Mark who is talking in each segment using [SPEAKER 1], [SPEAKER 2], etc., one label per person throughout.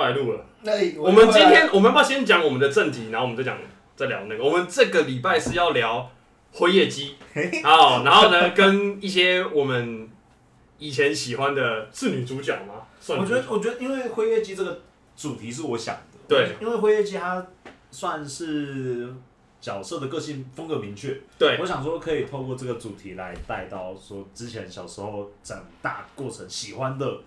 [SPEAKER 1] 来录了。
[SPEAKER 2] 那你
[SPEAKER 1] 我们今天我们要不要先讲我们的正题，然后我们再讲再聊那个？我们这个礼拜是要聊灰夜姬，好，然后呢，跟一些我们以前喜欢的是女主角吗？算
[SPEAKER 3] 我
[SPEAKER 1] 女主
[SPEAKER 3] 觉
[SPEAKER 1] 角
[SPEAKER 3] 得，我觉得，因为《辉夜姬》这个主题是我想的。
[SPEAKER 1] 对，
[SPEAKER 3] 因为《辉夜姬》它算是角色的个性风格明确。
[SPEAKER 1] 对
[SPEAKER 3] 我想说可以透过这个主题来带到说之前小时候长大过程喜欢的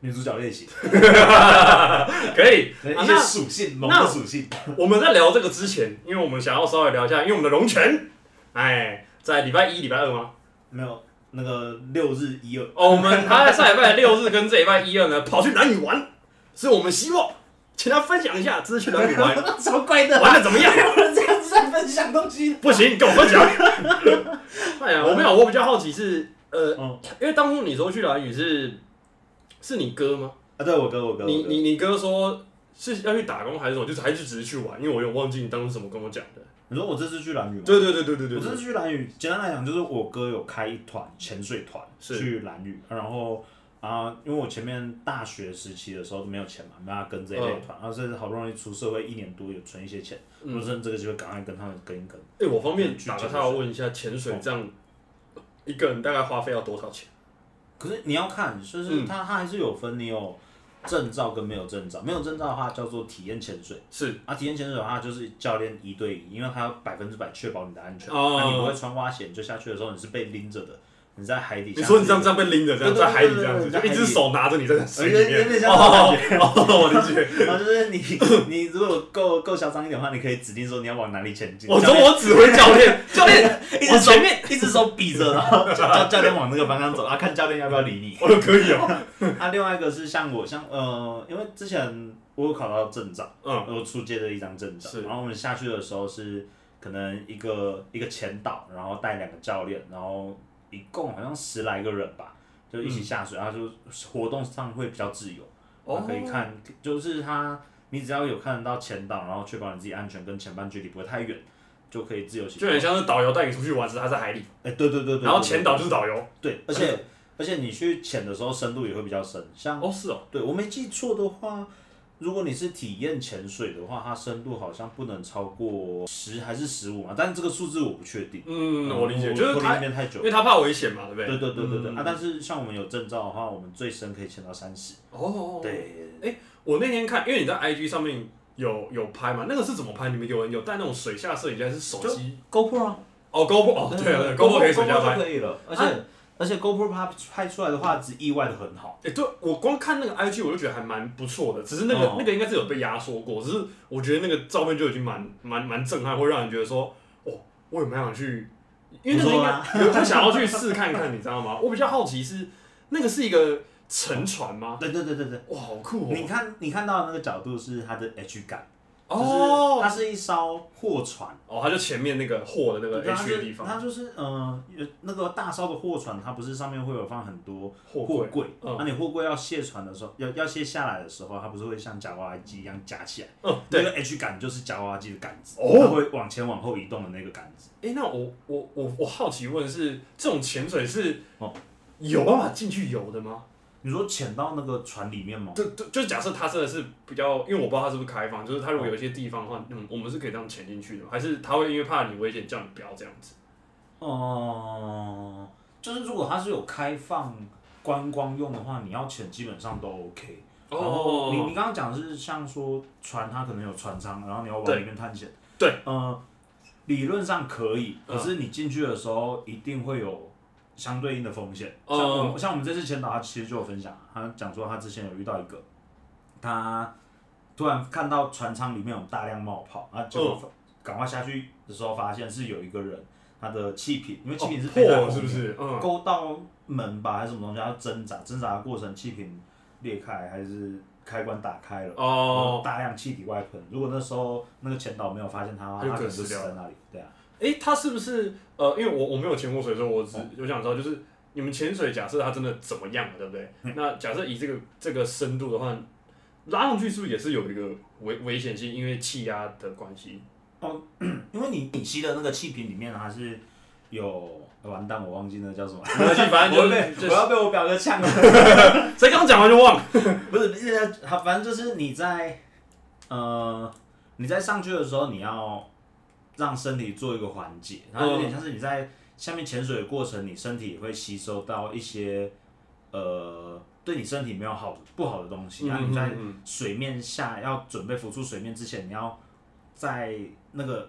[SPEAKER 3] 女主角类型，
[SPEAKER 1] 可以。啊
[SPEAKER 3] 一些
[SPEAKER 1] 那
[SPEAKER 3] 属性萌的属性。
[SPEAKER 1] 我们在聊这个之前，因为我们想要稍微聊一下，因为我们的龙泉，哎，在礼拜一、礼拜二吗？
[SPEAKER 3] 没有那个六日一二，
[SPEAKER 1] 哦，我们他在上礼拜六日跟这礼拜一、二呢，跑去南屿玩， 所以我们希望请他分享一下这次去南屿玩
[SPEAKER 3] 什么怪的？啊
[SPEAKER 1] 玩的怎么样。
[SPEAKER 3] 有人这样子在分享东西？
[SPEAKER 1] 不行，你跟我分享。哎呀，我没有，我比较好奇是，呃，
[SPEAKER 3] 嗯
[SPEAKER 1] 因为当初你说去蓝屿是，是你哥吗？
[SPEAKER 3] 啊，对我哥，我哥，
[SPEAKER 1] 你
[SPEAKER 3] 我哥
[SPEAKER 1] 你你哥说是要去打工还是什么？就是还是只是去玩？因为我有忘记你当初怎么跟我讲的。
[SPEAKER 3] 你说我这次去蓝屿吗？
[SPEAKER 1] 对对对对对对
[SPEAKER 3] 我这次去蓝屿，简单来讲就是我哥有开一团潜水团
[SPEAKER 1] 是
[SPEAKER 3] 去蓝屿，然后啊、因为我前面大学时期的时候没有钱嘛，没办法跟这一类的团，然后甚至好不容易出社会一年多有存一些钱，
[SPEAKER 1] 嗯
[SPEAKER 3] 我就趁这个机会赶快跟他们跟一跟。
[SPEAKER 1] 哎、我方便
[SPEAKER 3] 去
[SPEAKER 1] 打个
[SPEAKER 3] 潜
[SPEAKER 1] 岔问一下，潜水这样一个人大概花费要多少钱？
[SPEAKER 3] 可是你要看，
[SPEAKER 1] 嗯
[SPEAKER 3] 就是他他还是有分，你有证照跟没有证照，没有证照的话叫做体验潜水。
[SPEAKER 1] 是
[SPEAKER 3] 啊，体验潜水的话就是教练一对一，因为他要百分之百确保你的安全。
[SPEAKER 1] 哦
[SPEAKER 3] 那你不会穿蛙鞋，你就下去的时候你是被拎着的，你在海底下。
[SPEAKER 1] 你说你这样这样被拎着，这样
[SPEAKER 3] 对对对
[SPEAKER 1] 在海里这样子，
[SPEAKER 3] 对
[SPEAKER 1] 就
[SPEAKER 3] 对对
[SPEAKER 1] 一只手拿着你在水
[SPEAKER 3] 有
[SPEAKER 1] 里
[SPEAKER 3] 点有
[SPEAKER 1] 面
[SPEAKER 3] 点，像
[SPEAKER 1] 哦
[SPEAKER 3] 那种
[SPEAKER 1] 哦，哦我理解。
[SPEAKER 3] 然后就是你， 你如果够够嚣张一点的话，你可以指定说你要往哪里前进。
[SPEAKER 1] 我
[SPEAKER 3] 教
[SPEAKER 1] 说
[SPEAKER 3] 练
[SPEAKER 1] 我指挥教练，教练，
[SPEAKER 3] 一
[SPEAKER 1] 我
[SPEAKER 3] 只手
[SPEAKER 1] 前面，
[SPEAKER 3] 一只手比着，然后 教教练往那个方向走，啊，看教练要不要理你。
[SPEAKER 1] 我说可以哦，
[SPEAKER 3] 啊，另外一个是像我，像呃，因为之前我有考到证照，
[SPEAKER 1] 嗯，
[SPEAKER 3] 我出借了一张证照
[SPEAKER 1] 是，
[SPEAKER 3] 然后我们下去的时候是可能一个一个前导，然后带两个教练，然后一共好像十来个人吧，就一起下水，然后就活动上会比较自由。
[SPEAKER 1] 哦
[SPEAKER 3] 可以看，就是它，你只要有看得到前导，然后确保你自己安全跟前半距离不会太远，就可以自由行
[SPEAKER 1] 就
[SPEAKER 3] 动。
[SPEAKER 1] 很像是导游带你出去玩，只是他在海里，
[SPEAKER 3] 哎、对对对对对，
[SPEAKER 1] 然后
[SPEAKER 3] 对
[SPEAKER 1] 前导就是导游。
[SPEAKER 3] 对，而且而且你去潜的时候深度也会比较深，像、
[SPEAKER 1] 哦，是哦，
[SPEAKER 3] 对我没记错的话，如果你是体验潜水的话，它深度好像不能超过十还是十五嘛，但是这个数字我不确定。
[SPEAKER 1] 嗯，我理解，
[SPEAKER 3] 我
[SPEAKER 1] 就是
[SPEAKER 3] 脱离
[SPEAKER 1] 他
[SPEAKER 3] 那，边太久
[SPEAKER 1] 因
[SPEAKER 3] 了。
[SPEAKER 1] 为他怕危险嘛，对不对？
[SPEAKER 3] 对对对对对、
[SPEAKER 1] 嗯
[SPEAKER 3] 啊！但是像我们有证照的话，我们最深可以潜到三十。
[SPEAKER 1] 哦，，
[SPEAKER 3] 对，
[SPEAKER 1] 我那天看，因为你在 IG 上面有有拍嘛，那个是怎么拍？你们有人有带那种水下摄影机还是手机？
[SPEAKER 3] ，GoPro 啊，
[SPEAKER 1] 哦，GoPro，哦，对啊对，GoPro 可以水下拍。啊
[SPEAKER 3] 可以了，而且、而且 GoPro 它拍出来的画质意外的很好。
[SPEAKER 1] 哎，对我光看那个 IG 我就觉得还蛮不错的，只是那个
[SPEAKER 3] 哦
[SPEAKER 1] 那个应该是有被压缩过，只是我觉得那个照片就已经蛮蛮蛮震撼，会让人觉得说，哦，我也蛮想去，因为那个应
[SPEAKER 3] 不错
[SPEAKER 1] 该我我想要去试看看，你知道吗？我比较好奇是那个是一个沉船吗？
[SPEAKER 3] 对对对对对，
[SPEAKER 1] 哇，好酷哦！
[SPEAKER 3] 你看你看到的那个角度是它的 H 感，就是
[SPEAKER 1] 哦
[SPEAKER 3] 它是一艘货船，
[SPEAKER 1] 哦，它就前面那个货的那
[SPEAKER 3] 对
[SPEAKER 1] 个
[SPEAKER 3] 它
[SPEAKER 1] H
[SPEAKER 3] 是
[SPEAKER 1] 的地方，
[SPEAKER 3] 它就是呃有那个大艘的货船，它不是上面会有放很多
[SPEAKER 1] 货
[SPEAKER 3] 柜
[SPEAKER 1] 柜，，
[SPEAKER 3] 那、
[SPEAKER 1] 嗯
[SPEAKER 3] 你货柜要卸船的时候，要要卸下来的时候，它不是会像夹娃娃机一样夹起来？
[SPEAKER 1] 嗯，
[SPEAKER 3] 那
[SPEAKER 1] 对。
[SPEAKER 3] 个 H 感就是夹娃娃机的杆子，
[SPEAKER 1] 哦
[SPEAKER 3] 它会往前往后移动的那个杆子。
[SPEAKER 1] 哎，那我我我我好奇问是，这种潜水是
[SPEAKER 3] 哦
[SPEAKER 1] 有办法进去游的吗？
[SPEAKER 3] 你说潜到那个船里面吗？
[SPEAKER 1] 对对，就是假设它真的是比较，因为我不知道它是不是开放，就是它如
[SPEAKER 3] 哦
[SPEAKER 1] 果有一些地方的话，嗯，我们是可以这样潜进去的吗，还是它会因为怕你危险叫你不要这样子？
[SPEAKER 3] 哦、就是如果它是有开放观光用的话，你要潜基本上都 OK。
[SPEAKER 1] 哦
[SPEAKER 3] 然后你你刚刚讲的是像说船，它可能有船舱，然后你要
[SPEAKER 1] 对
[SPEAKER 3] 往里面探险。
[SPEAKER 1] 对，
[SPEAKER 3] 呃，理论上可以，
[SPEAKER 1] 嗯
[SPEAKER 3] 可是你进去的时候一定会有相对应的风险。
[SPEAKER 1] 哦
[SPEAKER 3] 像我们像我们这次前导，他其实就有分享，他讲说他之前有遇到一个，他突然看到船舱里面有大量冒泡，啊，结
[SPEAKER 1] 嗯
[SPEAKER 3] 果赶快下去的时候发现是有一个人他的气瓶，因为气瓶是背在后
[SPEAKER 1] 哦破
[SPEAKER 3] 面
[SPEAKER 1] 是不是？嗯，
[SPEAKER 3] 勾到门吧，还是什么东西？要挣扎，挣扎的过程气瓶裂开还是开关打开了，
[SPEAKER 1] 哦，，
[SPEAKER 3] 大量气体外喷。如果那时候那个前导没有发现他，
[SPEAKER 1] 他就
[SPEAKER 3] 他可能
[SPEAKER 1] 死
[SPEAKER 3] 就死
[SPEAKER 1] 掉
[SPEAKER 3] 在那里。对啊，
[SPEAKER 1] 哎，它是不是呃，因为我我没有潜过水，所以我只
[SPEAKER 3] 哦
[SPEAKER 1] 我想知道，就是你们潜水，假设它真的怎么样了，对不对？
[SPEAKER 3] 嗯
[SPEAKER 1] 那假设以这个这个深度的话，拉上去是不是也是有一个危危险性，因为气压的关系？
[SPEAKER 3] 因为你你吸的那个气瓶里面它是有完蛋，我忘记那叫什么，
[SPEAKER 1] 没关系，反
[SPEAKER 3] 我
[SPEAKER 1] 正
[SPEAKER 3] 要
[SPEAKER 1] 就是
[SPEAKER 3] 被
[SPEAKER 1] 就
[SPEAKER 3] 我
[SPEAKER 1] 是
[SPEAKER 3] 要被我表哥呛了。
[SPEAKER 1] 谁刚讲完就忘了。
[SPEAKER 3] 不是，那个他反正就是你在，呃，你在上去的时候，你要让身体做一个缓解，然后有点
[SPEAKER 1] 嗯
[SPEAKER 3] 像是你在下面潜水的过程，你身体也会吸收到一些，呃，对你身体没有好不好的东西。然后你在
[SPEAKER 1] 嗯嗯
[SPEAKER 3] 水面下要准备浮出水面之前，你要在那个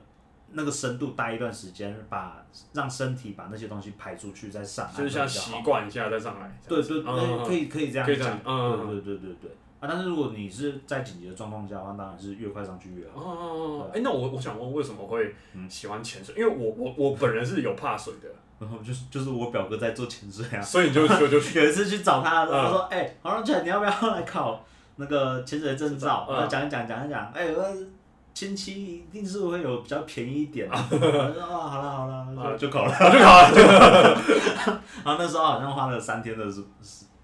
[SPEAKER 3] 那个深度待一段时间，把让身体把那些东西排出去，再上岸
[SPEAKER 1] 就是像
[SPEAKER 3] 会比较好
[SPEAKER 1] 习惯一下再上来。
[SPEAKER 3] 对对，
[SPEAKER 1] 嗯
[SPEAKER 3] 可以可以这样
[SPEAKER 1] 可以这样
[SPEAKER 3] 讲，
[SPEAKER 1] 嗯
[SPEAKER 3] 对对对对对。啊，但是如果你是在紧急的状况下的话，当然是越快上去越好。
[SPEAKER 1] 哦，哎、那我我想问，为什么会
[SPEAKER 3] 嗯
[SPEAKER 1] 喜欢潜水？因为我我我本人是有怕水的，
[SPEAKER 3] 然后就是就是我表哥在做潜水啊，
[SPEAKER 1] 所以你就就就
[SPEAKER 3] 有一次去找他，
[SPEAKER 1] 嗯
[SPEAKER 3] 他说：“哎、黄荣全，你要不要来考那个潜水证照？”
[SPEAKER 1] 嗯
[SPEAKER 3] 然后讲一讲讲一讲，哎、我亲戚一定是会有比较便宜一点的。我说：“哦，好了好 了，就就考了。
[SPEAKER 1] 嗯啊我就考了。
[SPEAKER 3] 然后那时候好像花了三天的时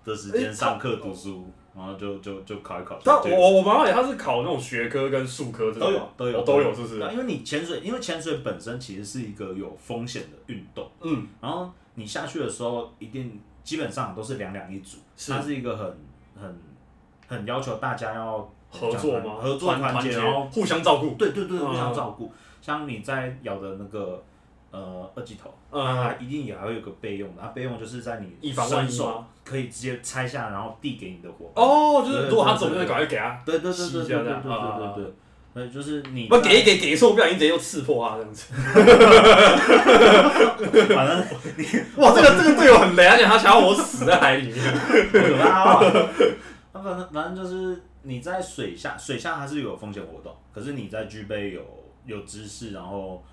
[SPEAKER 3] 的时
[SPEAKER 1] 哎
[SPEAKER 3] 间上课读书，然后就就就考一考。
[SPEAKER 1] 但
[SPEAKER 3] 对
[SPEAKER 1] 我我妈妈也她是考那种学科跟术科这种
[SPEAKER 3] 都有
[SPEAKER 1] 吗
[SPEAKER 3] 都有
[SPEAKER 1] 哦都有，是不
[SPEAKER 3] 对
[SPEAKER 1] 是？
[SPEAKER 3] 啊因为你潜水，因为潜水本身其实是一个有风险的运动，
[SPEAKER 1] 嗯，
[SPEAKER 3] 然后你下去的时候，一定基本上都是两两一组，
[SPEAKER 1] 是
[SPEAKER 3] 它是一个很很很要求大家要
[SPEAKER 1] 合作吗？
[SPEAKER 3] 合作
[SPEAKER 1] 团
[SPEAKER 3] 团结，然后
[SPEAKER 1] 互相照顾。
[SPEAKER 3] 对对对，
[SPEAKER 1] 嗯
[SPEAKER 3] 互相照顾。像你在咬的那个呃二级头，
[SPEAKER 1] 嗯，
[SPEAKER 3] 它一定也还会有个备用的，它备用就是在你
[SPEAKER 1] 以防万一
[SPEAKER 3] 伸手
[SPEAKER 1] 吗？
[SPEAKER 3] 可以直接拆下，然后递给你的伙伴。
[SPEAKER 1] 哦，就是
[SPEAKER 3] 对
[SPEAKER 1] 如果他
[SPEAKER 3] 对
[SPEAKER 1] 走
[SPEAKER 3] 对
[SPEAKER 1] 那
[SPEAKER 3] 对
[SPEAKER 1] 赶快给他，
[SPEAKER 3] 对对对对
[SPEAKER 1] 吸
[SPEAKER 3] 对
[SPEAKER 1] 一
[SPEAKER 3] 对
[SPEAKER 1] 下
[SPEAKER 3] 对
[SPEAKER 1] 这样啊啊
[SPEAKER 3] 对
[SPEAKER 1] 啊
[SPEAKER 3] 对对，那就是你
[SPEAKER 1] 不
[SPEAKER 3] 在
[SPEAKER 1] 给一给给错，不小心直接又刺破他这样子。
[SPEAKER 3] 反正
[SPEAKER 1] 哇，这个这个队友很 雷，而且他想要我死在海里面。
[SPEAKER 3] 可怕哦。那反正反正就是你在水下，水下它是有风险活动，可是你在具备有有知识，然后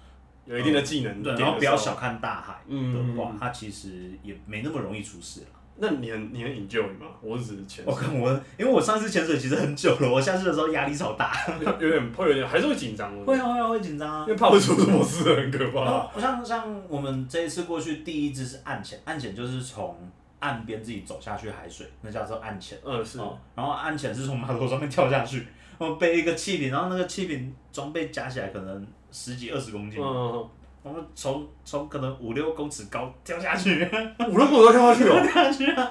[SPEAKER 1] 有一定的技能，
[SPEAKER 3] 对，然后不要小。看大海
[SPEAKER 1] 嗯
[SPEAKER 3] 的话，它其实也没那么容易出事啊啦。
[SPEAKER 1] 那你很你很 enjoy 吗？我只是潜
[SPEAKER 3] 我看我，因为我上次潜水其实很久了，我下去的时候压力超大，
[SPEAKER 1] 水，有点会有点还是会啊紧张的，
[SPEAKER 3] 会啊会啊会紧张啊
[SPEAKER 1] 因。为怕会出什么事，很可
[SPEAKER 3] 然
[SPEAKER 1] 怕。
[SPEAKER 3] 后像像 我们这一次过去，第一支是岸潜，岸潜就是从岸边自己走下去海水，那叫做岸潜。
[SPEAKER 1] 嗯，是
[SPEAKER 3] 哦，然后安全是从码头上面跳下去，然后背一个气瓶，然后那个气瓶装备加起来可能十几二十公斤，
[SPEAKER 1] 嗯，
[SPEAKER 3] 我们从从可能五六公尺高跳下去，
[SPEAKER 1] 五六公都跳下去哦了。
[SPEAKER 3] 跳下去啊，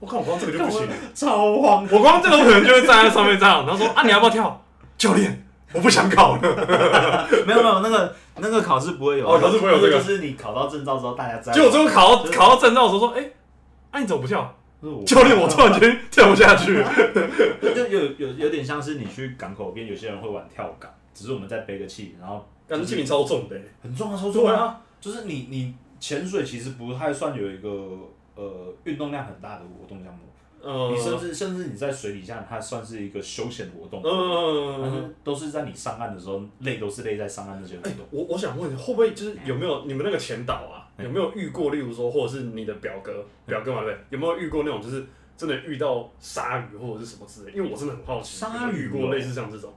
[SPEAKER 1] 我靠，我光这个就不行了。
[SPEAKER 3] 超慌。
[SPEAKER 1] 我光这个我可能就会站在上面这样，然后说啊，你要不要跳？教练，我不想考 了。
[SPEAKER 3] 没有没有，那个那个考试不会有，
[SPEAKER 1] 哦考试不会有
[SPEAKER 3] 那
[SPEAKER 1] 这个
[SPEAKER 3] 就是你考到证照之后大家在。
[SPEAKER 1] 结果最后考到考到证照的时候说，哎，啊你怎么不跳？
[SPEAKER 3] 我
[SPEAKER 1] 教练，我突然间跳不下去。
[SPEAKER 3] 就有有有点像是你去港口边，有些人会玩跳港，只是我们在背个气瓶，然后
[SPEAKER 1] 感觉气瓶超重的欸。
[SPEAKER 3] 很重要，超
[SPEAKER 1] 对
[SPEAKER 3] 重要。
[SPEAKER 1] 啊，
[SPEAKER 3] 就是你你潜水其实不太算有一个呃运动量很大的活动项目。
[SPEAKER 1] 嗯，
[SPEAKER 3] 你甚至甚至你在水底下，它算是一个休闲活动，但
[SPEAKER 1] 嗯。
[SPEAKER 3] 是都是在你上岸的时候，累都是累在上岸那些活
[SPEAKER 1] 哎
[SPEAKER 3] 动。
[SPEAKER 1] 我我想问，会不会就是有没有你们那个前导啊，
[SPEAKER 3] 哎
[SPEAKER 1] 有没有遇过，例如说，或者是你的表哥表哥嘛，对不对？有没有遇过那种就是真的遇到鲨鱼或者是什么之类？因为我真的很好奇，有没
[SPEAKER 3] 鲨鱼
[SPEAKER 1] 有遇
[SPEAKER 3] 哦
[SPEAKER 1] 过类似像这种，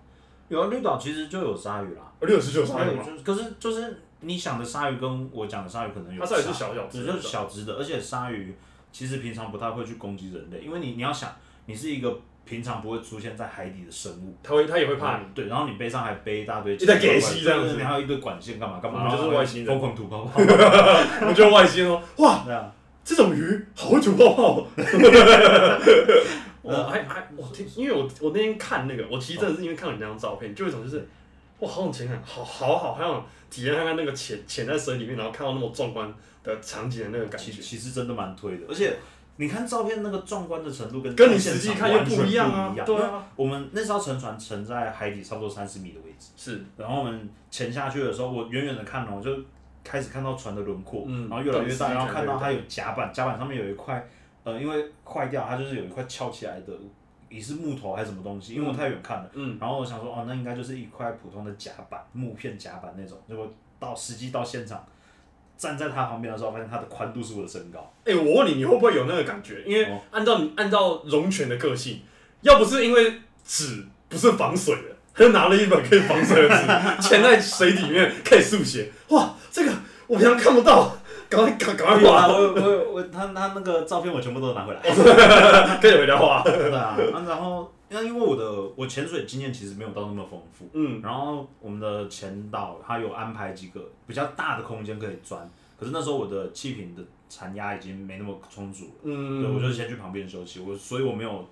[SPEAKER 3] 有啊，绿岛其实就有鲨鱼啦，
[SPEAKER 1] 六十九鲨鱼嘛，
[SPEAKER 3] 就是可是就是你想的鲨鱼跟我讲的鲨鱼可能有
[SPEAKER 1] 它
[SPEAKER 3] 差，
[SPEAKER 1] 鲨鱼是小小只
[SPEAKER 3] 只
[SPEAKER 1] 的
[SPEAKER 3] 是，小只的，而且鲨鱼其实平常不太会去攻击人类，因为你你要想，你是一个平常不会出现在海底的生物。
[SPEAKER 1] 它会它也会怕你。
[SPEAKER 3] 对，然后你背上还背一大堆
[SPEAKER 1] 一堆
[SPEAKER 3] 奇怪的
[SPEAKER 1] 给息
[SPEAKER 3] 东西
[SPEAKER 1] 这样子
[SPEAKER 3] 对对对还有一堆管线干嘛干嘛，
[SPEAKER 1] 我们就是
[SPEAKER 3] 然后
[SPEAKER 1] 外星人
[SPEAKER 3] 疯狂吐泡泡，嗯
[SPEAKER 1] 我觉得外星人哦 说，哇，
[SPEAKER 3] 对啊，
[SPEAKER 1] 这种鱼好会煮泡 泡哦。
[SPEAKER 3] 哦
[SPEAKER 1] 我还还我听，因为我我那天看那个，我其实真的是因为看了你那张照片，就有一种就是。哇，好想潜看，好好好，好想体验看看那个潜潜在水里面，然后看到那么壮观的场景的那个感
[SPEAKER 3] 其
[SPEAKER 1] 觉。
[SPEAKER 3] 其实真的蛮推的，而且你看照片那个壮观的程度跟
[SPEAKER 1] 跟你
[SPEAKER 3] 现
[SPEAKER 1] 实际
[SPEAKER 3] 场
[SPEAKER 1] 看又
[SPEAKER 3] 完全
[SPEAKER 1] 不
[SPEAKER 3] 不
[SPEAKER 1] 一样啊
[SPEAKER 3] 一样
[SPEAKER 1] 对啊，
[SPEAKER 3] 我们那艘沉船沉在海底差不多三十米的位置，
[SPEAKER 1] 是，
[SPEAKER 3] 然后我们潜下去的时候，我远远的看哦，我就开始看到船的轮廓，
[SPEAKER 1] 嗯
[SPEAKER 3] 然后越来越
[SPEAKER 1] 对
[SPEAKER 3] 大，然后
[SPEAKER 1] 是
[SPEAKER 3] 看到
[SPEAKER 1] 对
[SPEAKER 3] 它有甲板，甲板上面有一块，呃，因为坏掉，它就是有一块翘起来的，也是木头还是什么东西，因为我太远看了。
[SPEAKER 1] 嗯，
[SPEAKER 3] 然后我想说，哦，那应该就是一块普通的甲板，木片甲板那种。结果到实际到现场，站在它旁边的时候，发现它的宽度是我的身 高。
[SPEAKER 1] 哎、我问你，你会不会有那个感觉？因为
[SPEAKER 3] 哦
[SPEAKER 1] 按照你按照龙泉的个性，要不是因为纸不是防水的，他就拿了一本可以防水的纸，潜在水底面开始速写。哇，这个我平常看不到，赶快赶赶快
[SPEAKER 3] 有啊，
[SPEAKER 1] 画，
[SPEAKER 3] 我我我他他那个照片我全部都拿回来。
[SPEAKER 1] 开始回家画。
[SPEAKER 3] 对啊，然后 那因为我的我潜水经验其实没有到那么丰富，
[SPEAKER 1] 嗯，
[SPEAKER 3] 然后我们的前导他有安排几个比较大的空间可以钻，可是那时候我的气瓶的残压已经没那么充足了，
[SPEAKER 1] 嗯，
[SPEAKER 3] 对，我就先去旁边休息，我所以我没有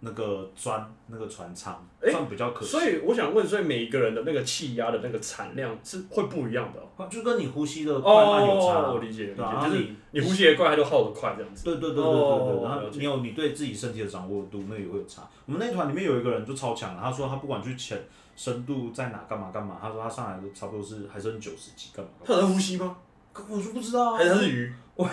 [SPEAKER 3] 那个钻那个船舱，
[SPEAKER 1] 诶
[SPEAKER 3] 算比较可惜，
[SPEAKER 1] 所以我想问，所以每一个人的那个气压的那个产量是会不一样的哦。
[SPEAKER 3] 就跟你呼吸的快慢有差啊，
[SPEAKER 1] 我理解，理
[SPEAKER 3] 对啊，然
[SPEAKER 1] 解，就
[SPEAKER 3] 后
[SPEAKER 1] 是
[SPEAKER 3] 你
[SPEAKER 1] 你呼吸也快，它就耗得快，这样子。
[SPEAKER 3] 对对对对对
[SPEAKER 1] 哦
[SPEAKER 3] 对，然后
[SPEAKER 1] 了解
[SPEAKER 3] 你有你对自己身体的掌握度，那也会有差。我们那一团里面有一个人就超强了，他说他不管去潜深度在哪干嘛干嘛，他说他上来都差不多是还剩九十几干嘛干
[SPEAKER 1] 它有
[SPEAKER 3] 嘛。
[SPEAKER 1] 在呼吸吗？
[SPEAKER 3] 可我就不知道啊
[SPEAKER 1] 还，是它是鱼？啊
[SPEAKER 3] 他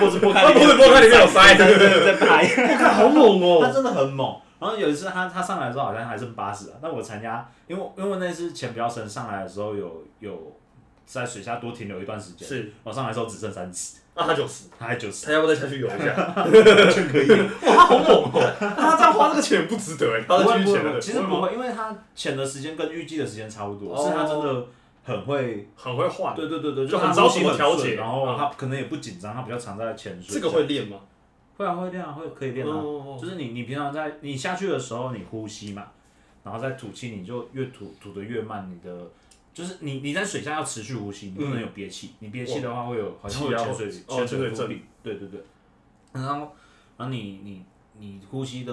[SPEAKER 3] 脖子拨开，
[SPEAKER 1] 它脖子拨开里面有
[SPEAKER 3] 在
[SPEAKER 1] 鳃
[SPEAKER 3] 在在在拍，
[SPEAKER 1] 我 看好猛
[SPEAKER 3] 他
[SPEAKER 1] 哦！
[SPEAKER 3] 真的很猛。然后有一次他他上来的时候好像还剩八十啊，但我参加，因为因为那次潜比较深，上来的时候有有在水下多停留一段时间，
[SPEAKER 1] 是，
[SPEAKER 3] 我上来的时候只剩三十，
[SPEAKER 1] 那它九十，
[SPEAKER 3] 他还九十，
[SPEAKER 1] 它要不要再下去游一下？
[SPEAKER 3] 完全可以。
[SPEAKER 1] 哇，它好猛哦！它这样花这个钱不值得哎，它
[SPEAKER 3] 不
[SPEAKER 1] 再
[SPEAKER 3] 会
[SPEAKER 1] 继
[SPEAKER 3] 不
[SPEAKER 1] 续潜
[SPEAKER 3] 会
[SPEAKER 1] 了。
[SPEAKER 3] 不会，其实不会，因为他潜的时间跟预计的时间差不多，
[SPEAKER 1] 哦
[SPEAKER 3] 是他真的很会，
[SPEAKER 1] 很会换，
[SPEAKER 3] 对对对对，
[SPEAKER 1] 就
[SPEAKER 3] 他
[SPEAKER 1] 很知道
[SPEAKER 3] 呼吸
[SPEAKER 1] 怎么调
[SPEAKER 3] 顺
[SPEAKER 1] 节
[SPEAKER 3] 然后他可能也不紧张，他比较常在潜水。
[SPEAKER 1] 这个会练吗？
[SPEAKER 3] 会啊会练啊会可以练啊，
[SPEAKER 1] 哦
[SPEAKER 3] 就是你你平常在你下去的时候你呼吸嘛，然后再吐气你就越吐吐的越慢，你的就是你你在水下要持续呼吸，你不能有憋气，你憋气的话会有好像会有
[SPEAKER 1] 气压
[SPEAKER 3] 潜水
[SPEAKER 1] 哦
[SPEAKER 3] 潜
[SPEAKER 1] 潜水
[SPEAKER 3] 水
[SPEAKER 1] 症
[SPEAKER 3] 症，对对对，然后然后你你你呼吸的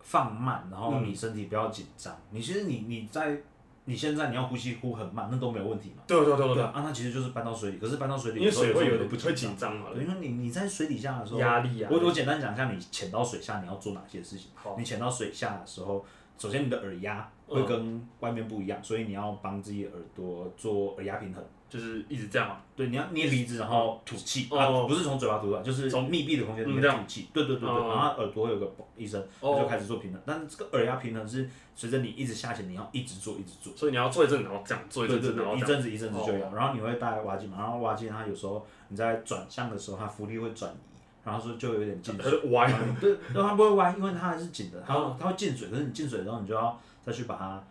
[SPEAKER 3] 放慢，然后你身体不要紧张，你其实你你在你现在你要呼吸呼很慢，那都没有问题嘛。
[SPEAKER 1] 对对对
[SPEAKER 3] 对
[SPEAKER 1] 对
[SPEAKER 3] 啊，啊那其实就是搬到水里，可是搬到水
[SPEAKER 1] 对，
[SPEAKER 3] 里
[SPEAKER 1] 因
[SPEAKER 3] 的
[SPEAKER 1] 为
[SPEAKER 3] 时
[SPEAKER 1] 水
[SPEAKER 3] 候有
[SPEAKER 1] 会
[SPEAKER 3] 时候
[SPEAKER 1] 有
[SPEAKER 3] 你
[SPEAKER 1] 点
[SPEAKER 3] 不
[SPEAKER 1] 会
[SPEAKER 3] 紧
[SPEAKER 1] 紧张嘛，
[SPEAKER 3] 对，因为你你在水底下的时候，
[SPEAKER 1] 压力啊。
[SPEAKER 3] 我我简单讲一下，你潜到水下你要做哪些事情
[SPEAKER 1] 好。
[SPEAKER 3] 你潜到水下的时候，首先你的耳压会跟
[SPEAKER 1] 嗯
[SPEAKER 3] 外面不一样，所以你要帮自己耳朵做耳压平衡。
[SPEAKER 1] 就是一直这样嘛。
[SPEAKER 3] 对，你要捏鼻子，然后吐气，
[SPEAKER 1] 哦
[SPEAKER 3] 啊，不是从嘴巴吐出来，就是从密闭的空间里
[SPEAKER 1] 嗯
[SPEAKER 3] 面
[SPEAKER 1] 这样
[SPEAKER 3] 吐气。对对对对，
[SPEAKER 1] 哦
[SPEAKER 3] 然后耳朵有个嘣一声，它就
[SPEAKER 1] 哦，
[SPEAKER 3] 开始做平衡。但是这个耳压平衡是随着你一直下潜，你要一直做，一直做。
[SPEAKER 1] 所以你要做一阵子，然后这样做一
[SPEAKER 3] 对
[SPEAKER 1] 阵
[SPEAKER 3] 对
[SPEAKER 1] 子，然后
[SPEAKER 3] 对，一
[SPEAKER 1] 哦这样。哦
[SPEAKER 3] 阵子一阵子就要，然后你会带蛙镜嘛，然后蛙镜它有时候你在转向的时候，它浮力会转移，然后说就有点进
[SPEAKER 1] 它就歪了，
[SPEAKER 3] 对，对，它不会歪，因为它还是紧的，它
[SPEAKER 1] 哦
[SPEAKER 3] 它会进水，可是你进水之后，你就要再去把它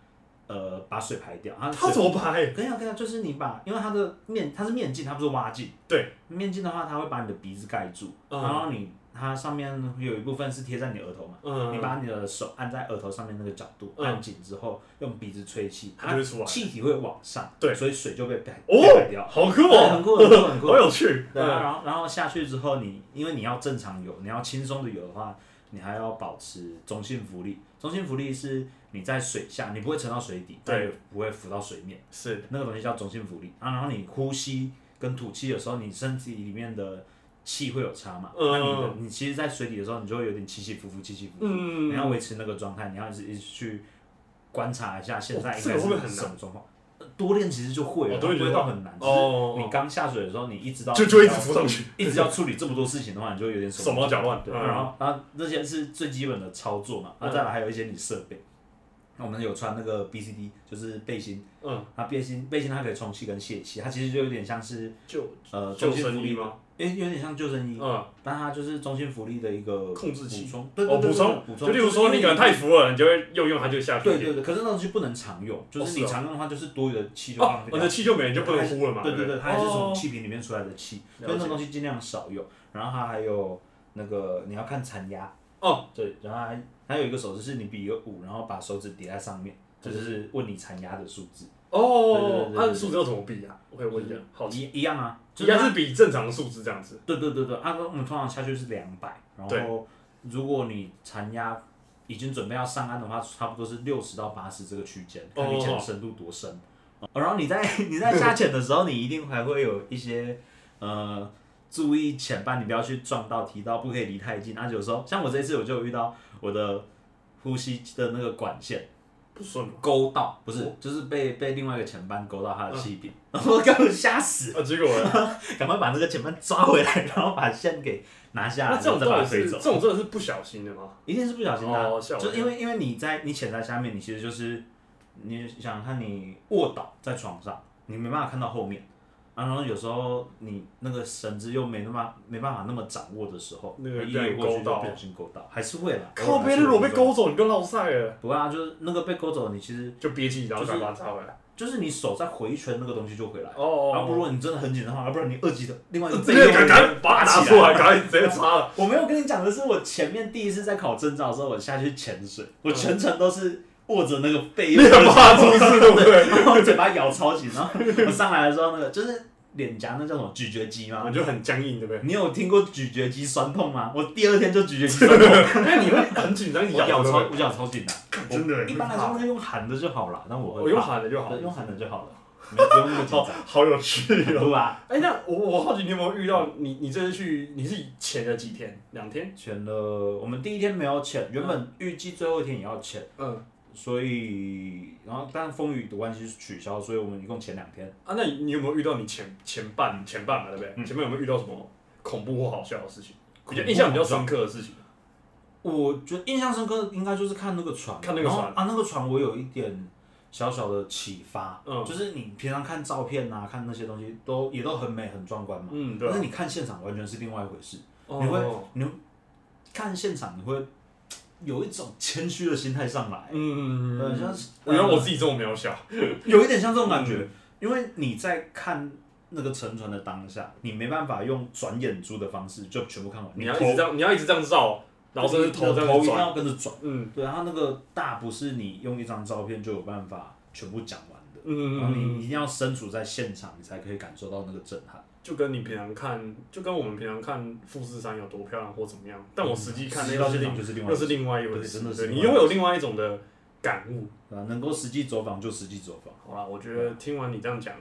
[SPEAKER 3] 呃把水排掉。它
[SPEAKER 1] 它
[SPEAKER 3] 水
[SPEAKER 1] 怎么拍？
[SPEAKER 3] 可以啊可以啊，就是你把，因为它的面它是面镜，它不是蛙镜。
[SPEAKER 1] 对，
[SPEAKER 3] 面镜的话，它会把你的鼻子盖住，
[SPEAKER 1] 嗯
[SPEAKER 3] 然后你它上面有一部分是贴在你额头嘛，你
[SPEAKER 1] 嗯，
[SPEAKER 3] 把你的手按在额头上面那个角度、
[SPEAKER 1] 嗯
[SPEAKER 3] 按紧之后，用鼻子吹气，
[SPEAKER 1] 它就会出来
[SPEAKER 3] 气体会往上，
[SPEAKER 1] 对
[SPEAKER 3] 所以水就被排被排
[SPEAKER 1] 哦
[SPEAKER 3] 掉，，
[SPEAKER 1] 好酷
[SPEAKER 3] 对很
[SPEAKER 1] 哦，
[SPEAKER 3] 酷很酷很酷
[SPEAKER 1] 好，有趣。
[SPEAKER 3] 对啊，然后然后下去之后你，因为你要正常游，你要轻松的游的话，你还要保持中性浮力。中性浮力是你在水下，你不会沉到水底，但
[SPEAKER 1] 对
[SPEAKER 3] 也不会浮到水面，
[SPEAKER 1] 是
[SPEAKER 3] 那个东西叫中性浮力啊。然后你呼吸跟吐气的时候，你身体里面的气会有差嘛？
[SPEAKER 1] 嗯
[SPEAKER 3] 那你的你其实，在水底的时候，你就会有点起起伏伏，起起伏伏。
[SPEAKER 1] 嗯
[SPEAKER 3] 你要维持那个状态，你要一直一直去观察一下现在
[SPEAKER 1] 哦
[SPEAKER 3] 应
[SPEAKER 1] 这个
[SPEAKER 3] 该
[SPEAKER 1] 会不会很
[SPEAKER 3] 是什么状况。呃多练其实就会了，
[SPEAKER 1] 哦
[SPEAKER 3] 它
[SPEAKER 1] 多练
[SPEAKER 3] 不
[SPEAKER 1] 就
[SPEAKER 3] 会
[SPEAKER 1] 会
[SPEAKER 3] 到很难，只是
[SPEAKER 1] 哦，
[SPEAKER 3] 你刚下水的时候，你一直到
[SPEAKER 1] 就就一直浮上去，
[SPEAKER 3] 一直要处理这么多事情的话，你就会有点手
[SPEAKER 1] 手忙脚乱。嗯
[SPEAKER 3] 对，然后然后那些是最基本的操作嘛，那再来还有一些你设备。那我们有穿那个 B C D，就是背心，
[SPEAKER 1] 嗯，
[SPEAKER 3] 它背心背心它可以充气跟泄气，它其实就有点像是
[SPEAKER 1] 就
[SPEAKER 3] 呃
[SPEAKER 1] 救
[SPEAKER 3] 中性浮
[SPEAKER 1] 生衣
[SPEAKER 3] 力，
[SPEAKER 1] 吗？
[SPEAKER 3] 诶，有点像救生衣，
[SPEAKER 1] 嗯，
[SPEAKER 3] 但它就是中性浮力的一个
[SPEAKER 1] 控制器
[SPEAKER 3] 补充，对
[SPEAKER 1] 哦，
[SPEAKER 3] 对对
[SPEAKER 1] 补
[SPEAKER 3] 对
[SPEAKER 1] 充
[SPEAKER 3] 补充，
[SPEAKER 1] 就例如说你可能太浮了，你就会用用它就下去
[SPEAKER 3] 对
[SPEAKER 1] 一
[SPEAKER 3] 对
[SPEAKER 1] 点。
[SPEAKER 3] 对，可是那东西不能常用，就
[SPEAKER 1] 哦
[SPEAKER 3] 是
[SPEAKER 1] 是
[SPEAKER 3] 你
[SPEAKER 1] 哦
[SPEAKER 3] 常用的话就是多余的气就
[SPEAKER 1] 哦
[SPEAKER 3] 放，
[SPEAKER 1] 你的气就没了，你就不能呼了嘛。
[SPEAKER 3] 对
[SPEAKER 1] 对
[SPEAKER 3] 对对，它还是从
[SPEAKER 1] 哦
[SPEAKER 3] 气瓶里面出来的气，
[SPEAKER 1] 了解
[SPEAKER 3] 所以那东西尽量少用。然后它还有那个你要看残压
[SPEAKER 1] 哦，
[SPEAKER 3] 对，然后还还有一个手势是你比一个五，然后把手指叠在上面，这就是问你残压的数字，
[SPEAKER 1] 哦
[SPEAKER 3] 对对对对，对
[SPEAKER 1] 按数字要怎么比啊？我可以问一下，好奇，
[SPEAKER 3] 一一样啊，
[SPEAKER 1] 应
[SPEAKER 3] 就
[SPEAKER 1] 该
[SPEAKER 3] 它
[SPEAKER 1] 是比正常数字这样子。
[SPEAKER 3] 对对对对，啊，我们通常下去是两百，然后如果你残压。已经准备要上岸的话，差不多是六十到八十这个区间，看你潜的深度多深。哦然后你在 你在下潜的时候，你一定还会有一些呃注意前半，你不要去撞到、提到，不可以离太近。而且有时候，像我这一次我就有遇到我的呼吸的那个管线
[SPEAKER 1] 不顺吗？
[SPEAKER 3] 勾到，不是，就是被被另外一个前班勾到他的气瓶， 然后给我吓死，
[SPEAKER 1] 啊，结果呢
[SPEAKER 3] 赶快把这个前班抓回来，然后把线给拿下 来，
[SPEAKER 1] 那这种
[SPEAKER 3] 然后再
[SPEAKER 1] 到
[SPEAKER 3] 把
[SPEAKER 1] 底
[SPEAKER 3] 它
[SPEAKER 1] 是
[SPEAKER 3] 飞
[SPEAKER 1] 这
[SPEAKER 3] 走，
[SPEAKER 1] 种真的是不小心的吗？
[SPEAKER 3] 一定是不小心的啊、
[SPEAKER 1] 哦吓我一跳
[SPEAKER 3] 就因为因为你在你潜在下面，你其实就是你想想看你卧倒在床上，你没办法看到后面。啊、然后有时候你那个绳子又没那么没办法那么掌握的时候，
[SPEAKER 1] 那个
[SPEAKER 3] 一
[SPEAKER 1] 被
[SPEAKER 3] 游过去
[SPEAKER 1] 勾
[SPEAKER 3] 就
[SPEAKER 1] 到
[SPEAKER 3] 不小心勾到，还是会啦。
[SPEAKER 1] 靠
[SPEAKER 3] 还
[SPEAKER 1] 背，那
[SPEAKER 3] 是会
[SPEAKER 1] 如果被，勾走，你就落赛了，
[SPEAKER 3] 不会啊，就是那个被勾走，你其实
[SPEAKER 1] 就憋气，然后
[SPEAKER 3] 就
[SPEAKER 1] 再
[SPEAKER 3] 是
[SPEAKER 1] 把它抓回来。
[SPEAKER 3] 就是你手在回旋那个东西就回来。
[SPEAKER 1] 哦
[SPEAKER 3] 然后如果你真的很紧张的话，要不然你二级的另外一个
[SPEAKER 1] 直
[SPEAKER 3] 背
[SPEAKER 1] 接
[SPEAKER 3] 又
[SPEAKER 1] 赶赶把它拿出来，赶快直接擦了。
[SPEAKER 3] 我没有跟你讲的是，我前面第一次在考证照的时候，我下去潜水，我全程都是握着那个 背，
[SPEAKER 1] 你很怕出事对不对
[SPEAKER 3] 然后嘴巴咬超紧，然后我上来的时候，那个就是脸颊那叫什么咀嚼肌
[SPEAKER 1] 然
[SPEAKER 3] 吗
[SPEAKER 1] 后？就很僵硬，对不对？
[SPEAKER 3] 你有听过咀嚼肌酸痛吗？我第二天就咀嚼肌 酸 痛，
[SPEAKER 1] 那你会很紧张，你
[SPEAKER 3] 我咬
[SPEAKER 1] 对
[SPEAKER 3] 超
[SPEAKER 1] 不对
[SPEAKER 3] 我咬超紧的，
[SPEAKER 1] 真的
[SPEAKER 3] 我一般来说
[SPEAKER 1] 会
[SPEAKER 3] 会用喊的就好了，但我会
[SPEAKER 1] 我用
[SPEAKER 3] 怕
[SPEAKER 1] 喊的就好
[SPEAKER 3] 对。用喊的 就好了，没不用那么 紧张，
[SPEAKER 1] 好有趣
[SPEAKER 3] 对吧？
[SPEAKER 1] 哎，那我我好奇，你有没有遇到你？你这次去你是潜了几天？两天？
[SPEAKER 3] 潜了，我们第一天没有潜，原本预计最后一天也要潜，
[SPEAKER 1] 嗯
[SPEAKER 3] 所以然后但风雨的关系是取消，所以我们一共潜两天。
[SPEAKER 1] 啊，那你你有没有遇到你前前半前半嘛，对不
[SPEAKER 3] 嗯
[SPEAKER 1] 对？前面有没有遇到什么恐怖或好笑的事情？比较印象比较深刻的事情？
[SPEAKER 3] 我觉得印象深刻应该就是看那个船，
[SPEAKER 1] 看那个船
[SPEAKER 3] 然后啊，那个船我有一点小小的启发，
[SPEAKER 1] 嗯
[SPEAKER 3] 就是你平常看照片啊，看那些东西都也都很美很壮观嘛，
[SPEAKER 1] 嗯，对
[SPEAKER 3] 但
[SPEAKER 1] 啊。
[SPEAKER 3] 是你看现场完全是另外一回事。
[SPEAKER 1] 哦
[SPEAKER 3] 你会你会看现场，你会有一种谦虚的心态上来，
[SPEAKER 1] 嗯，
[SPEAKER 3] 呃，像是
[SPEAKER 1] 我觉得我自己这么渺小。
[SPEAKER 3] 有一点像这种感觉，因为你在看那个沉船的当下，你没办法用转眼珠的方式就全部看完，
[SPEAKER 1] 你要一
[SPEAKER 3] 头
[SPEAKER 1] 直这样，你要一直这样绕，然后甚至头
[SPEAKER 3] 你
[SPEAKER 1] 这
[SPEAKER 3] 的
[SPEAKER 1] 样
[SPEAKER 3] 头
[SPEAKER 1] 子
[SPEAKER 3] 一定
[SPEAKER 1] 转。
[SPEAKER 3] 要跟着转。
[SPEAKER 1] 嗯
[SPEAKER 3] 对，然后那个大不是你用一张照片就有办法全部讲完的，然后
[SPEAKER 1] 嗯，
[SPEAKER 3] 你一定要身处在现场，你才可以感受到那个震撼。
[SPEAKER 1] 就跟你平常看，就跟我们平常看富士山有多漂亮或怎么样，但我实际看那
[SPEAKER 3] 实际到
[SPEAKER 1] 又是
[SPEAKER 3] 现场
[SPEAKER 1] 另
[SPEAKER 3] 嗯就是另外一
[SPEAKER 1] 又
[SPEAKER 3] 回
[SPEAKER 1] 是另外一回
[SPEAKER 3] 事，对
[SPEAKER 1] 事，
[SPEAKER 3] 真的
[SPEAKER 1] 对
[SPEAKER 3] 是另
[SPEAKER 1] 你
[SPEAKER 3] 外一
[SPEAKER 1] 又会有另外一种的感悟。
[SPEAKER 3] 对啊，能够实际走访就实际走访。
[SPEAKER 1] 好啦，我觉得听完你这样讲，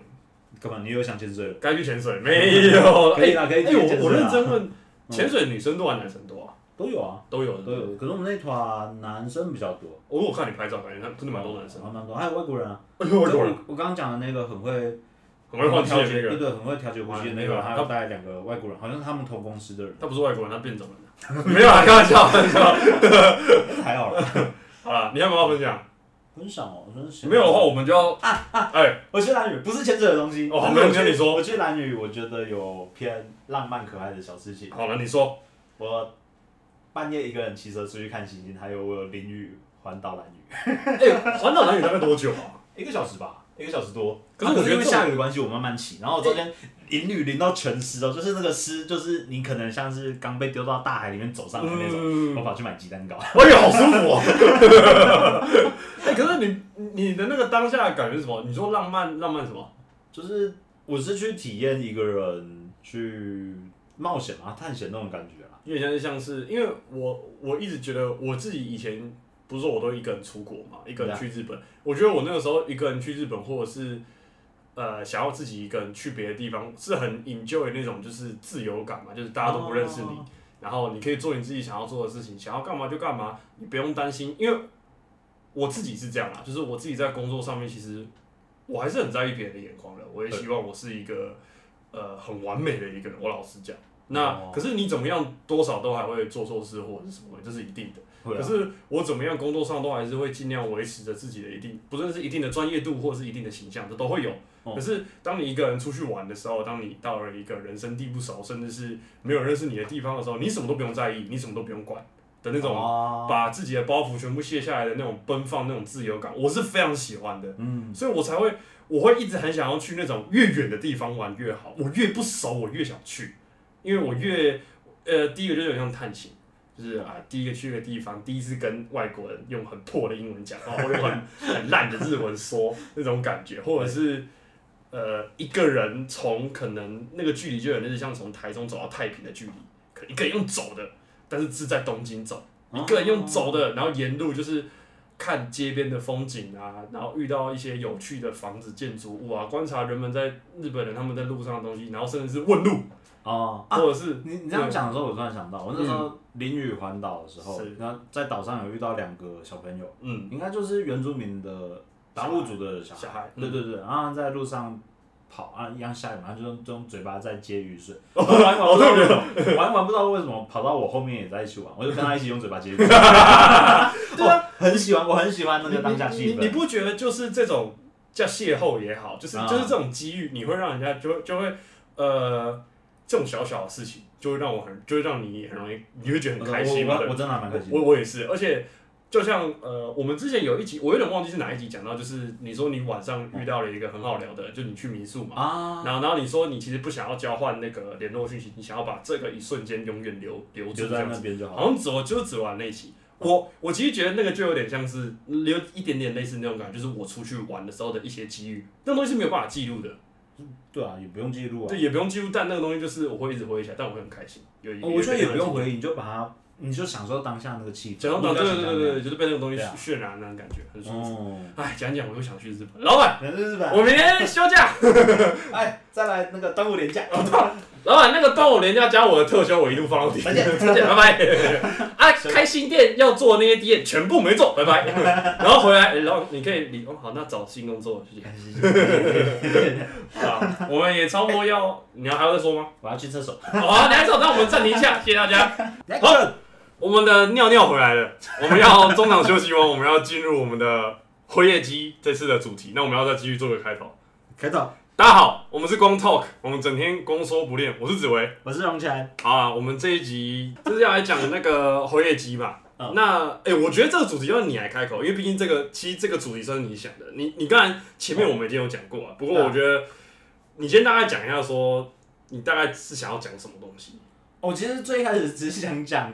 [SPEAKER 3] 干嘛？你又想潜水了？
[SPEAKER 1] 该去潜水没有？
[SPEAKER 3] 可以
[SPEAKER 1] 哎
[SPEAKER 3] 啦，可以
[SPEAKER 1] 哎，
[SPEAKER 3] 继续潜
[SPEAKER 1] 我我
[SPEAKER 3] 水
[SPEAKER 1] 认
[SPEAKER 3] 啦
[SPEAKER 1] 真问，潜水女生多还是男生多啊？
[SPEAKER 3] 都有啊。
[SPEAKER 1] 都有
[SPEAKER 3] 都
[SPEAKER 1] 的。
[SPEAKER 3] 有，可能我们那团男生比较多，
[SPEAKER 1] 我我看你拍照，感觉他真的蛮多男生。
[SPEAKER 3] 还蛮多，还有外国人啊。
[SPEAKER 1] 哎呦，
[SPEAKER 3] 就我我刚刚讲的那个很会
[SPEAKER 1] 很会换气
[SPEAKER 3] 调
[SPEAKER 1] 的
[SPEAKER 3] 节，
[SPEAKER 1] 那个，
[SPEAKER 3] 对，很会调节呼吸
[SPEAKER 1] 啊
[SPEAKER 3] 的那
[SPEAKER 1] 那个
[SPEAKER 3] 个，还有带两个外国人，好像是他们同公司的人，
[SPEAKER 1] 他不是外国人，他变种人 啊。没有啊，开玩笑，开玩笑。
[SPEAKER 3] 还好啦。
[SPEAKER 1] 好了，你还有没有要分享？
[SPEAKER 3] 很少哦，真是
[SPEAKER 1] 没有的话，，我们就要哎，
[SPEAKER 3] 我去蓝屿不是潜水的东西。
[SPEAKER 1] 哦好
[SPEAKER 3] 但是我
[SPEAKER 1] 没有
[SPEAKER 3] 去
[SPEAKER 1] 你说
[SPEAKER 3] 我去蓝屿，我觉得有偏浪漫可爱的小事 情。
[SPEAKER 1] 好了，你说
[SPEAKER 3] 我半夜一个人骑车出去看星星，还有我有淋雨环岛蓝屿，
[SPEAKER 1] 哎，环岛男女大概多久啊？
[SPEAKER 3] 一个小时吧，一个小时多。
[SPEAKER 1] 可是我
[SPEAKER 3] 啊
[SPEAKER 1] 觉得
[SPEAKER 3] 因为
[SPEAKER 1] 这种哎
[SPEAKER 3] 下雨的关系，我慢慢骑，然后我中间淋雨淋到全湿哦，就是那个湿，就是你可能像是刚被丢到大海里面走上来那 种。
[SPEAKER 1] 嗯
[SPEAKER 3] 我，跑去买鸡蛋糕，
[SPEAKER 1] 哎呦，好舒服哦。 哎，可是你你的那个当下的感觉是什么？你说浪漫浪漫什么？
[SPEAKER 3] 就是我是去体验一个人去冒险啊、探险那种感觉啊。
[SPEAKER 1] 有点像是像是，因为我我一直觉得我自己以前不是说我都一个人出国嘛，一个人去日本。我觉得我那个时候一个人去日本，或者是呃想要自己一个人去别的地方，是很 enjoy 那种就是自由感嘛，就是大家都不认识你，
[SPEAKER 3] 哦
[SPEAKER 1] 然后你可以做你自己想要做的事情，想要干嘛就干嘛，你不用担心。因为我自己是这样啦，就是我自己在工作上面，其实我还是很在意别人的眼光的。我也希望我是一个呃很完美的一个人，我老实讲。那
[SPEAKER 3] 哦
[SPEAKER 1] 可是你怎么样，多少都还会做错事或者是什么，这是一定的。
[SPEAKER 3] 会
[SPEAKER 1] 可
[SPEAKER 3] 啊，
[SPEAKER 1] 是我怎么样，工作上都还是会尽量维持着自己的一定，不论是一定的专业度或者是一定的形象，这都会有。
[SPEAKER 3] 哦
[SPEAKER 1] 可是当你一个人出去玩的时候，当你到了一个人生地不熟，甚至是没有认识你的地方的时候，你什么都不用在意，你什么都不用管的那种，
[SPEAKER 3] 种，
[SPEAKER 1] 把自己的包袱全部卸下来的那种奔放、那种自由感，我是非常喜欢的。
[SPEAKER 3] 嗯，
[SPEAKER 1] 所以我才会，我会一直很想要去那种越远的地方玩越好，我越不熟我越想去，因为我越，呃，第一个就是有点像探险，就是啊，第一个去一个地方，第一次跟外国人用很破的英文讲话，或用很很烂的日文说那种感觉，或者是。呃，一个人从可能那个距离就有点像从台中走到太平的距离，可能一个人用走的，但是是在东京走，一个人用走的，然后沿路就是看街边的风景啊，然后遇到一些有趣的房子、建筑物啊，观察人们在日本人他们在路上的东西，然后甚至是问路，
[SPEAKER 3] 哦。啊
[SPEAKER 1] 或者是
[SPEAKER 3] 你你这样讲的时候，我突然想到，我那时候淋雨环岛的时候
[SPEAKER 1] 嗯是，
[SPEAKER 3] 然后在岛上有遇到两个小朋友，
[SPEAKER 1] 嗯
[SPEAKER 3] 应该就是原住民的达悟族的小孩，
[SPEAKER 1] 小孩，
[SPEAKER 3] 对
[SPEAKER 1] 嗯
[SPEAKER 3] 对对，然后在路上跑啊，一样下雨嘛，就用就用嘴巴在接雨水，玩一玩不知道为什 么，玩一玩不知道为什么跑到我后面也在一起玩，我就跟他一起用嘴巴 接雨水。
[SPEAKER 1] 对啊
[SPEAKER 3] 我很喜欢，我很喜欢那个当下
[SPEAKER 1] 你你
[SPEAKER 3] 气
[SPEAKER 1] 你你
[SPEAKER 3] 氛。
[SPEAKER 1] 不觉得就是这种叫邂逅也好，就是
[SPEAKER 3] 啊
[SPEAKER 1] 就是这种机遇，你会让人家就就会呃这种小小的事情，就会让我很就会让你很容易，你会觉得很开心
[SPEAKER 3] 我
[SPEAKER 1] 嘛，
[SPEAKER 3] 我
[SPEAKER 1] 对
[SPEAKER 3] 我真的还蛮开心的。
[SPEAKER 1] 我我也是，而且就像呃，我们之前有一集，我有点忘记是哪一集讲到，就是你说你晚上遇到了一个很好聊的，就你去民宿嘛，
[SPEAKER 3] 啊，
[SPEAKER 1] 然后然后你说你其实不想要交换那个联络讯息，你想要把这个一瞬间永远留留住
[SPEAKER 3] 留
[SPEAKER 1] 这
[SPEAKER 3] 在
[SPEAKER 1] 样
[SPEAKER 3] 那
[SPEAKER 1] 子，
[SPEAKER 3] 边就好。
[SPEAKER 1] 好像只我就是只玩那一集。我我其实觉得那个就有点像是有一点点类似那种感觉，就是我出去玩的时候的一些机遇，那种东西是没有办法记录的。
[SPEAKER 3] 对啊，也不用记录啊。
[SPEAKER 1] 对，也不用记录，但那个东西就是我会一直回忆起来，但我会很开心。有一，
[SPEAKER 3] 哦我觉得也不用
[SPEAKER 1] 回，
[SPEAKER 3] 回忆，你就把它，你就享受当下那个气氛。
[SPEAKER 1] 讲到
[SPEAKER 3] 不
[SPEAKER 1] 对
[SPEAKER 3] 要
[SPEAKER 1] 对
[SPEAKER 3] 紧张
[SPEAKER 1] 对对，就是被那个东西
[SPEAKER 3] 对啊
[SPEAKER 1] 渲染那种感觉，很舒服。
[SPEAKER 3] 哦，
[SPEAKER 1] 哎，讲讲我又想去日本，老板，
[SPEAKER 3] 反正日本，
[SPEAKER 1] 我明天休假。
[SPEAKER 3] 哎，再来那个端午连假，
[SPEAKER 1] 老板，那个端午连假加我的特休，我一路放到底。
[SPEAKER 3] 再见
[SPEAKER 1] 再见，拜拜。啊，开新店要做那些店全部没做，拜拜。然后回来，然后你可以理哦，好，那找新工作谢谢。啊，我们也差不多要，你要还要再说吗？
[SPEAKER 3] 我要去厕所。
[SPEAKER 1] 好啊，两手，那我们暂停一下，谢谢大家。我们的尿尿回来了，我们要中场休息完，我们要进入我们的灰夜机这次的主题。那我们要再继续做个开头。
[SPEAKER 3] 开头，
[SPEAKER 1] 大家好，我们是光 talk，我们整天光说不练。我是紫薇。
[SPEAKER 3] 我是荣强。
[SPEAKER 1] 好啊，我们这一集就是要来讲那个侯业机嘛。
[SPEAKER 3] 嗯
[SPEAKER 1] 那哎、诶我觉得这个主题要你来开口，因为毕竟这个其实这个主题算是你想的。你你刚才前面我们已经有讲过啊，不过
[SPEAKER 3] 嗯
[SPEAKER 1] 我觉得你先大概讲一下说你大概是想要讲什么东西。
[SPEAKER 3] 我其实最开始只是想讲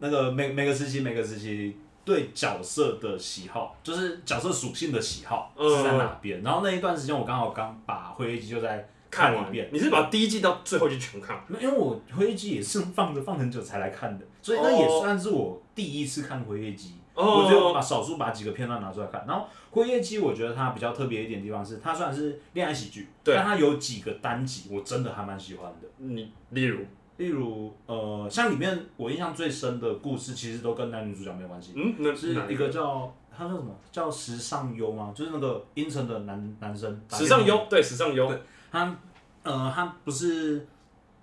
[SPEAKER 3] 那个每每个时期每个时期对角色的喜好，就是角色属性的喜好
[SPEAKER 1] 嗯
[SPEAKER 3] 是在哪边。然后那一段时间我刚好刚把《回忆集》就在
[SPEAKER 1] 看
[SPEAKER 3] 一
[SPEAKER 1] 完
[SPEAKER 3] 遍，，
[SPEAKER 1] 你是把第一季到最后一季全看完？
[SPEAKER 3] 因为我《回忆集》也是放着放很久才来看的，所以那
[SPEAKER 1] 哦
[SPEAKER 3] 也算是我第一次看《回忆集》。
[SPEAKER 1] 哦
[SPEAKER 3] 我只有把少数把几个片段拿出来看，然后《辉夜姬》我觉得它比较特别一点的地方是，它虽然是恋爱喜剧，
[SPEAKER 1] 对
[SPEAKER 3] 但它有几个单集我真的还蛮喜欢的。
[SPEAKER 1] 嗯你例如，
[SPEAKER 3] 例如，呃，像里面我印象最深的故事，其实都跟男女主角没有关系，
[SPEAKER 1] 嗯，那
[SPEAKER 3] 是
[SPEAKER 1] 哪
[SPEAKER 3] 一个叫他叫什么叫时尚优吗？就是那个阴沉的男男生，
[SPEAKER 1] 时尚，优，对，时尚优，
[SPEAKER 3] 他呃，他不是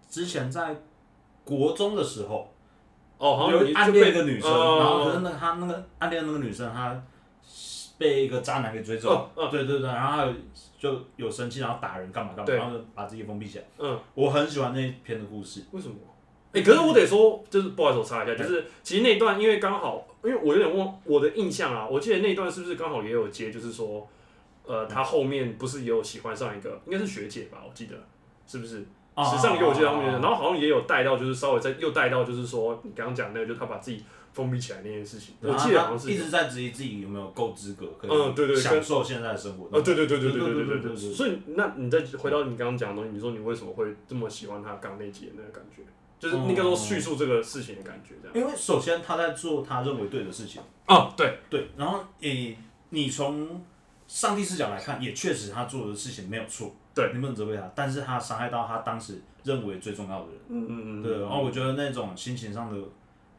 [SPEAKER 3] 之前在国中的时候，
[SPEAKER 1] 哦，好像
[SPEAKER 3] 有
[SPEAKER 1] 你
[SPEAKER 3] 暗恋一个女生，
[SPEAKER 1] 哦
[SPEAKER 3] 然后可是那他那个暗恋那个女生，她被一个渣男给追走，
[SPEAKER 1] 哦
[SPEAKER 3] 对对对，然后她有就有生气，然后打人干嘛干嘛，
[SPEAKER 1] 对
[SPEAKER 3] 然后就把自己封闭起来。
[SPEAKER 1] 嗯，
[SPEAKER 3] 我很喜欢那一篇的故事，
[SPEAKER 1] 为什么？哎、可是我得说，就是不好意思，我插一下，就是其实那一段，因为刚好，因为我有点忘我的印象啊，我记得那一段是不是刚好也有接，就是说，呃，他后面不是也有喜欢上一个，应该是学姐吧，我记得是不是？时尚给我记得他
[SPEAKER 3] 哦
[SPEAKER 1] 们，然后好像也有带到，就是稍微再又带到，就是说你刚刚讲那个，就是他把自己封闭起来那件事情，我
[SPEAKER 3] 然后
[SPEAKER 1] 记得好像
[SPEAKER 3] 他
[SPEAKER 1] 是
[SPEAKER 3] 一
[SPEAKER 1] 有，
[SPEAKER 3] 直在质疑自己有没有够资格，可以
[SPEAKER 1] 嗯对对对
[SPEAKER 3] 享受现在的生活。
[SPEAKER 1] 哦，对对对对对对
[SPEAKER 3] 对
[SPEAKER 1] 对
[SPEAKER 3] 对
[SPEAKER 1] 对
[SPEAKER 3] 对
[SPEAKER 1] 对，所以那你再回到你刚刚讲的东西，你说你为什么会这么喜欢他刚那集的那个感觉，就是那个时候叙述这个事情的感觉，这样。
[SPEAKER 3] 因为首先他在做他认为对的事情，
[SPEAKER 1] 哦，对，
[SPEAKER 3] 对，然后诶、你从上帝视角来看，也确实他做的事情没有错，
[SPEAKER 1] 对，
[SPEAKER 3] 你不能责备他，但是他伤害到他当时认为最重要的人。
[SPEAKER 1] 嗯嗯嗯，
[SPEAKER 3] 对，然后我觉得那种心情上的，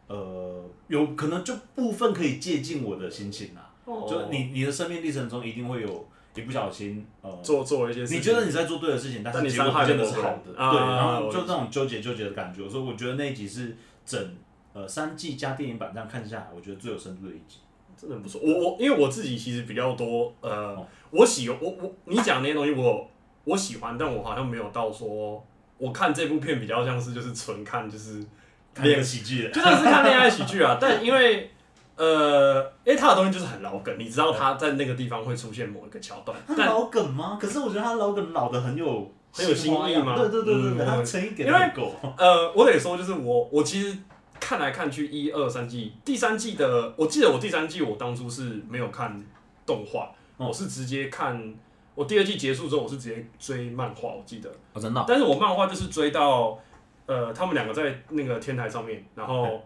[SPEAKER 3] 呃，有可能就部分可以借鉴我的心情啊。
[SPEAKER 1] 哦
[SPEAKER 3] 就你你的生命历程中一定会有一不小心，呃，
[SPEAKER 1] 做做一些事情，
[SPEAKER 3] 你觉得你在做对的事情，但
[SPEAKER 1] 但
[SPEAKER 3] 是
[SPEAKER 1] 你
[SPEAKER 3] 结果
[SPEAKER 1] 伤害
[SPEAKER 3] 不见得
[SPEAKER 1] 了
[SPEAKER 3] 是
[SPEAKER 1] 某个
[SPEAKER 3] 好
[SPEAKER 1] 人
[SPEAKER 3] 的，
[SPEAKER 1] 啊
[SPEAKER 3] 对，然后
[SPEAKER 1] 我
[SPEAKER 3] 就那种纠结纠结的感觉。所以我觉得那一集是整呃三季加电影版这样看下来，我觉得最有深度的一集。
[SPEAKER 1] 真的很不错。我我因为我自己其实比较多，呃，我喜我我你讲那些东西我我喜欢，但我好像没有到说我看这部片比较像是就是纯看就是
[SPEAKER 3] 看那个喜剧的，
[SPEAKER 1] 就算是看恋爱喜剧 啊，但因为。呃，因为他的东西就是很老梗，你知道他在那个地方会出现某一个桥 段，
[SPEAKER 3] 他
[SPEAKER 1] 但
[SPEAKER 3] 老梗吗？可是我觉得他老梗老的很有
[SPEAKER 1] 很有新
[SPEAKER 3] 花
[SPEAKER 1] 意
[SPEAKER 3] 样
[SPEAKER 1] 吗
[SPEAKER 3] 对对对对对，
[SPEAKER 1] 嗯
[SPEAKER 3] 他诚意给
[SPEAKER 1] 因为
[SPEAKER 3] 的够。
[SPEAKER 1] 呃，我得说，就是我我其实看来看去一二三季，第三季的，我记得我第三季我当初是没有看动画，
[SPEAKER 3] 嗯
[SPEAKER 1] 我是直接看。我第二季结束之后，我是直接追漫画，我记得，
[SPEAKER 3] 我哦真的
[SPEAKER 1] 但是我漫画就是追到，呃，他们两个在那个天台上面，然后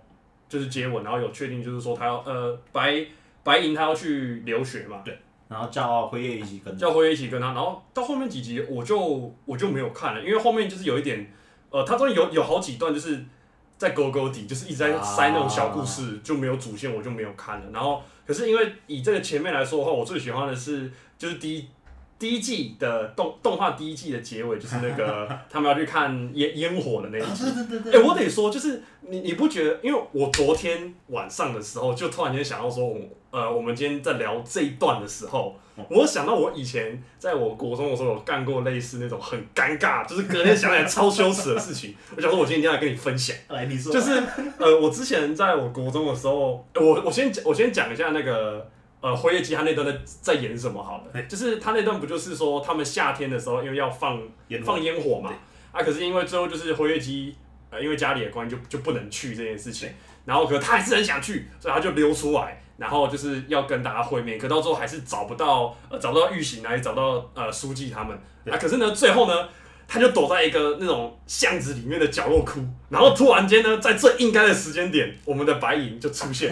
[SPEAKER 1] 就是接吻，然后有确定就是说他要，呃，白白银他要去留学嘛，
[SPEAKER 3] 然后叫辉夜一起跟着。
[SPEAKER 1] 叫辉一起跟他，然后到后面几集我就我就没有看了，因为后面就是有一点，呃，他中间有有好几段就是在勾勾底，就是一直在
[SPEAKER 3] 啊
[SPEAKER 1] 塞那种小故事，就没有主线，我就没有看了。然后可是因为以这个前面来说的话，我最喜欢的是就是第一。第一季的动动画第一季的结尾就是那 个他们要去看烟烟火的那一集，
[SPEAKER 3] 啊对对
[SPEAKER 1] 哎、我得说，就是你你不觉得？因为我昨天晚上的时候，就突然间想到说，我呃，我们今天在聊这一段的时候，我想到我以前在我国中的时候有干过类似那种很尴尬，就是隔天想起来超羞耻的事情。我想说，我今天一定要跟你分享。
[SPEAKER 3] 来你说，
[SPEAKER 1] 就是呃，我之前在我国中的时候，呃我我先讲我先讲一下那个呃辉夜姬他那段在在演什么好了，就是他那段不就是说他们夏天的时候因为要放
[SPEAKER 3] 烟火
[SPEAKER 1] 放烟火嘛，啊，可是因为最后就是辉夜姬呃因为家里的关系就就不能去这件事情，然后可他还是很想去，所以他就溜出来，然后就是要跟大家会面，可到最后还是找不到，呃，找不到玉玺啊，也找不到呃书记他们啊。可是呢，最后呢，他就躲在一个那种巷子里面的角落哭。然后突然间呢，在最应该的时间点，我们的白银就出现，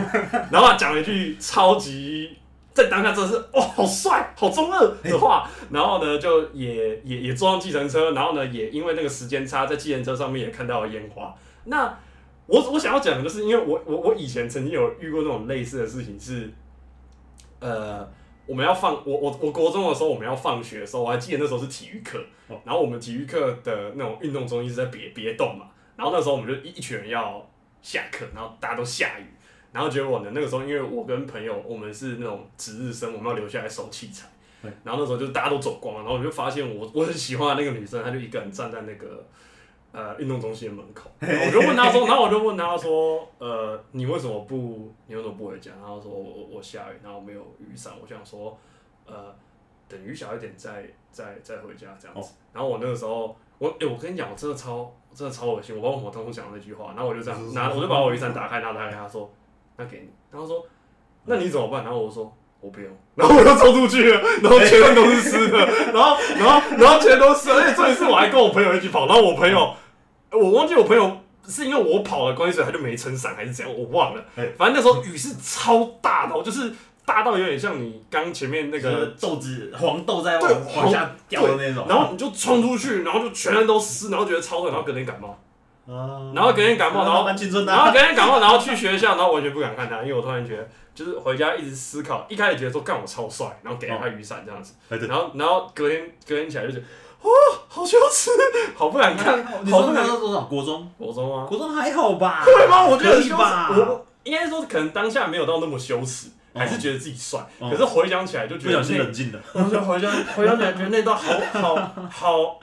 [SPEAKER 1] 然后他讲了一句超级在当下真的是哦，好帅，好中二的话。然后呢，就也也也坐上计程车，然后呢，也因为那个时间差，在计程车上面也看到了烟花。那我我想要讲的就是，因为我我我以前曾经有遇过那种类似的事情是，呃，我们要放我我我国中的时候，我们要放学的时候，我还记得那时候是体育课，然后我们体育课的那种运动中心是在别别动嘛，然后那时候我们就一一群人要下课，然后大家都下雨，然后结果呢，那个时候因为我跟朋友我们是那种值日生，我们要留下来收器材
[SPEAKER 3] 对，
[SPEAKER 1] 然后那时候就大家都走光了，然后我就发现我我很喜欢的那个女生，她就一个人站在那个。呃运动中心的门口，然后我就问他说，然后我就问他说，呃，你为什么不，你为什么不回家？然后他说我我我下雨，然后没有雨伞，我想说，呃，等雨小一点再再再回家这样子。然后我那个时候，我哎、我跟你讲，我真的超，我真的超恶心，我帮我同事讲那句话，然后我就这样拿，我就把我雨伞打开，然后拿给他说，那给你，然后他说，那你怎么办？然后我说。我不用， 然后我就冲出去了，然后全身都是湿的，然后，然后，然后全都是，而且这一次我还跟我朋友一起跑，然后我朋友呃我忘记我朋友是因为我跑的关系，所以他就没撑伞还是怎样，我忘了
[SPEAKER 3] 哎。
[SPEAKER 1] 反正那时候雨是超大的哦，就是大到有点像你刚前面那
[SPEAKER 3] 那
[SPEAKER 1] 个，
[SPEAKER 3] 个豆子黄豆在
[SPEAKER 1] 对
[SPEAKER 3] 往往下掉的那种，
[SPEAKER 1] 然后你就冲出去，然后就全身都湿，然后觉得超热，然后隔天感冒，
[SPEAKER 3] 啊
[SPEAKER 1] 然后隔天感冒，然后
[SPEAKER 3] 蛮青春的
[SPEAKER 1] 然
[SPEAKER 3] 啊，
[SPEAKER 1] 后隔天感冒，然后去学校，然后完全不敢看他，因为我突然觉得，就是回家一直思考，一开始觉得说干我超帅，然后给了他雨伞这样子，
[SPEAKER 3] 哎对
[SPEAKER 1] 然后然后隔天隔天起来就觉得，哦，好羞耻，好不敢看，
[SPEAKER 3] 你
[SPEAKER 1] 好
[SPEAKER 3] 说
[SPEAKER 1] 不
[SPEAKER 3] 那
[SPEAKER 1] 敢
[SPEAKER 3] 时，候多少？国中，
[SPEAKER 1] 国中啊，
[SPEAKER 3] 国中还好吧？
[SPEAKER 1] 对吗？我觉得
[SPEAKER 3] 可
[SPEAKER 1] 很
[SPEAKER 3] 以
[SPEAKER 1] 羞耻
[SPEAKER 3] 吧
[SPEAKER 1] 我应该说，可能当下没有到那么羞耻，
[SPEAKER 3] 嗯
[SPEAKER 1] 还是觉得自己帅。
[SPEAKER 3] 嗯
[SPEAKER 1] 可是回想起来就觉得
[SPEAKER 3] 不小
[SPEAKER 1] 那，
[SPEAKER 3] 心冷静的，
[SPEAKER 1] 我就回想回想起来觉得那道好好好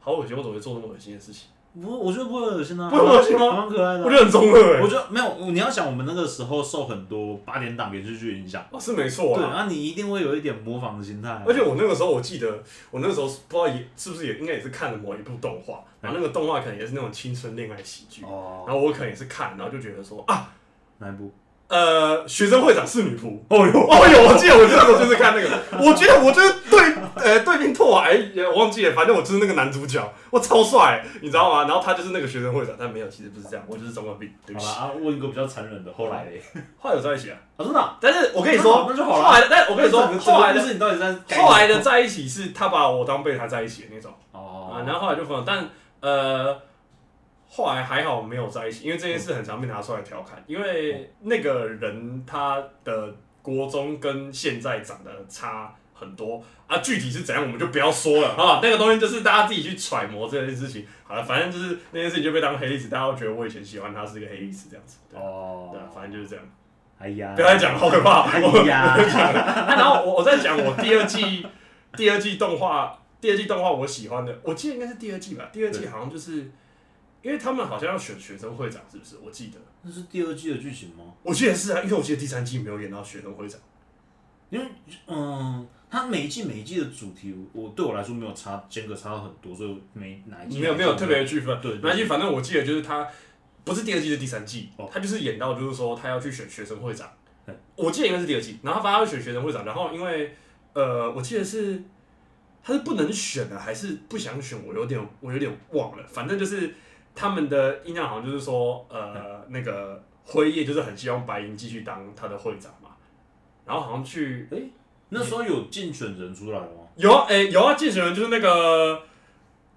[SPEAKER 1] 好恶心，我怎么会做那么恶心的事情？
[SPEAKER 3] 我我觉得不会恶心啊，
[SPEAKER 1] 不会恶心吗
[SPEAKER 3] 还蛮可爱的
[SPEAKER 1] 我
[SPEAKER 3] 啊。
[SPEAKER 1] 觉得很中二
[SPEAKER 3] 我
[SPEAKER 1] 欸
[SPEAKER 3] 觉得没有，你要想我们那个时候受很多八点档连续剧影响，
[SPEAKER 1] 哦，是没错
[SPEAKER 3] 对，
[SPEAKER 1] 啊。
[SPEAKER 3] 啊，你一定会有一点模仿的心态啊。
[SPEAKER 1] 而且我那个时候，我记得我那个时候不知道也是不是也应该也是看了某一部动画，然后那个动画可能也是那种青春恋爱喜剧，
[SPEAKER 3] 哦，
[SPEAKER 1] 然后我可能也是看，然后就觉得说啊，
[SPEAKER 3] 哪一部？
[SPEAKER 1] 呃，学生会长是女仆，
[SPEAKER 3] 哦哟，
[SPEAKER 1] 哦有，我记得我那时候就是看那个，我觉得我就是对，呃，对面拓哎，也我忘记了，反正我就是那个男主角，我超帅，你知道吗？然后他就是那个学生会长，但没有，其实不是这样，我就是中二病，对不
[SPEAKER 3] 好
[SPEAKER 1] 起
[SPEAKER 3] 了。啊，问一个比较残忍的，后来嘞，
[SPEAKER 1] 后来有在一起啊，
[SPEAKER 3] 啊真的啊，
[SPEAKER 1] 但是我跟你
[SPEAKER 3] 那好
[SPEAKER 1] 说，
[SPEAKER 3] 那就好了
[SPEAKER 1] 后来的，但我跟你说，
[SPEAKER 3] 整个
[SPEAKER 1] 后来
[SPEAKER 3] 整
[SPEAKER 1] 的
[SPEAKER 3] 个故事你到底在改
[SPEAKER 1] 后来的在一起是他把我当备胎在一起的那种啊，
[SPEAKER 3] 哦，
[SPEAKER 1] 然后后来就分了，但呃。后来还好没有在一起，因为这件事很常被拿出来调侃。因为那个人他的国中跟现在长得差很多啊，具体是怎样我们就不要说了啊。那个东西就是大家自己去揣摩这件事情。好了，反正就是那件事情就被当黑历史，大家都觉得我以前喜欢他是一个黑历史这样子。对啊，对啊
[SPEAKER 3] 哦，
[SPEAKER 1] 反正就是这样。
[SPEAKER 3] 哎呀，
[SPEAKER 1] 不要再讲了，好可怕！
[SPEAKER 3] 哎 呀，
[SPEAKER 1] 啊、然后我我在讲我第二季第二季动画，第二季动画我喜欢的，我记得应该是第二季吧。第二季好像就是，因为他们好像要选学生会长，是不是？我记得，
[SPEAKER 3] 那是第二季的剧情吗？
[SPEAKER 1] 我记得是啊，因为我记得第三季没有演到学生会长。
[SPEAKER 3] 因为嗯，它每一季每一季的主题，我对我来说没有差间隔差很多，所以没哪一季
[SPEAKER 1] 没有没有特别的区分，
[SPEAKER 3] 对对
[SPEAKER 1] 没关系，反正我记得就是他不是第二季是第三季
[SPEAKER 3] 哦，
[SPEAKER 1] 他就是演到就是说他要去选学生会长
[SPEAKER 3] 嗯，
[SPEAKER 1] 我记得应该是第二季，然后他反正要选学生会长，然后因为呃，我记得是他是不能选的，还是不想选，我有点我有点忘了，反正就是他们的印象好像就是说呃那个辉夜就是很希望白银继续当他的会长嘛，然后好像去
[SPEAKER 3] 那时候有竞选人出来吗？
[SPEAKER 1] 有啊，诶、有啊，竞选人就是那个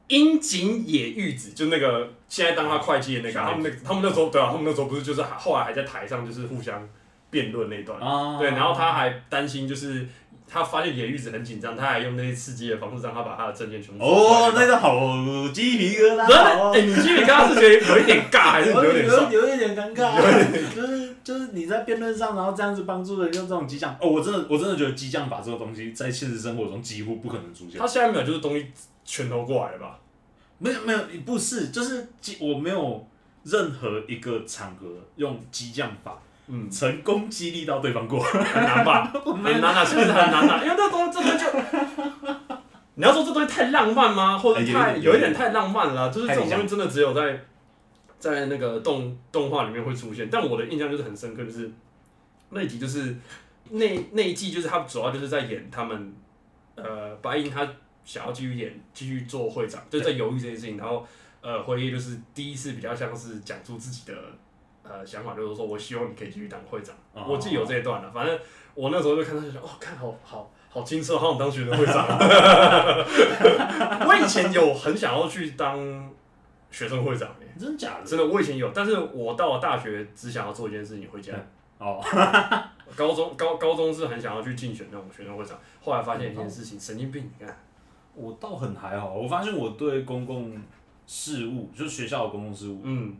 [SPEAKER 1] 樱井野玉子，就是那个现在当他会计的那个，
[SPEAKER 3] 小
[SPEAKER 1] 他们那他们那时候对啊，他们那时候不是就是后来还在台上就是互相辩论那一段，
[SPEAKER 3] 啊，
[SPEAKER 1] 对，然后他还担心就是他发现野玉子很紧张，他还用那些刺激的方式让他把他的证件全部
[SPEAKER 3] 哦，
[SPEAKER 1] 说出来
[SPEAKER 3] 那个好鸡皮疙瘩
[SPEAKER 1] 然
[SPEAKER 3] 哦
[SPEAKER 1] 后哎、诶你今天刚刚是觉得有一点尬，还是有点
[SPEAKER 3] 有
[SPEAKER 1] 爽？
[SPEAKER 3] 有一点尴尬，啊就是就是你在辩论上，然后这样子帮助人，用这种激将。哦，我真的我真的觉得激将法这个东西在现实生活中几乎不可能出现。
[SPEAKER 1] 他下一秒就是东西拳头过来了吧？
[SPEAKER 3] 没有没有，不是，就是激我没有任何一个场合用激将法
[SPEAKER 1] 嗯，
[SPEAKER 3] 成功激励到对方过。
[SPEAKER 1] 很难吧？很难啊，是不是很难啊？ 因为那东西这东西就，你要说这东西太浪漫吗？或者
[SPEAKER 3] 哎有一
[SPEAKER 1] 太
[SPEAKER 3] 点
[SPEAKER 1] 有一点太浪漫了啊、就是这种
[SPEAKER 3] 太
[SPEAKER 1] 东西
[SPEAKER 3] 像
[SPEAKER 1] 真的只有在在那个动动画里面会出现。但我的印象就是很深刻，就是那一集就是那那一季就是他主要就是在演他们呃白银他想要继续演继续做会长，就在犹豫这件事情，然后呃辉夜就是第一次比较像是讲出自己的。呃，想法就是说，我希望你可以继续当会长。
[SPEAKER 3] 哦
[SPEAKER 1] 我记得有这一段了，反正我那时候就看到就想，哦，看好好好青涩，好想当学生会长。啊 我以前有很想要去当学生会长、欸，
[SPEAKER 3] 真假的？
[SPEAKER 1] 真的，我以前有，但是我到了大学只想要做一件事情，回家。
[SPEAKER 3] 哦，
[SPEAKER 1] 高中高高中是很想要去竞选那种学生会长，后来发现一件事情，神经病，你看，
[SPEAKER 3] 我倒很还好，我发现我对公共事务，就是学校的公共事务
[SPEAKER 1] 嗯，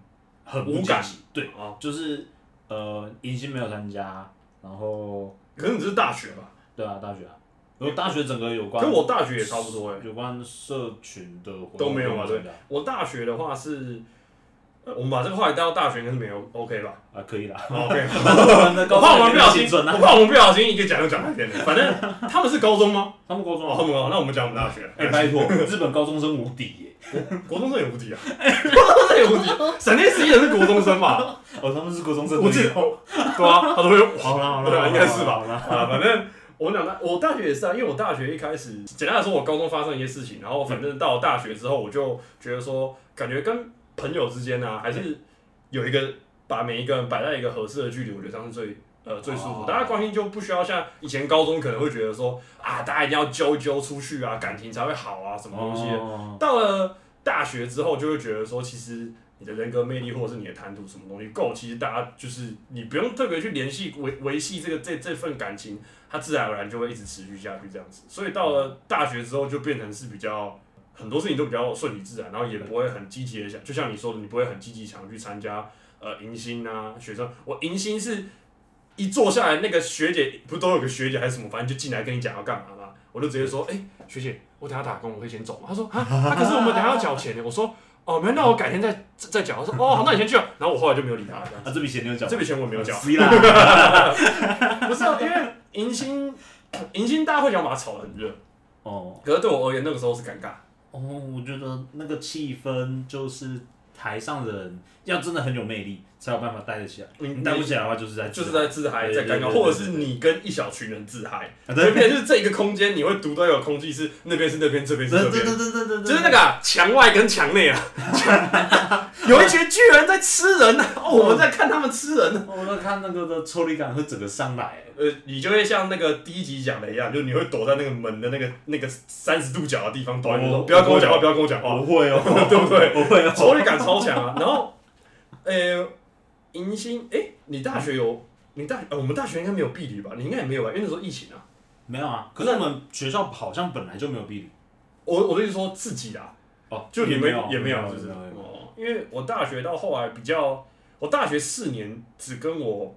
[SPEAKER 3] 很不
[SPEAKER 1] 无感
[SPEAKER 3] 积极，对，
[SPEAKER 1] 啊，
[SPEAKER 3] 就是呃，迎新没有参加，然后
[SPEAKER 1] 可是你这是大学吧？
[SPEAKER 3] 对啊，大学啊，我大学整个有关
[SPEAKER 1] 可，我大学也差不多哎、
[SPEAKER 3] 有关社群的活动
[SPEAKER 1] 都没有嘛
[SPEAKER 3] 啊，
[SPEAKER 1] 对我大学的话是，呃我们把这个话题带到大学应该是没有 OK 吧
[SPEAKER 3] 啊，可以啦，
[SPEAKER 1] 哦？OK，
[SPEAKER 3] 我
[SPEAKER 1] 我怕我们不小心，
[SPEAKER 3] 准啊，
[SPEAKER 1] 我怕我们不小心一个讲就讲太偏了。反正他们是高中吗？
[SPEAKER 3] 他们高中
[SPEAKER 1] 哦，他
[SPEAKER 3] 啊，
[SPEAKER 1] 们高，那我们讲我们大学。
[SPEAKER 3] 哎，拜托，日本高中生无敌耶，
[SPEAKER 1] 国中生也无 敌啊，国中生也无敌，闪电十一人是国中生 吧？
[SPEAKER 3] 哦，他们是高中生，
[SPEAKER 1] 我记得，对啊，他都会
[SPEAKER 3] 好啦好啦
[SPEAKER 1] 对啊，
[SPEAKER 3] 好啦
[SPEAKER 1] 应该是吧？
[SPEAKER 3] 好啦
[SPEAKER 1] 啊，反正我讲到我大学也是啊，因为我大学一开始，简单来说，我高中发生一些事情，然后反正到大学之后，我就觉得说，感觉跟朋友之间啊，还是有一个把每一个人摆在一个合适的距离，我觉得这样是最。呃，最舒服，
[SPEAKER 3] 哦
[SPEAKER 1] 大家关系就不需要像以前高中可能会觉得说啊，大家一定要揪一揪出去啊，感情才会好啊，什么东西的
[SPEAKER 3] 哦
[SPEAKER 1] 到了大学之后，就会觉得说，其实你的人格魅力或者是你的谈吐什么东西够，其实大家就是你不用特别去联系维维系这个这这份感情，它自然而然就会一直持续下去这样子。所以到了大学之后，就变成是比较很多事情都比较顺其自然，然后也不会很积极的想，就像你说的，你不会很积极想要去参加呃迎新啊学生。我迎新是。一坐下来，那个学姐不都有个学姐还是什么，反正就进来跟你讲要干嘛嘛，我就直接说，哎、学姐，我等下打工，我可以先走吗？她说啊，啊可是我们等下要缴钱的。我说哦，没有，那我改天再再再缴。她说哦，好，那你先去吧。然后我后来就没有理她了。这样
[SPEAKER 3] 啊，这笔钱你有缴吗？
[SPEAKER 1] 这笔钱我没有缴，
[SPEAKER 3] C 啦，
[SPEAKER 1] 不是啊，因为迎新，迎新大家会想把它炒得很热，
[SPEAKER 3] 哦
[SPEAKER 1] 可是对我而言那个时候是尴尬。
[SPEAKER 3] 哦，我觉得那个气氛就是台上的人要真的很有魅力，才有办法带得起来。你带不起来的话，就是在
[SPEAKER 1] 就是在自嗨，
[SPEAKER 3] 对
[SPEAKER 1] 在
[SPEAKER 3] 对
[SPEAKER 1] 尴尬，
[SPEAKER 3] 对对
[SPEAKER 1] 或者是你跟一小群人自嗨，
[SPEAKER 3] 啊
[SPEAKER 1] 就
[SPEAKER 3] 对
[SPEAKER 1] 变成是这一个空间，你会读到有空气是那边是那边，这边
[SPEAKER 3] 对
[SPEAKER 1] 是这
[SPEAKER 3] 对
[SPEAKER 1] 边
[SPEAKER 3] 对，对对对，
[SPEAKER 1] 就是那个啊墙、外跟墙内啊， 有一群巨人在吃人啊，哦，我们在看他们吃人啊
[SPEAKER 3] 个，哦我在看那个的抽离感会整个上来。
[SPEAKER 1] 呃，你就会像那个第一集讲的一样，就是你会躲在那个门的那个那个三十度角的地方躲，你就说
[SPEAKER 3] 哦
[SPEAKER 1] 不要跟我讲话，不要跟我讲话，
[SPEAKER 3] 我 会哦，
[SPEAKER 1] 对不对？
[SPEAKER 3] 我会哦。
[SPEAKER 1] 抽离感超强啊。然 后，呃，迎新，哎，你大学有你大呃，我们大学应该没有避旅吧？你应该也没有吧？因为那时候疫情啊。
[SPEAKER 3] 没有啊，可是我们学校好像本来就没有避旅。
[SPEAKER 1] 我我的意思说自己啦，
[SPEAKER 3] 哦
[SPEAKER 1] 就你们也没
[SPEAKER 3] 没
[SPEAKER 1] 有，就是哦，因为我大学到后来比较，我大学四年只跟我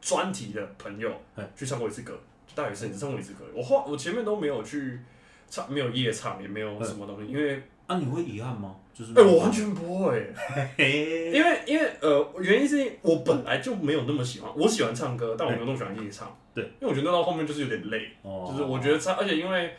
[SPEAKER 1] 专题的朋友
[SPEAKER 3] 嗯
[SPEAKER 1] 去唱过一次歌，大学四年只唱过一次歌，我后我前面都没有去唱，没有夜唱，也没有什么东西，因为
[SPEAKER 3] 啊，你会遗憾吗？就是
[SPEAKER 1] 哎、我完全不会，
[SPEAKER 3] 嘿
[SPEAKER 1] 因为因为呃，原因是因为我本来就没有那么喜欢，我喜欢唱歌，但我没有那么喜欢夜唱，
[SPEAKER 3] 对，
[SPEAKER 1] 因为我觉得到后面就是有点累。
[SPEAKER 3] 哦
[SPEAKER 1] 就是我觉得唱，而且因为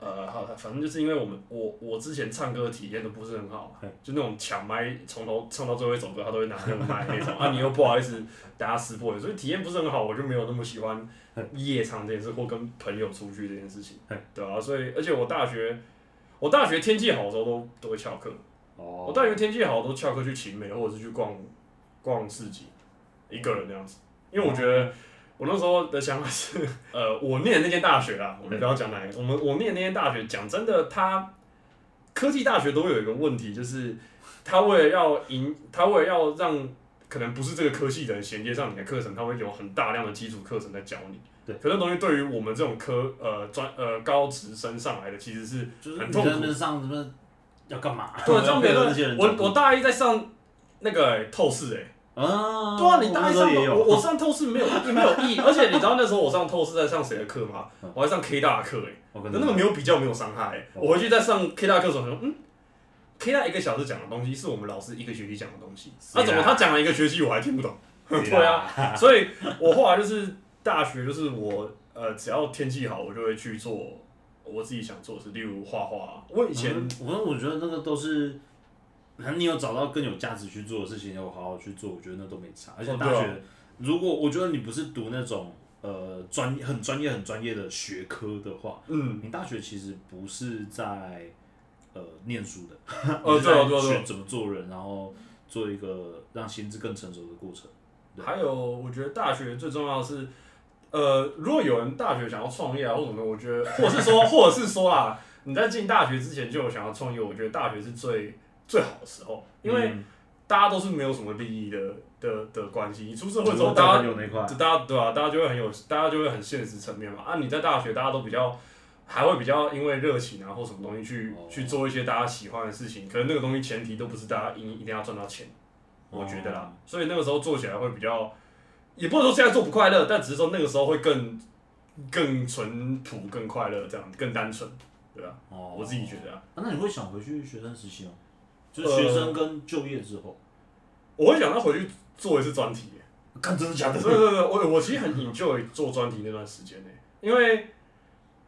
[SPEAKER 1] 呃，好，反正就是因为我们我我之前唱歌体验都不是很好
[SPEAKER 3] 嘿，
[SPEAKER 1] 就那种抢麦从头唱到最后一首歌，他都会拿那个麦那种，啊，你又不好意思大家撕破脸，所以体验不是很好，我就没有那么喜欢夜唱这件事或跟朋友出去这件事情
[SPEAKER 3] 嘿，
[SPEAKER 1] 对啊，所以而且我大学我大学天气好的时候都都会翘课，
[SPEAKER 3] 哦，
[SPEAKER 1] 我大学天气好都翘课去晴美，或者是去逛逛市集，一个人那样子。因为我觉
[SPEAKER 3] 哦
[SPEAKER 1] 得我那时候的想法是，呃，我念的那间大学啊，我们不要讲哪一个，我们我念的那间大学，讲真的，它科技大学都有一个问题，就是它为了要赢，它为了要让可能不是这个科系的人衔接上你的课程，它会有很大量的基础课程在教你。
[SPEAKER 3] 对，
[SPEAKER 1] 可是东西对于我们这种科呃专呃高职生上来的，其实是
[SPEAKER 3] 就是
[SPEAKER 1] 很
[SPEAKER 3] 你
[SPEAKER 1] 痛
[SPEAKER 3] 在
[SPEAKER 1] 苦
[SPEAKER 3] 那边上什么要干嘛？
[SPEAKER 1] 对，这
[SPEAKER 3] 要
[SPEAKER 1] 样
[SPEAKER 3] 配
[SPEAKER 1] 别
[SPEAKER 3] 合那些
[SPEAKER 1] 人
[SPEAKER 3] 人
[SPEAKER 1] 我
[SPEAKER 3] 讲
[SPEAKER 1] 我大一在上那个、欸透视哎、欸
[SPEAKER 3] 啊，
[SPEAKER 1] 对啊，你大一上
[SPEAKER 3] 我那时候也有
[SPEAKER 1] 我我上透视没有没有意义，而且你知道那时候我上透视在上谁的课吗？
[SPEAKER 3] 嗯
[SPEAKER 1] 我还上 K 大的课哎、欸，
[SPEAKER 3] 我跟
[SPEAKER 1] 那那个没有比较没有伤害、欸，我回去再上 K 大课的时候，想说嗯。K 大一个小时讲的东西是我们老师一个学期讲的东西，那、
[SPEAKER 3] 是啊
[SPEAKER 1] 怎么他讲了一个学期我还听不懂？
[SPEAKER 3] 对
[SPEAKER 1] 对啊，所以我后来就是大学，就是我呃，只要天气好，我就会去做我自己想做的事，例如画画。我以前
[SPEAKER 3] 嗯我我觉得那个都是，反正你有找到更有价值去做的事情，有好好去做，我觉得那都没差。而且
[SPEAKER 1] 哦
[SPEAKER 3] 大
[SPEAKER 1] 对啊
[SPEAKER 3] 学如果我觉得你不是读那种呃专很专业很专业的学科的话，
[SPEAKER 1] 嗯，
[SPEAKER 3] 你大学其实不是在呃念书的，
[SPEAKER 1] 哦
[SPEAKER 3] 你是在
[SPEAKER 1] 对哦对哦对哦
[SPEAKER 3] 学怎么做人，然后做一个让心智更成熟的过程。对
[SPEAKER 1] 还有，我觉得大学最重要的是，呃，如果有人大学想要创业啊或什么，我觉得，或者是 说，或者是说啊，你在进大学之前就有想要创业，我觉得大学是最最好的时候，因为
[SPEAKER 3] 嗯
[SPEAKER 1] 大家都是没有什么利益的的的关系。你出社会之
[SPEAKER 3] 我
[SPEAKER 1] 后，
[SPEAKER 3] 找
[SPEAKER 1] 大
[SPEAKER 3] 朋
[SPEAKER 1] 家
[SPEAKER 3] 友那一块，
[SPEAKER 1] 大家对啊，大家就会很有，大家就会很现实层面嘛。啊，你在大学大家都比较。还会比较因为热情啊或什么东西去、
[SPEAKER 3] 哦
[SPEAKER 1] 去做一些大家喜欢的事情，可能那个东西前提都不是大家一定一定要赚到钱。我觉得啦，所以那个时候做起来会比较，也不能说现在做不快乐，但只是说那个时候会更更淳朴、更快乐，这样更单纯，对吧、
[SPEAKER 3] 哦，
[SPEAKER 1] 我自己觉得、啊，
[SPEAKER 3] 啊那你会想回去学生时期吗？就是
[SPEAKER 1] 呃
[SPEAKER 3] 学生跟就业之后，
[SPEAKER 1] 我会想到回去做一次专题、
[SPEAKER 3] 看真的假
[SPEAKER 1] 对对对，我我其实很 enjoy 做专题那段时间呢、欸因为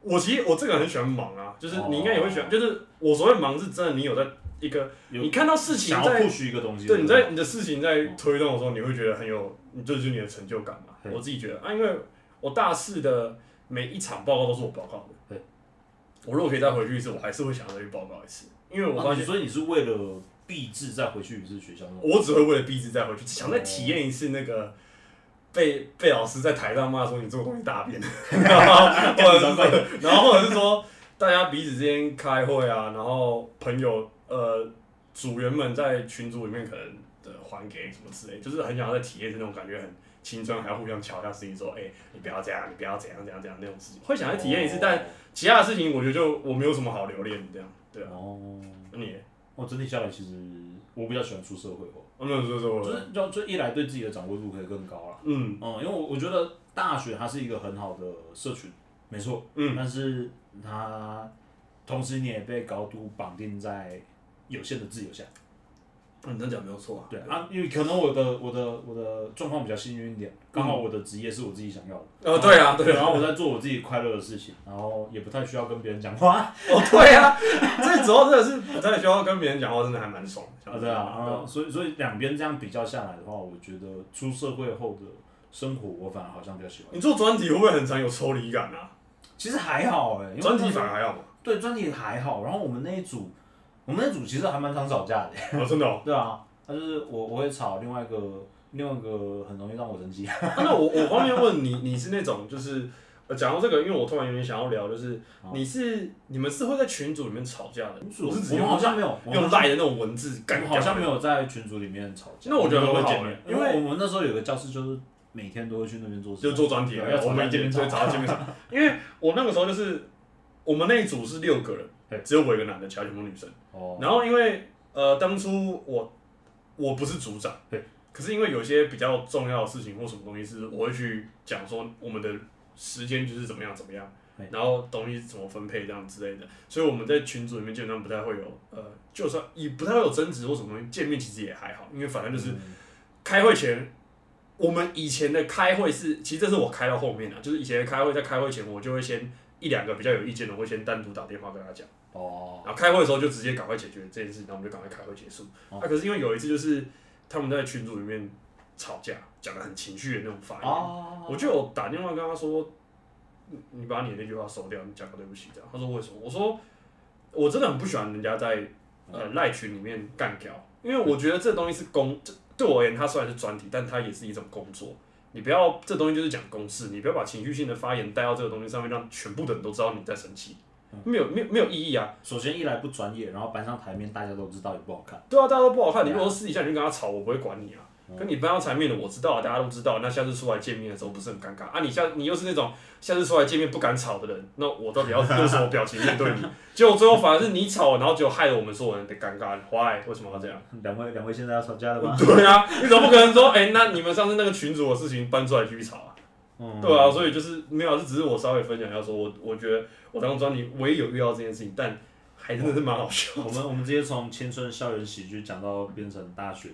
[SPEAKER 1] 我其实我这个人很喜欢忙啊，就是你应该也会喜欢，
[SPEAKER 3] 哦
[SPEAKER 1] 就是我所谓忙是真的，你有在一个
[SPEAKER 3] 有
[SPEAKER 1] 你看到事情
[SPEAKER 3] 想要
[SPEAKER 1] 在
[SPEAKER 3] push 一个东西，
[SPEAKER 1] 对，你在你的事情
[SPEAKER 3] 哦
[SPEAKER 1] 在推动的时候，你会觉得很有，你这就是你的成就感嘛。
[SPEAKER 3] 对
[SPEAKER 1] 我自己觉得啊，因为我大四的每一场报告都是我报告的。
[SPEAKER 3] 对，
[SPEAKER 1] 我如果可以再回去一次，我还是会想要再去报告一次，因为我
[SPEAKER 3] 啊
[SPEAKER 1] 发
[SPEAKER 3] 你
[SPEAKER 1] 现
[SPEAKER 3] 所以你是为了避制再回去一次学校吗？
[SPEAKER 1] 我只会为了逼自己再回去，想再体验一次那个。被被老师在台上骂说你这个东西大便，然后或者是然后或者是说大家彼此之间开会啊，然后朋友呃组员们在群组里面可能的还给什么之类，就是很想要再体验那种感觉，很青春，还要互相瞧一下自己说，哎、你不要这样，你不要怎样怎样怎样那种事情，会想再体验一次，但
[SPEAKER 3] 哦
[SPEAKER 1] 其他的事情我觉得就我没有什么好留恋的这样，对啊，
[SPEAKER 3] 哦，
[SPEAKER 1] 那你呢，
[SPEAKER 3] 我整体下来其实我比较喜欢出社会后，
[SPEAKER 1] 啊没有说说
[SPEAKER 3] 就
[SPEAKER 1] 我，
[SPEAKER 3] 是就就一来对自己的掌握度可以更高啦。
[SPEAKER 1] 嗯
[SPEAKER 3] 嗯，因为我我觉得大学它是一个很好的社群，没错，
[SPEAKER 1] 嗯，
[SPEAKER 3] 但是它同时你也被高度绑定在有限的自由
[SPEAKER 1] 嗯
[SPEAKER 3] 下。
[SPEAKER 1] 你这样讲没有错啊，
[SPEAKER 3] 对啊，因为可能我的我的我的状况比较幸运一点，刚好我的职业是我自己想要的。
[SPEAKER 1] 呃对 啊对啊
[SPEAKER 3] 然后我在做我自己快乐的事情，然后也不太需要跟别人讲话。
[SPEAKER 1] 哦，对啊， 这时候真的是不太需要跟别人讲话，真的还蛮爽的。
[SPEAKER 3] 啊，对啊，然后所以所以两边这样比较下来的话，我觉得出社会后的生活，我反而好像比较喜欢。
[SPEAKER 1] 你做专题会不会很常有抽离感啊？
[SPEAKER 3] 其实还好哎、因为
[SPEAKER 1] 专题反而还 好吧？
[SPEAKER 3] 对专题还好。然后我们那一组，我们那一组其实还蛮常吵架的、
[SPEAKER 1] 哦，真的哦。
[SPEAKER 3] 对啊，但是我我会吵另外一个另外一个很容易让我生 气。
[SPEAKER 1] 啊那我我方便问你，你是那种就是，呃，讲到这个，因为我突然有点想要聊，就是
[SPEAKER 3] 好
[SPEAKER 1] 你是你们是会在群组里面吵架的，
[SPEAKER 3] 哦我
[SPEAKER 1] 我是只
[SPEAKER 3] 们
[SPEAKER 1] 用
[SPEAKER 3] 好像没有，我们
[SPEAKER 1] 用赖的那种文字，
[SPEAKER 3] 我
[SPEAKER 1] 干
[SPEAKER 3] 们好
[SPEAKER 1] 掉
[SPEAKER 3] 像没有在群组里面吵架。
[SPEAKER 1] 那我觉得很
[SPEAKER 3] 我们
[SPEAKER 1] 好
[SPEAKER 3] 都会见面，
[SPEAKER 1] 欸
[SPEAKER 3] 啊因为我们那时候有个教室就是每天都会去那边做事，
[SPEAKER 1] 就做专题
[SPEAKER 3] 对要，
[SPEAKER 1] 我们
[SPEAKER 3] 吵架
[SPEAKER 1] 也
[SPEAKER 3] 见面
[SPEAKER 1] 就
[SPEAKER 3] 吵
[SPEAKER 1] 会吵到见面吵，因为我那个时候就是我们那一组是六个
[SPEAKER 3] 对
[SPEAKER 1] 人，只有我一个男的，其他全部女生。
[SPEAKER 3] 哦，
[SPEAKER 1] 然后因为呃，当初我我不是组长，
[SPEAKER 3] 对，
[SPEAKER 1] 可是因为有些比较重要的事情或什么东西是，我会去讲说我们的时间就是怎么样怎么样
[SPEAKER 3] 对，
[SPEAKER 1] 然后东西怎么分配这样之类的，所以我们在群组里面基本上不太会有呃，就算也不太会有争执或什么东西，见面其实也还好，因为反正就是
[SPEAKER 3] 嗯
[SPEAKER 1] 开会前。我们以前的开会是，其实这是我开到后面的、啊就是以前的开会，在开会前我就会先一两个比较有意见的，我会先单独打电话跟他讲。
[SPEAKER 3] 哦，
[SPEAKER 1] 然后开会的时候就直接赶快解决这件事，然后我们就赶快开会结束。那、
[SPEAKER 3] 哦
[SPEAKER 1] 可是因为有一次就是他们在群组里面吵架，讲的很情绪的那种发言，
[SPEAKER 3] 哦，
[SPEAKER 1] 我就有打电话跟他说，你你把你的那句话收掉，你讲个对不起这样。他说为什么？我说我真的很不喜欢人家在呃
[SPEAKER 3] 嗯
[SPEAKER 1] 赖群里面干掉，因为我觉得这东西是工，这对我而言它虽然是专题，但它也是一种工作。你不要这东西就是讲公事，你不要把情绪性的发言带到这个东西上面，让全部的人都知道你在生气，没有没有没有意义啊。
[SPEAKER 3] 首先一来不专业，然后搬上台面大家都知道也不好看。
[SPEAKER 1] 对啊，大家都不好看。你如果说私底下你就跟他吵，我不会管你啊。跟你搬到台面的，我知道啊，大家都知道。那下次出来见面的时候，不是很尴尬啊？你下你又是那种下次出来见面不敢吵的人，那我到底要用什么表情面对你？结果最后反而是你吵，然后就害了我们所有人的尴尬。Why？为什么要这样？
[SPEAKER 3] 两位两位现在要吵架了 吗？
[SPEAKER 1] 对啊，你总不可能说，哎、那你们上次那个群主的事情搬出来继续吵啊？
[SPEAKER 3] 嗯，
[SPEAKER 1] 对啊，所以就是没有，这只是我稍微分享一下说我我觉得我当专题我也有遇到这件事情，但还真的是蛮好笑的。
[SPEAKER 3] 我们我们直接从青春校园喜剧讲到变成大学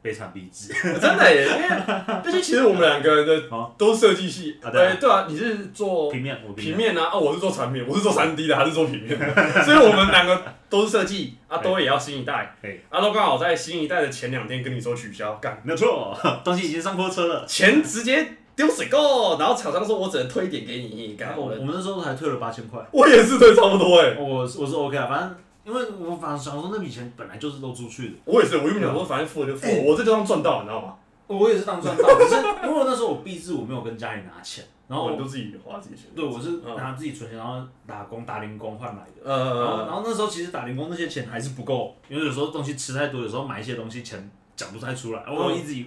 [SPEAKER 3] 悲惨逼之。
[SPEAKER 1] 真的耶，因为毕竟其实我们两个人的
[SPEAKER 3] 哦
[SPEAKER 1] 都是设计系，
[SPEAKER 3] 啊对啊
[SPEAKER 1] 哎对啊，你是做
[SPEAKER 3] 哦平面，我
[SPEAKER 1] 平面啊，啊我是做产品，我是做三 D 的，还是做平面的，所以我们两个都是设计啊，都也要新一代
[SPEAKER 3] 对，
[SPEAKER 1] 啊都刚好在新一代的前两天跟你说取消，干
[SPEAKER 3] 没有错， 东西已经上货车了。
[SPEAKER 1] 钱直接丢水沟，然后厂商说我只能退一点给你，干
[SPEAKER 3] 我
[SPEAKER 1] 我的
[SPEAKER 3] 我们那时候还退了八千块，
[SPEAKER 1] 我也是退差不多哎、
[SPEAKER 3] 我是我是 OK 啊，反正因为我反正想说那笔钱本来就是都出去的，
[SPEAKER 1] 我也是，我原本想
[SPEAKER 3] 嗯
[SPEAKER 1] 说反正付了就
[SPEAKER 3] 哎
[SPEAKER 1] 付了，我这就当赚到，你知道吗？
[SPEAKER 3] 我也是当赚到，可是因为那时候我毕制我没有跟家里拿钱，然后
[SPEAKER 1] 我
[SPEAKER 3] 我
[SPEAKER 1] 都自己花自己钱，
[SPEAKER 3] 对我是
[SPEAKER 1] 嗯
[SPEAKER 3] 拿自己存钱，然后打工打零工换来的。然后，
[SPEAKER 1] 呃
[SPEAKER 3] 然，后那时候其实打零工那些钱还是不够，因为有时候东西吃太多，有时候买一些东西钱讲不太出来。我一直以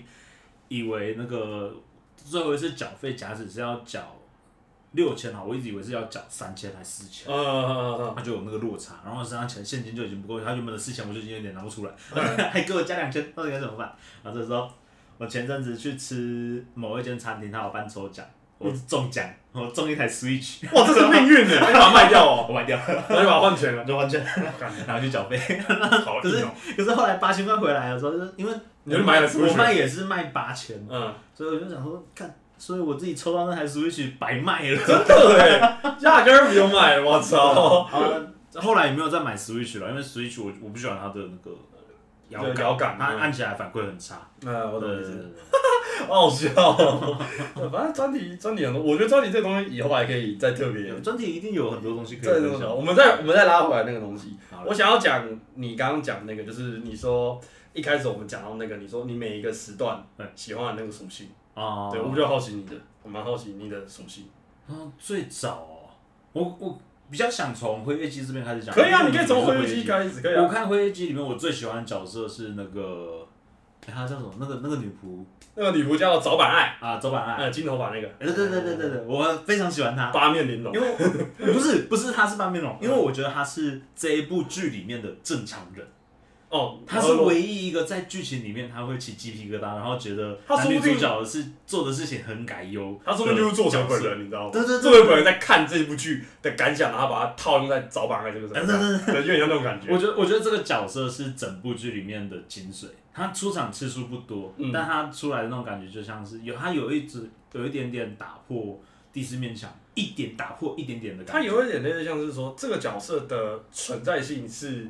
[SPEAKER 3] 以为那个最后一次缴费，假使是要缴六千哈，我一直以为是要缴三千还是四千，
[SPEAKER 1] 呃，
[SPEAKER 3] 他就有那个落差，然后身上钱现金就已经不够，他原本的四千我就已经有点拿不出来，还给我加两千，到底该怎么办？然后这时候我前阵子去吃某一间餐厅，他有办抽奖，我中奖，我中一台 Switch，
[SPEAKER 1] 哇，这是命运呢， 你把它卖掉哦，
[SPEAKER 3] 我卖掉，
[SPEAKER 1] 那就把它换钱了，
[SPEAKER 3] 就完全拿去缴费。
[SPEAKER 1] 好
[SPEAKER 3] 可是
[SPEAKER 1] 硬哦，
[SPEAKER 3] 可是后来八千块回来的时候，就是因为
[SPEAKER 1] 你就买了 Switch
[SPEAKER 3] 我卖也是卖八千，
[SPEAKER 1] 嗯。
[SPEAKER 3] 所以我就想说，看，所以我自己抽到那台 Switch 白卖了。
[SPEAKER 1] 真的哎，压根儿不用买，我操！
[SPEAKER 3] 啊，后来也没有再买 Switch 了，因为 Switch 我我不喜欢它的那个
[SPEAKER 1] 对
[SPEAKER 3] 摇
[SPEAKER 1] 摇杆
[SPEAKER 3] 它
[SPEAKER 1] 嗯
[SPEAKER 3] 按起来反馈很差。
[SPEAKER 1] 呃，我
[SPEAKER 3] 对
[SPEAKER 1] 懂意
[SPEAKER 3] 对
[SPEAKER 1] 思，
[SPEAKER 3] 对对
[SPEAKER 1] 好笑哦。 反正专题专题很多，我觉得专题这东西以后还可以再特别
[SPEAKER 3] 对，专题一定有很多东西可
[SPEAKER 1] 再
[SPEAKER 3] 以
[SPEAKER 1] 那
[SPEAKER 3] 分
[SPEAKER 1] 个。
[SPEAKER 3] 享。
[SPEAKER 1] 我们再我们再拉回来那个东西
[SPEAKER 3] 好，
[SPEAKER 1] 我想要讲你刚刚讲那个，就是你说一开始我们讲到那个，你说你每一个时段
[SPEAKER 3] 对
[SPEAKER 1] 喜欢的那个属性，
[SPEAKER 3] 啊，
[SPEAKER 1] 对我比较好奇你的，我蛮好奇你的属性。
[SPEAKER 3] 啊，最早哦，我我比较想从灰夜姬这边开始讲。
[SPEAKER 1] 可以啊，你可以
[SPEAKER 3] 因为
[SPEAKER 1] 从
[SPEAKER 3] 我
[SPEAKER 1] 回忆
[SPEAKER 3] 是灰夜
[SPEAKER 1] 机
[SPEAKER 3] 姬
[SPEAKER 1] 开始，可以
[SPEAKER 3] 我
[SPEAKER 1] 啊。
[SPEAKER 3] 看灰夜姬里面，我最喜欢的角色是那个，哎她叫什么？那个那个女仆
[SPEAKER 1] 那个女仆叫早坂爱，
[SPEAKER 3] 啊，周板爱。
[SPEAKER 1] 呃，金头发那个，
[SPEAKER 3] 哎对对对对对对，我非常喜欢她。
[SPEAKER 1] 八面玲珑
[SPEAKER 3] 因。为我不是不是他是八面龙，因为我觉得他是这一部剧里面的正常人，
[SPEAKER 1] 哦，
[SPEAKER 3] 他是唯一一个在剧情里面他会起鸡皮疙瘩，然后觉得
[SPEAKER 1] 他说
[SPEAKER 3] 男
[SPEAKER 1] 不
[SPEAKER 3] 女
[SPEAKER 1] 定
[SPEAKER 3] 主角是做的事情很改优，
[SPEAKER 1] 他说不定就是作者本人，你知道吗？
[SPEAKER 3] 对对对
[SPEAKER 1] 作者本人在看这部剧的感想，然后把它套用在早坂爱这个身
[SPEAKER 3] 对
[SPEAKER 1] 上，对，有点像那种感觉。
[SPEAKER 3] 我觉得我觉得这个角色是整部剧里面的精髓，他出场次数不多，
[SPEAKER 1] 嗯
[SPEAKER 3] 但他出来的那种感觉就像是有他有一直有一点点打破第四面墙，一点打破一点点的
[SPEAKER 1] 他
[SPEAKER 3] 感觉，
[SPEAKER 1] 有一点类似，像是说这个角色的存在性是，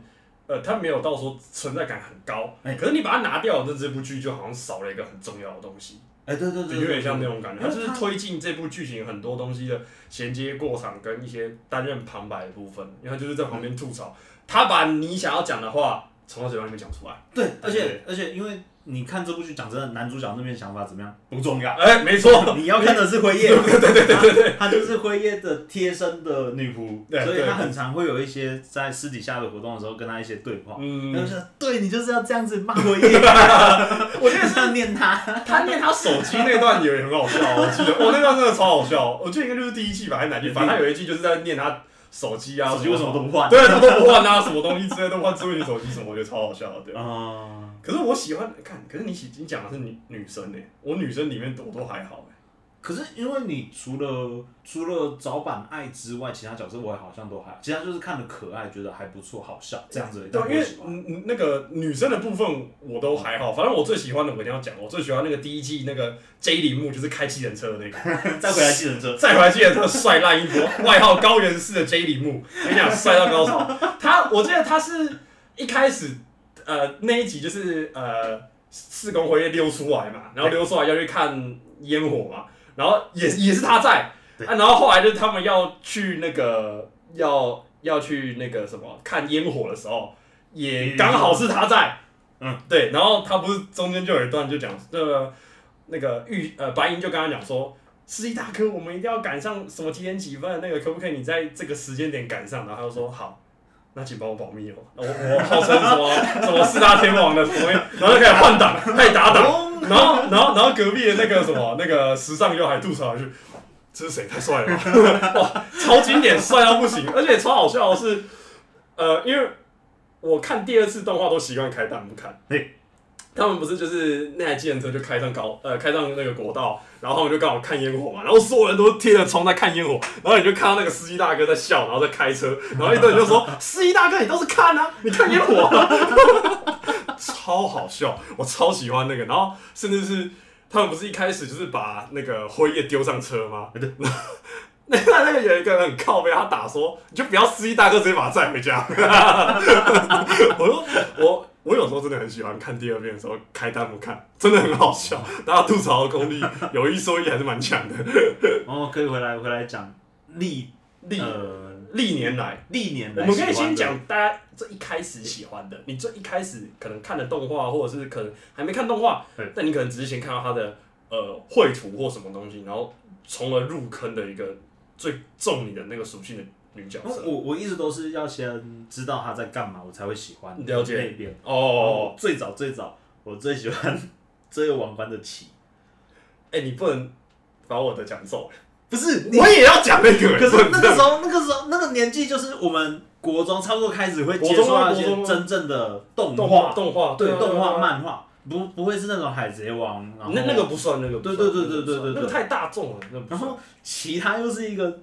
[SPEAKER 1] 呃，他没有到说存在感很高，
[SPEAKER 3] 哎
[SPEAKER 1] 可是你把它拿掉，那这部剧就好像少了一个很重要的东西，
[SPEAKER 3] 哎对对对
[SPEAKER 1] 就
[SPEAKER 3] 对，
[SPEAKER 1] 有点
[SPEAKER 3] 对
[SPEAKER 1] 像那种感觉。
[SPEAKER 3] 因
[SPEAKER 1] 它
[SPEAKER 3] 为
[SPEAKER 1] 就是
[SPEAKER 3] 他
[SPEAKER 1] 推进这部剧情很多东西的衔接过场跟一些担任旁白的部分，因为他就是在旁边吐槽，他把你想要讲的话从他嘴巴里面讲出来。
[SPEAKER 3] 对，而
[SPEAKER 1] 对
[SPEAKER 3] 且而且因为你看这部剧，讲真的，男主角那边想法怎么样 不重要。
[SPEAKER 1] 哎，没 错，
[SPEAKER 3] 你要看的是辉夜， 对对对对 对，她就是辉夜的贴身的女仆，
[SPEAKER 1] 对
[SPEAKER 3] 所以
[SPEAKER 1] 对
[SPEAKER 3] 她很常会有一些在私底下的活动的时候跟她一些对话，
[SPEAKER 1] 嗯
[SPEAKER 3] 她就说：“对你就是要这样子骂辉 夜，我就是要念她。
[SPEAKER 1] 他念他手机那段也很好笑，哦我记得，我那段真的超好笑，哦我觉得应该就是第一季吧，还是哪季，反正他有一季就是在念他手机啊，
[SPEAKER 3] 手机为什么都不 换？
[SPEAKER 1] 对，他都不换啊，什么东西之类都不换智慧型手机什么，我觉得超好笑的。对，
[SPEAKER 3] 啊，
[SPEAKER 1] 可是我喜欢看，可是你喜你讲的是女女生呢、我女生里面我都还好、欸，
[SPEAKER 3] 可是因为你除了除了早版爱之外，其他角色我也好像都还好，其他就是看的可爱，觉得还不错，好笑这样子而已。
[SPEAKER 1] 对，
[SPEAKER 3] 但
[SPEAKER 1] 因
[SPEAKER 3] 我
[SPEAKER 1] 为
[SPEAKER 3] 喜欢
[SPEAKER 1] 嗯嗯那个女生的部分我都还好，反正我最喜欢的我一定要讲，我最喜欢那个第一季那个 J 铃木就是开计程车的那个，
[SPEAKER 3] 再回来计程 车，
[SPEAKER 1] 再回来记得他帅烂一波，外号高原式的 J 李木，我跟你讲帅到高潮。他我记得他是一开始呃那一集就是呃四公辉夜溜出来嘛，然后溜出来要去看烟火嘛，然后也也是他在啊，然后后来就是他们要去那个要要去那个什么看烟火的时候，也刚好是他在，
[SPEAKER 3] 嗯，
[SPEAKER 1] 对，然后他不是中间就有一段就讲那个那个玉呃白银就跟他讲说。司机大哥，我们一定要赶上什么几点几分？那个可不可以你在这个时间点赶上？然后他就说好，那请帮我保密哦。我我号称什么什么四大天王的什么，然后就开始换挡，开始打档，然后然后然后隔壁的那个什么那个时尚又还吐槽一句。这是谁太帅了吧！ 哇，超经典，帅到不行，而且超好笑的是，呃，因为我看第二次动画都习惯开弹幕看，
[SPEAKER 3] 嘿
[SPEAKER 1] 他们不是就是那台计程车就开上高呃开上那个国道，然后他们就刚好看烟火嘛，然后所有人都贴着窗在看烟火，然后你就看到那个司机大哥在笑，然后在开车，然后一堆人就说司机大哥你倒是看啊，你看烟火啊、超 超好笑，我超喜欢那个。然后甚至是他们不是一开始就是把那个辉夜丢上车吗？
[SPEAKER 3] 对
[SPEAKER 1] 然后那 那个有一个人很靠背，他打说你就不要司机大哥直接把他载回家。 我说我我有时候真的很喜欢看第二遍的时候开弹幕看，真的很好 笑。大家吐槽的功力有一说一还是蛮强的。
[SPEAKER 3] 然后可以回来回来讲历
[SPEAKER 1] 历
[SPEAKER 3] 呃
[SPEAKER 1] 历年来，
[SPEAKER 3] 历年
[SPEAKER 1] 我
[SPEAKER 3] 来
[SPEAKER 1] 们可以
[SPEAKER 3] 喜
[SPEAKER 1] 先
[SPEAKER 3] 欢的
[SPEAKER 1] 讲大家最一开始喜欢的，你最一开始可能看的动画，或者是可能还没看动画
[SPEAKER 3] 对，
[SPEAKER 1] 但你可能只是先看到它的呃绘图或什么东西，然后从而入坑的一个最中你的那个属性的女角色。
[SPEAKER 3] 我我一直都是要先知道他在干嘛，我才会喜欢
[SPEAKER 1] 了解
[SPEAKER 3] 那边。
[SPEAKER 1] 哦，
[SPEAKER 3] 哦，最早最早，我最喜欢 这个王冠的旗，
[SPEAKER 1] 哎、你不能把我的讲走，
[SPEAKER 3] 不是你。
[SPEAKER 1] 我也要讲那个。
[SPEAKER 3] 可
[SPEAKER 1] 不
[SPEAKER 3] 是那个时候，那个时候，那个年纪就是我们国中差不多开始会接触到
[SPEAKER 1] 国中啊
[SPEAKER 3] 一
[SPEAKER 1] 国
[SPEAKER 3] 些
[SPEAKER 1] 中啊
[SPEAKER 3] 真正的动
[SPEAKER 1] 动画，
[SPEAKER 3] 画，
[SPEAKER 1] 动画
[SPEAKER 3] 对
[SPEAKER 1] 啊
[SPEAKER 3] 动画
[SPEAKER 1] 啊
[SPEAKER 3] 漫画，不不会是那种海贼王，然后
[SPEAKER 1] 那那个不算，那个不算
[SPEAKER 3] 对对
[SPEAKER 1] 那个
[SPEAKER 3] 对对
[SPEAKER 1] 不算
[SPEAKER 3] 对对对
[SPEAKER 1] 那个太大众了，那个不
[SPEAKER 3] 然
[SPEAKER 1] 算
[SPEAKER 3] 后其他又是一个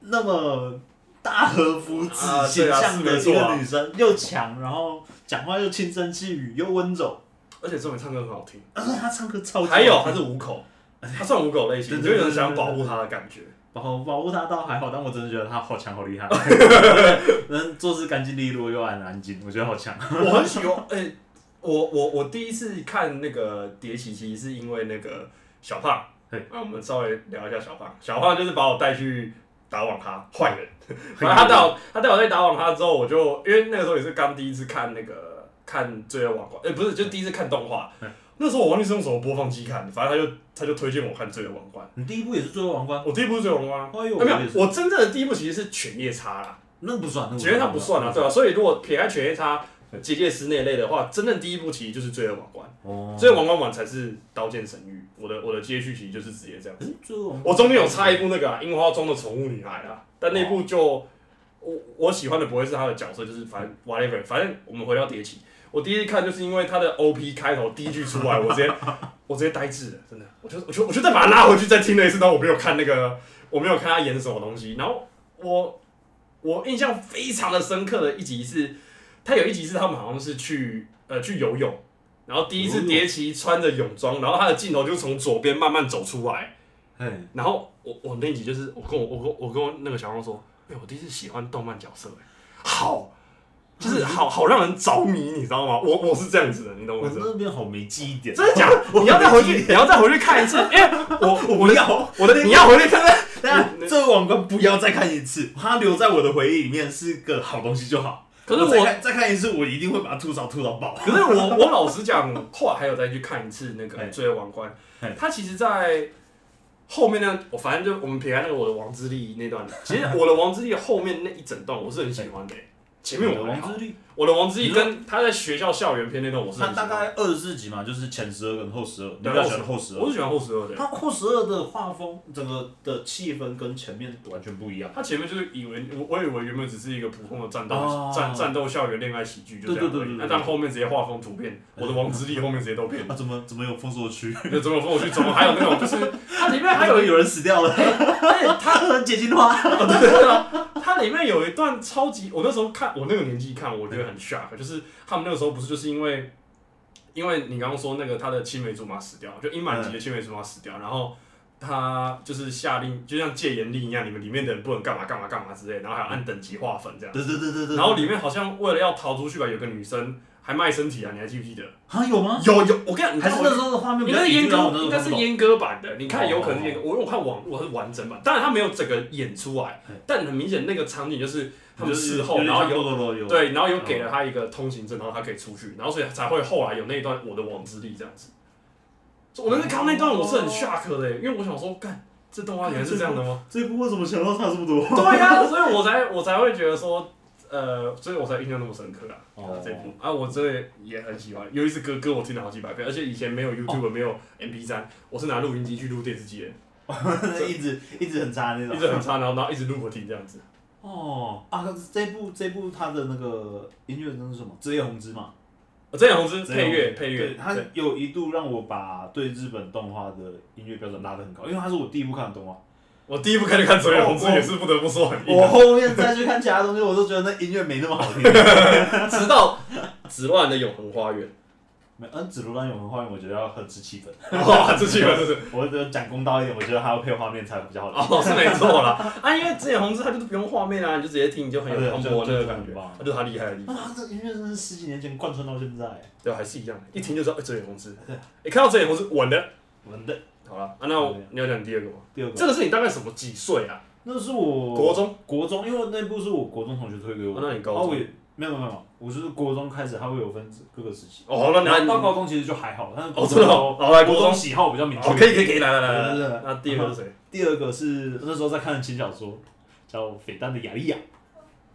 [SPEAKER 3] 那么大和服子
[SPEAKER 1] 啊
[SPEAKER 3] 形象的一个女生，又强，然后讲话又轻声细语，又温柔，
[SPEAKER 1] 而且重点唱歌很好听。
[SPEAKER 3] 而且她唱歌超级好
[SPEAKER 1] 还
[SPEAKER 3] 听
[SPEAKER 1] 有他是五口，他算五口类型，你就
[SPEAKER 3] 对对对
[SPEAKER 1] 有人想保护他的感觉。
[SPEAKER 3] 保保护她倒还好，但我真的觉得她好强好 厉害，能做事干净利落又很安静，我觉得好强。
[SPEAKER 1] 我很喜欢，哎、我我我第一次看那个《碟奇奇》是因为那个小胖
[SPEAKER 3] 嘿，
[SPEAKER 1] 那我们稍微聊一下小胖。小胖就是把我带去打网咖，坏 人。反正他带我他带我在打网咖之后，我就因为那个时候也是刚第一次看那个看《罪恶网冠》，哎、不是，就第一次看动画。那时候我忘记是用什么播放机看，反正他就他就推荐我看《罪恶网冠
[SPEAKER 3] 你第一部也是《最后王》冠》，
[SPEAKER 1] 我第一部是《罪恶王冠》
[SPEAKER 3] 哎呦，
[SPEAKER 1] 啊，没有
[SPEAKER 3] 我也，是
[SPEAKER 1] 我真正的第一部其实是《犬夜叉》啦。
[SPEAKER 3] 那不算，那
[SPEAKER 1] 其实它不算
[SPEAKER 3] 嗯
[SPEAKER 1] 啊，对吧、所以如果撇开犬夜叉、结界师那一类的话，真正第一部其实就是《罪恶王冠》
[SPEAKER 3] 哦，
[SPEAKER 1] 罪恶王冠完才是《刀剑神域》。我的我的接续其实就是直接这样。
[SPEAKER 3] 嗯最后王冠
[SPEAKER 1] 我中间有插一部那个、啊《樱花中的宠物女孩》啊，但那部就、我我喜欢的不会是她的角色，就是反正 whatever，反正我们回到迭起。我第一次看就是因为它的 OP 开头第一句出来，我直接 我直接呆滞了，真的，我就我就我就再把它拉回去再听了一次，但我没有看那个我没有看他演什么东西。然后我我印象非常的深刻的一集是，他有一集是他们好像是去呃去游泳，然后第一次
[SPEAKER 3] 游泳
[SPEAKER 1] 迭起穿着泳装，然后他的镜头就从左边慢慢走出来。
[SPEAKER 3] 嘿，
[SPEAKER 1] 然后我我那集就是我跟我我跟我跟我那个小光说，哎、我第一次喜欢动漫角色、哎，好，就是好好让人着迷，你知道吗？ 我我是这样子的，你懂我
[SPEAKER 3] 我
[SPEAKER 1] 意思吗？
[SPEAKER 3] 那边好没记忆点，
[SPEAKER 1] 真的假 的？你要再回去，你要再回去看一次，因为我我的
[SPEAKER 3] 要
[SPEAKER 1] 我的你要回去 看看，
[SPEAKER 3] 大家这个王冠不要再看一次，它留在我的回忆里面是个好东西就好。
[SPEAKER 1] 可是我
[SPEAKER 3] 再看再看一次，我一定会把它吐槽吐到爆。
[SPEAKER 1] 可是我我老实讲，后来还有再去看一次那个
[SPEAKER 3] 哎
[SPEAKER 1] 《罪恶王 冠
[SPEAKER 3] 哎》，
[SPEAKER 1] 他其实，在后面呢，我反正就我们撇开那个我的王之力那段，其实我的王之力后面那一整段我是很喜欢的、哎前面我还好
[SPEAKER 3] 王之力，
[SPEAKER 1] 我的王之翼跟他在学校校园片那段，我是
[SPEAKER 3] 它
[SPEAKER 1] 很喜
[SPEAKER 3] 大
[SPEAKER 1] 欢的
[SPEAKER 3] 概二十四集嘛，就是前十二跟后十二，你
[SPEAKER 1] 对
[SPEAKER 3] 比较喜欢后十
[SPEAKER 1] 我
[SPEAKER 3] 二。
[SPEAKER 1] 是喜欢后十二的。
[SPEAKER 3] 它后十二的画风，整个的气氛跟前面完全不一样。
[SPEAKER 1] 他前面就是以为我我以为原本只是一个普通的战斗、
[SPEAKER 3] 哦
[SPEAKER 1] 战战斗校园恋爱喜剧，就这样而已。
[SPEAKER 3] 对对对对
[SPEAKER 1] 那
[SPEAKER 3] 对
[SPEAKER 1] 但后面直接画风突变，我的王之力后面直接都 变了。
[SPEAKER 3] 啊，怎么怎么有封锁区？
[SPEAKER 1] 那怎么说我去怎么还有那种就是它里面还有一
[SPEAKER 3] 有人死掉了，
[SPEAKER 1] 哎它
[SPEAKER 3] 他结晶花。
[SPEAKER 1] 哦对对啊， 它里面有一段超级，我那时候看我那个年纪看，我觉得很 shock，就是他们那个时候不是就是因为。因为你刚刚说那个他的青梅竹马死掉，就殷满吉的青梅竹马死掉，然后他就是下令，就像戒严令一样，你们里面的人不能干嘛干嘛干嘛之类，然后还有按等级划分这样。
[SPEAKER 3] 对对对对对。
[SPEAKER 1] 然后里面好像为了要逃出去吧，有个女生还卖身体啊，你还记不记得？
[SPEAKER 3] 啊有吗？
[SPEAKER 1] 有有，我跟你讲，你
[SPEAKER 3] 还
[SPEAKER 1] 看
[SPEAKER 3] 是哦
[SPEAKER 1] 我
[SPEAKER 3] 那时候的画面比
[SPEAKER 1] 应
[SPEAKER 3] 较
[SPEAKER 1] 该是
[SPEAKER 3] 喜剧
[SPEAKER 1] 阉
[SPEAKER 3] 然后我
[SPEAKER 1] 割，
[SPEAKER 3] 那时
[SPEAKER 1] 应
[SPEAKER 3] 候
[SPEAKER 1] 该是
[SPEAKER 3] 不懂
[SPEAKER 1] 阉割版的。你看，有可能是阉割。我我看网络它是完整版，当然它没有整个演出来
[SPEAKER 3] 嗯，
[SPEAKER 1] 但很明显那个场景就是他们
[SPEAKER 3] 就是
[SPEAKER 1] 事后，然后有
[SPEAKER 3] 有嗯有
[SPEAKER 1] 对，然后有给了他一个通行证，然后他可以出去，然后所以才会后来有那一段我的王之力这样子。所以我那次看到那段我是很
[SPEAKER 3] 哦
[SPEAKER 1] shock 的，因为我想说，干这动画原来是这样的吗？
[SPEAKER 3] 这部为什么想到差这么多？
[SPEAKER 1] 对呀、所以我才我才会觉得说，呃，所以我才印象那么深刻啊。
[SPEAKER 3] 哦
[SPEAKER 1] 这部啊，我真的也很喜欢。有一次歌歌我听了好几百遍，而且以前没有 YouTube，、没有 MP 3我是拿录音机去录电视机的，
[SPEAKER 3] 一直一直很差那种。
[SPEAKER 1] 一直很差，然后然后一直录我听这样子。
[SPEAKER 3] 哦啊，这部这部它的那个音乐真的是什么？枝叶红之嘛，
[SPEAKER 1] 呃郑红之
[SPEAKER 3] 这
[SPEAKER 1] 配乐配
[SPEAKER 3] 对，
[SPEAKER 1] 乐，
[SPEAKER 3] 它
[SPEAKER 1] 对
[SPEAKER 3] 有一度让我把对日本动画的音乐标准拉得很高，因为它是我第一部看的 动画。
[SPEAKER 1] 我第一部开始看郑红之
[SPEAKER 3] 哦我
[SPEAKER 1] 也是不得不说很硬
[SPEAKER 3] 我
[SPEAKER 1] 啊，
[SPEAKER 3] 后面再去看其他东西，我都觉得那音乐没那么好听。
[SPEAKER 1] 直到紫罗兰的永恒花园》
[SPEAKER 3] 没，嗯，《紫罗兰永恒花园》我觉得要很吃气氛。
[SPEAKER 1] 哇，这句话就是
[SPEAKER 3] 我只讲公道一点，我觉得还要配画面才比较好。啊
[SPEAKER 1] 哦，是没错啦。 啊，因为之前红字它就是不用画面啊，你就直接听，你就很有
[SPEAKER 3] 对
[SPEAKER 1] 磅
[SPEAKER 3] 就
[SPEAKER 1] 礴那个
[SPEAKER 3] 就
[SPEAKER 1] 感
[SPEAKER 3] 很
[SPEAKER 1] 觉
[SPEAKER 3] 棒，
[SPEAKER 1] 那就是它厉害的地方。
[SPEAKER 3] 啊，这音乐真是十几年前贯穿到现在，
[SPEAKER 1] 对，还是一样，一听就知道，哎，这眼红字，哎，看到这眼红字稳的。
[SPEAKER 3] 文的。
[SPEAKER 1] 好了，啊，那我你要讲第二个吗？
[SPEAKER 3] 第二个，
[SPEAKER 1] 这个是你大概什么几岁啊？
[SPEAKER 3] 那是我
[SPEAKER 1] 国中，
[SPEAKER 3] 国中，因为那部是我国中同学推给我
[SPEAKER 1] 哦
[SPEAKER 3] 的。
[SPEAKER 1] 那你高中
[SPEAKER 3] 啊我也没有没有没有，我就是国中开始，它会有分各个时期。
[SPEAKER 1] 哦，那
[SPEAKER 3] 然
[SPEAKER 1] 你
[SPEAKER 3] 后到高中其实就还好，但是
[SPEAKER 1] 哦，真的哦，好来
[SPEAKER 3] 国
[SPEAKER 1] 国
[SPEAKER 3] 中
[SPEAKER 1] 中，
[SPEAKER 3] 喜好比较明确。
[SPEAKER 1] 哦，可以可以可以，来来来来
[SPEAKER 3] 对对
[SPEAKER 1] 来
[SPEAKER 3] 对，
[SPEAKER 1] 那第二个是谁？
[SPEAKER 3] 第二个是那时候在看的轻小说，叫《匪蛋的雅利亚》。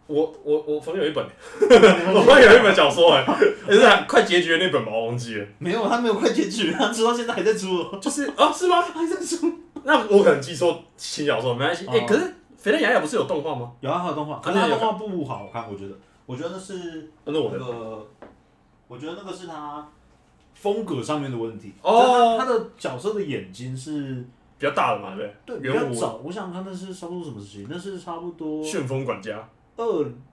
[SPEAKER 1] 我我我房间有一本，欸 我房间有一本小说哎，也是还快结局的那本吧，我忘记了，
[SPEAKER 3] 没有，他没有快结局，他直到现在还在出哦，
[SPEAKER 1] 就是啊，是吗？
[SPEAKER 3] 还在出。
[SPEAKER 1] 那我可能记错轻小说，没关系。哎，
[SPEAKER 3] 哦
[SPEAKER 1] 可是《肥蛋雅雅》不是有动画吗？
[SPEAKER 3] 有啊，还有动画，可是他动画不好看，我觉得。我觉得那是
[SPEAKER 1] 哦那是
[SPEAKER 3] 那
[SPEAKER 1] 我的
[SPEAKER 3] 个，我觉得那个是他风格上面的问题。
[SPEAKER 1] 哦
[SPEAKER 3] 就是他他的角色的眼睛是
[SPEAKER 1] 比较大的嘛，对
[SPEAKER 3] 对
[SPEAKER 1] 不
[SPEAKER 3] 比较
[SPEAKER 1] 圆舞
[SPEAKER 3] 早，我想看那是差不多什么时期？那是差不多
[SPEAKER 1] 旋风管家
[SPEAKER 3] 二，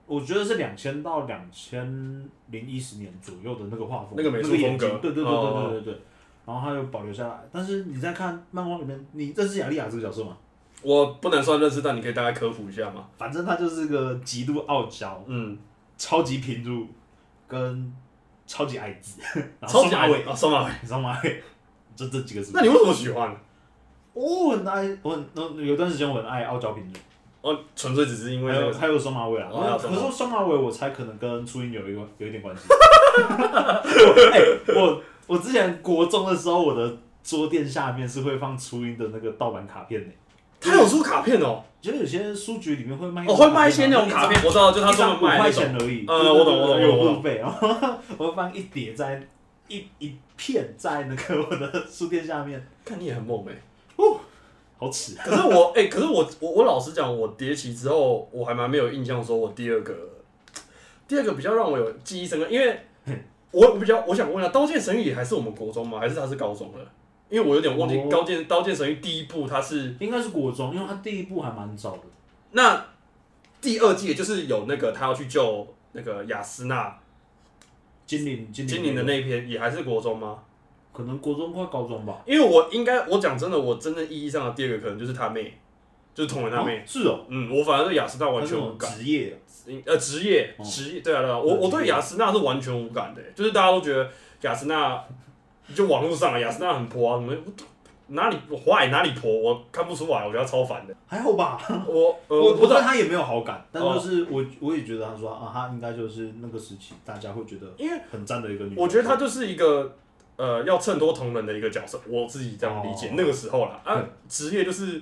[SPEAKER 3] 我觉得是两千到两千零一十年左右的那个画风，
[SPEAKER 1] 那个美术
[SPEAKER 3] 眼睛
[SPEAKER 1] 风格
[SPEAKER 3] 对对对对
[SPEAKER 1] 哦
[SPEAKER 3] 对对对。然后他又保留下来，但是你在看漫画里面，你认识雅利亚这个角色吗？
[SPEAKER 1] 我不能算认识，但你可以大概科普一下嘛。
[SPEAKER 3] 反正他就是个极度傲娇、
[SPEAKER 1] 嗯，
[SPEAKER 3] 超级贫乳跟超级矮子， 然后
[SPEAKER 1] 超
[SPEAKER 3] 双
[SPEAKER 1] 级
[SPEAKER 3] 马尾，
[SPEAKER 1] 啊，双马尾。
[SPEAKER 3] 双马尾，就这几个字。
[SPEAKER 1] 那你为什么喜欢？
[SPEAKER 3] 我很爱，我很我有段时间我很爱傲娇贫乳。
[SPEAKER 1] 哦，纯粹只是因为
[SPEAKER 3] 还
[SPEAKER 1] 那
[SPEAKER 3] 有
[SPEAKER 1] 个
[SPEAKER 3] 还有双马尾啊，
[SPEAKER 1] 哦还有双
[SPEAKER 3] 可
[SPEAKER 1] 马尾
[SPEAKER 3] 是双马尾我猜可能跟初音有一个有一点 关系。哎、 我我之前国中的时候，我的桌垫下面是会放初音的那个盗版卡片的、
[SPEAKER 1] 他有出卡片哦，
[SPEAKER 3] 就是有些书局里面会卖，
[SPEAKER 1] 哦，会卖一些那种卡片，，我知道，就他
[SPEAKER 3] 一
[SPEAKER 1] 专门
[SPEAKER 3] 张五
[SPEAKER 1] 卖
[SPEAKER 3] 块
[SPEAKER 1] 那种。
[SPEAKER 3] 钱而已。
[SPEAKER 1] 呃
[SPEAKER 3] 对
[SPEAKER 1] 我懂我懂
[SPEAKER 3] 对对对
[SPEAKER 1] 我懂
[SPEAKER 3] 有路费，然后我会放一叠在一一片在那个我的书垫下面，
[SPEAKER 1] 看你也很猛哎，
[SPEAKER 3] 好耻。啊
[SPEAKER 1] 可是我哎、 可是我我我老实讲，我叠起之后，我还蛮没有印象，说我第二个第二个比较让我有记忆深刻，因为我我比较我想问一下，《刀剑神域》还是我们国中吗？还是他是高中的？因为我有点忘记
[SPEAKER 3] 哦
[SPEAKER 1] 《刀剑》《刀剑神域》第一部它是
[SPEAKER 3] 应该是国中，因为他第一部还蛮早的。
[SPEAKER 1] 那第二季，就是有那个他要去救那个雅斯娜
[SPEAKER 3] 精灵，精灵，
[SPEAKER 1] 精灵的，那一篇，也还是国中吗？
[SPEAKER 3] 可能国中快高中吧。
[SPEAKER 1] 因为我应该，我讲真的，我真正意义上的第二个可能就是他妹，就是同人他妹。
[SPEAKER 3] 哦是哦，
[SPEAKER 1] 嗯，我反而对雅斯娜完
[SPEAKER 3] 他是
[SPEAKER 1] 全
[SPEAKER 3] 那
[SPEAKER 1] 无
[SPEAKER 3] 种
[SPEAKER 1] 感。
[SPEAKER 3] 职业，
[SPEAKER 1] 呃，职业
[SPEAKER 3] 哦
[SPEAKER 1] 职业，对啊对啊，我我对雅斯娜是完全无感的，就是大家都觉得雅斯娜，就网络上啊雅斯娜很婆啊什么的，我都哪里坏哪里婆，我看不出来，我觉得她超烦的。
[SPEAKER 3] 还好吧。
[SPEAKER 1] 我呃
[SPEAKER 3] 我
[SPEAKER 1] 我不知
[SPEAKER 3] 我对
[SPEAKER 1] 道，
[SPEAKER 3] 他也没有好感，但
[SPEAKER 1] 哦
[SPEAKER 3] 就是我我也觉得他说啊，他应该就是那个时期大家会觉得
[SPEAKER 1] 因为
[SPEAKER 3] 很赞的一个女。
[SPEAKER 1] 我觉得她就是一个呃要衬托同人的一个角色，我自己这样理解
[SPEAKER 3] 哦
[SPEAKER 1] 那个时候啦啊
[SPEAKER 3] 嗯，
[SPEAKER 1] 职业就是。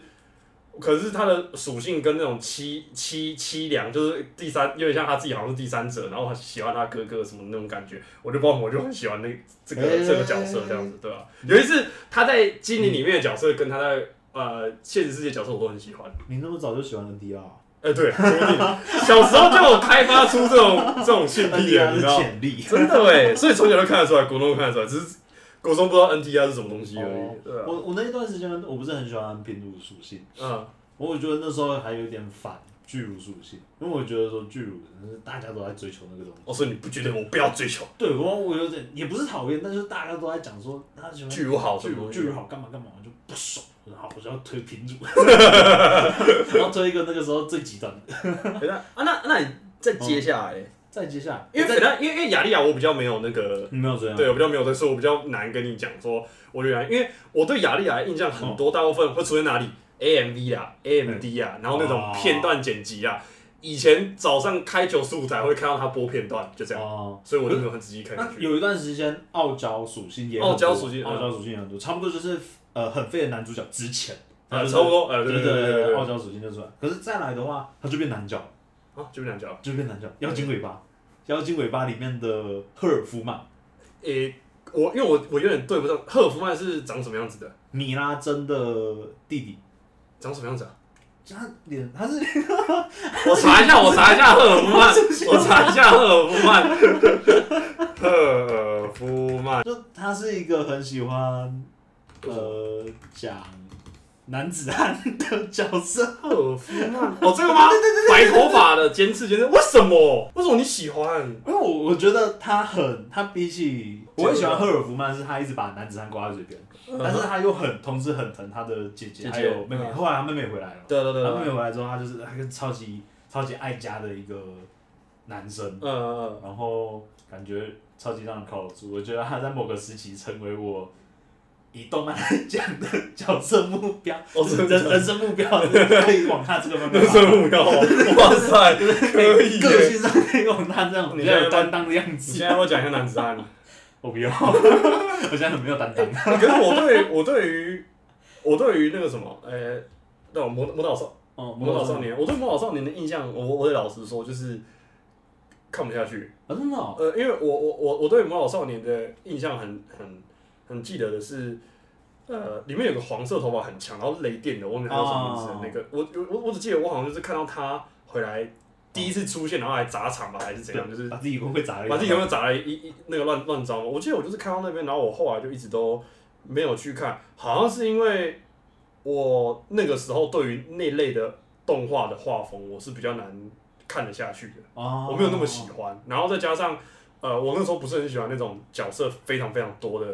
[SPEAKER 1] 可是她的属性跟那种凄凄凄凉，就是第三，有点像她自己好像是第三者，然后很喜欢她哥哥什么那种感觉，我就包括我就很喜欢那这个、
[SPEAKER 3] 欸
[SPEAKER 1] 这个角色这样子，对吧、尤其是她在精灵里面的角色，跟她在呃现实世界角色我都很喜欢。
[SPEAKER 3] 你那么早就喜欢 NDR，
[SPEAKER 1] 呃，对，说 不定小时候就有开发出这种这种性癖了，
[SPEAKER 3] NDR
[SPEAKER 1] 你
[SPEAKER 3] 是
[SPEAKER 1] 知道吗？
[SPEAKER 3] 潜力。
[SPEAKER 1] 真的哎，所以从小就看得出来，国中就看得出来，只是 国中不知道 NTR 是什么东西而
[SPEAKER 3] 哦
[SPEAKER 1] 已。对啊，
[SPEAKER 3] 我我那一段时间我不是很喜欢平乳属性，
[SPEAKER 1] 嗯，
[SPEAKER 3] 我觉得那时候还有点反巨乳属性，因为我觉得说巨乳真的是大家都在追求那个东西。
[SPEAKER 1] 我说哦你不觉得我不要追求
[SPEAKER 3] 对，我我有点也不是讨厌，但是大家都在讲说他喜欢
[SPEAKER 1] 嗯巨乳好什
[SPEAKER 3] 巨
[SPEAKER 1] 么
[SPEAKER 3] 乳
[SPEAKER 1] 东
[SPEAKER 3] 巨乳
[SPEAKER 1] 西？
[SPEAKER 3] 好干嘛干嘛，我就不爽，然后我就要推平乳， 然后推一个那个时候最极端的。
[SPEAKER 1] 等一下 啊，那那你再接下来，
[SPEAKER 3] 再接下来，
[SPEAKER 1] 因为嗯
[SPEAKER 3] 再
[SPEAKER 1] 等一嗯欸下因为因为雅利亚我比较没有那个，
[SPEAKER 3] 你没有这样，
[SPEAKER 1] 对我比较没有的，所以我比较难跟你讲说，我觉得，因为我对雅利亚的印象很多，大部分会出现哪里 AMV 啊、AMD 啊，然后那种
[SPEAKER 3] 哦
[SPEAKER 1] 片段剪辑啊。以前早上开九十五台会看到他播片段，就这样，
[SPEAKER 3] 哦。
[SPEAKER 1] 所以我就没有很仔细看进
[SPEAKER 3] 那
[SPEAKER 1] 去。
[SPEAKER 3] 有一段时间，傲娇属性也很
[SPEAKER 1] 傲
[SPEAKER 3] 多
[SPEAKER 1] 娇属性嗯
[SPEAKER 3] 傲娇属性也很多，差不多就是呃很废的男主角之前，他
[SPEAKER 1] 啊，
[SPEAKER 3] 就是
[SPEAKER 1] 差不多，呃，
[SPEAKER 3] 对
[SPEAKER 1] 对
[SPEAKER 3] 对
[SPEAKER 1] 对对
[SPEAKER 3] 对对
[SPEAKER 1] 对
[SPEAKER 3] 对，
[SPEAKER 1] 对
[SPEAKER 3] 傲，娇属性就出来。可是再来的话，他就变男角，
[SPEAKER 1] 啊，就两脚。
[SPEAKER 3] 就变男角，妖精尾巴，妖精尾巴里面的赫尔夫曼，
[SPEAKER 1] 诶、我因为我我有点对不上，赫尔夫曼是长什么样子的？
[SPEAKER 3] 米拉真的弟弟，
[SPEAKER 1] 长什么样子啊？
[SPEAKER 3] 他脸他是
[SPEAKER 1] 我查一下，我查一下赫尔夫曼，我查一下赫尔夫曼，赫尔夫曼。
[SPEAKER 3] 就他是一个很喜欢呃讲男子汉的角色，
[SPEAKER 1] 赫夫曼，哦，这个吗？白头发的尖刺尖刺，为什么？为什么你喜欢？
[SPEAKER 3] 因为我我觉得他很，他比起我很喜欢赫尔福曼，是他一直把男子汉挂在嘴边，但是他又很同时很疼他的姐
[SPEAKER 1] 姐姐
[SPEAKER 3] 姐还有妹妹。
[SPEAKER 1] 嗯
[SPEAKER 3] 后来他妹妹回来了，
[SPEAKER 1] 对对对，
[SPEAKER 3] 他妹
[SPEAKER 1] 嗯
[SPEAKER 3] 妹回来之后，他就是他是超级超级爱家的一个男生，
[SPEAKER 1] 嗯
[SPEAKER 3] 然后感觉超级让人靠得住。我觉得他在某个时期成为我以动漫来讲的角色目标，
[SPEAKER 1] 哦
[SPEAKER 3] 就是
[SPEAKER 1] 真的
[SPEAKER 3] 人人生目标，可以往他这个 方
[SPEAKER 1] 嗯，
[SPEAKER 3] 面发展。
[SPEAKER 1] 目标，哇塞， 可以
[SPEAKER 3] 个
[SPEAKER 1] 耶。
[SPEAKER 3] 性上可以往他这样比较有担当的样
[SPEAKER 1] 你
[SPEAKER 3] 子。
[SPEAKER 1] 现在要讲一下男子汉，
[SPEAKER 3] 我不要，我现在很没有担 当。
[SPEAKER 1] 可是我对我对于我对于那个什么，呃、那种魔魔导少
[SPEAKER 3] 哦
[SPEAKER 1] 魔导少，年，我对魔导少年的印象，我我得老实说，就是看不下去。
[SPEAKER 3] 啊真的哦，
[SPEAKER 1] 呃，因为我我我我对魔导少年的印象很很很记得的是，呃，里面有个黄色头发很强，然后雷电的，我忘记他叫什么名字的
[SPEAKER 3] 哦
[SPEAKER 1] 那个，我我我我只记得我好像就是看到他回来第一次出现，然后还砸场吧，还是怎样，就是
[SPEAKER 3] 把自己会不会砸了一
[SPEAKER 1] 把
[SPEAKER 3] 下？
[SPEAKER 1] 自己有没有砸了一一一那个乱乱糟嘛？我记得我就是看到那边，然后我后来就一直都没有去看，好像是因为我那个时候对于那类的动画的画风，我是比较难看得下去的，
[SPEAKER 3] 哦，
[SPEAKER 1] 我没有那么喜欢。然后再加上呃，我那时候不是很喜欢那种角色非常非常多的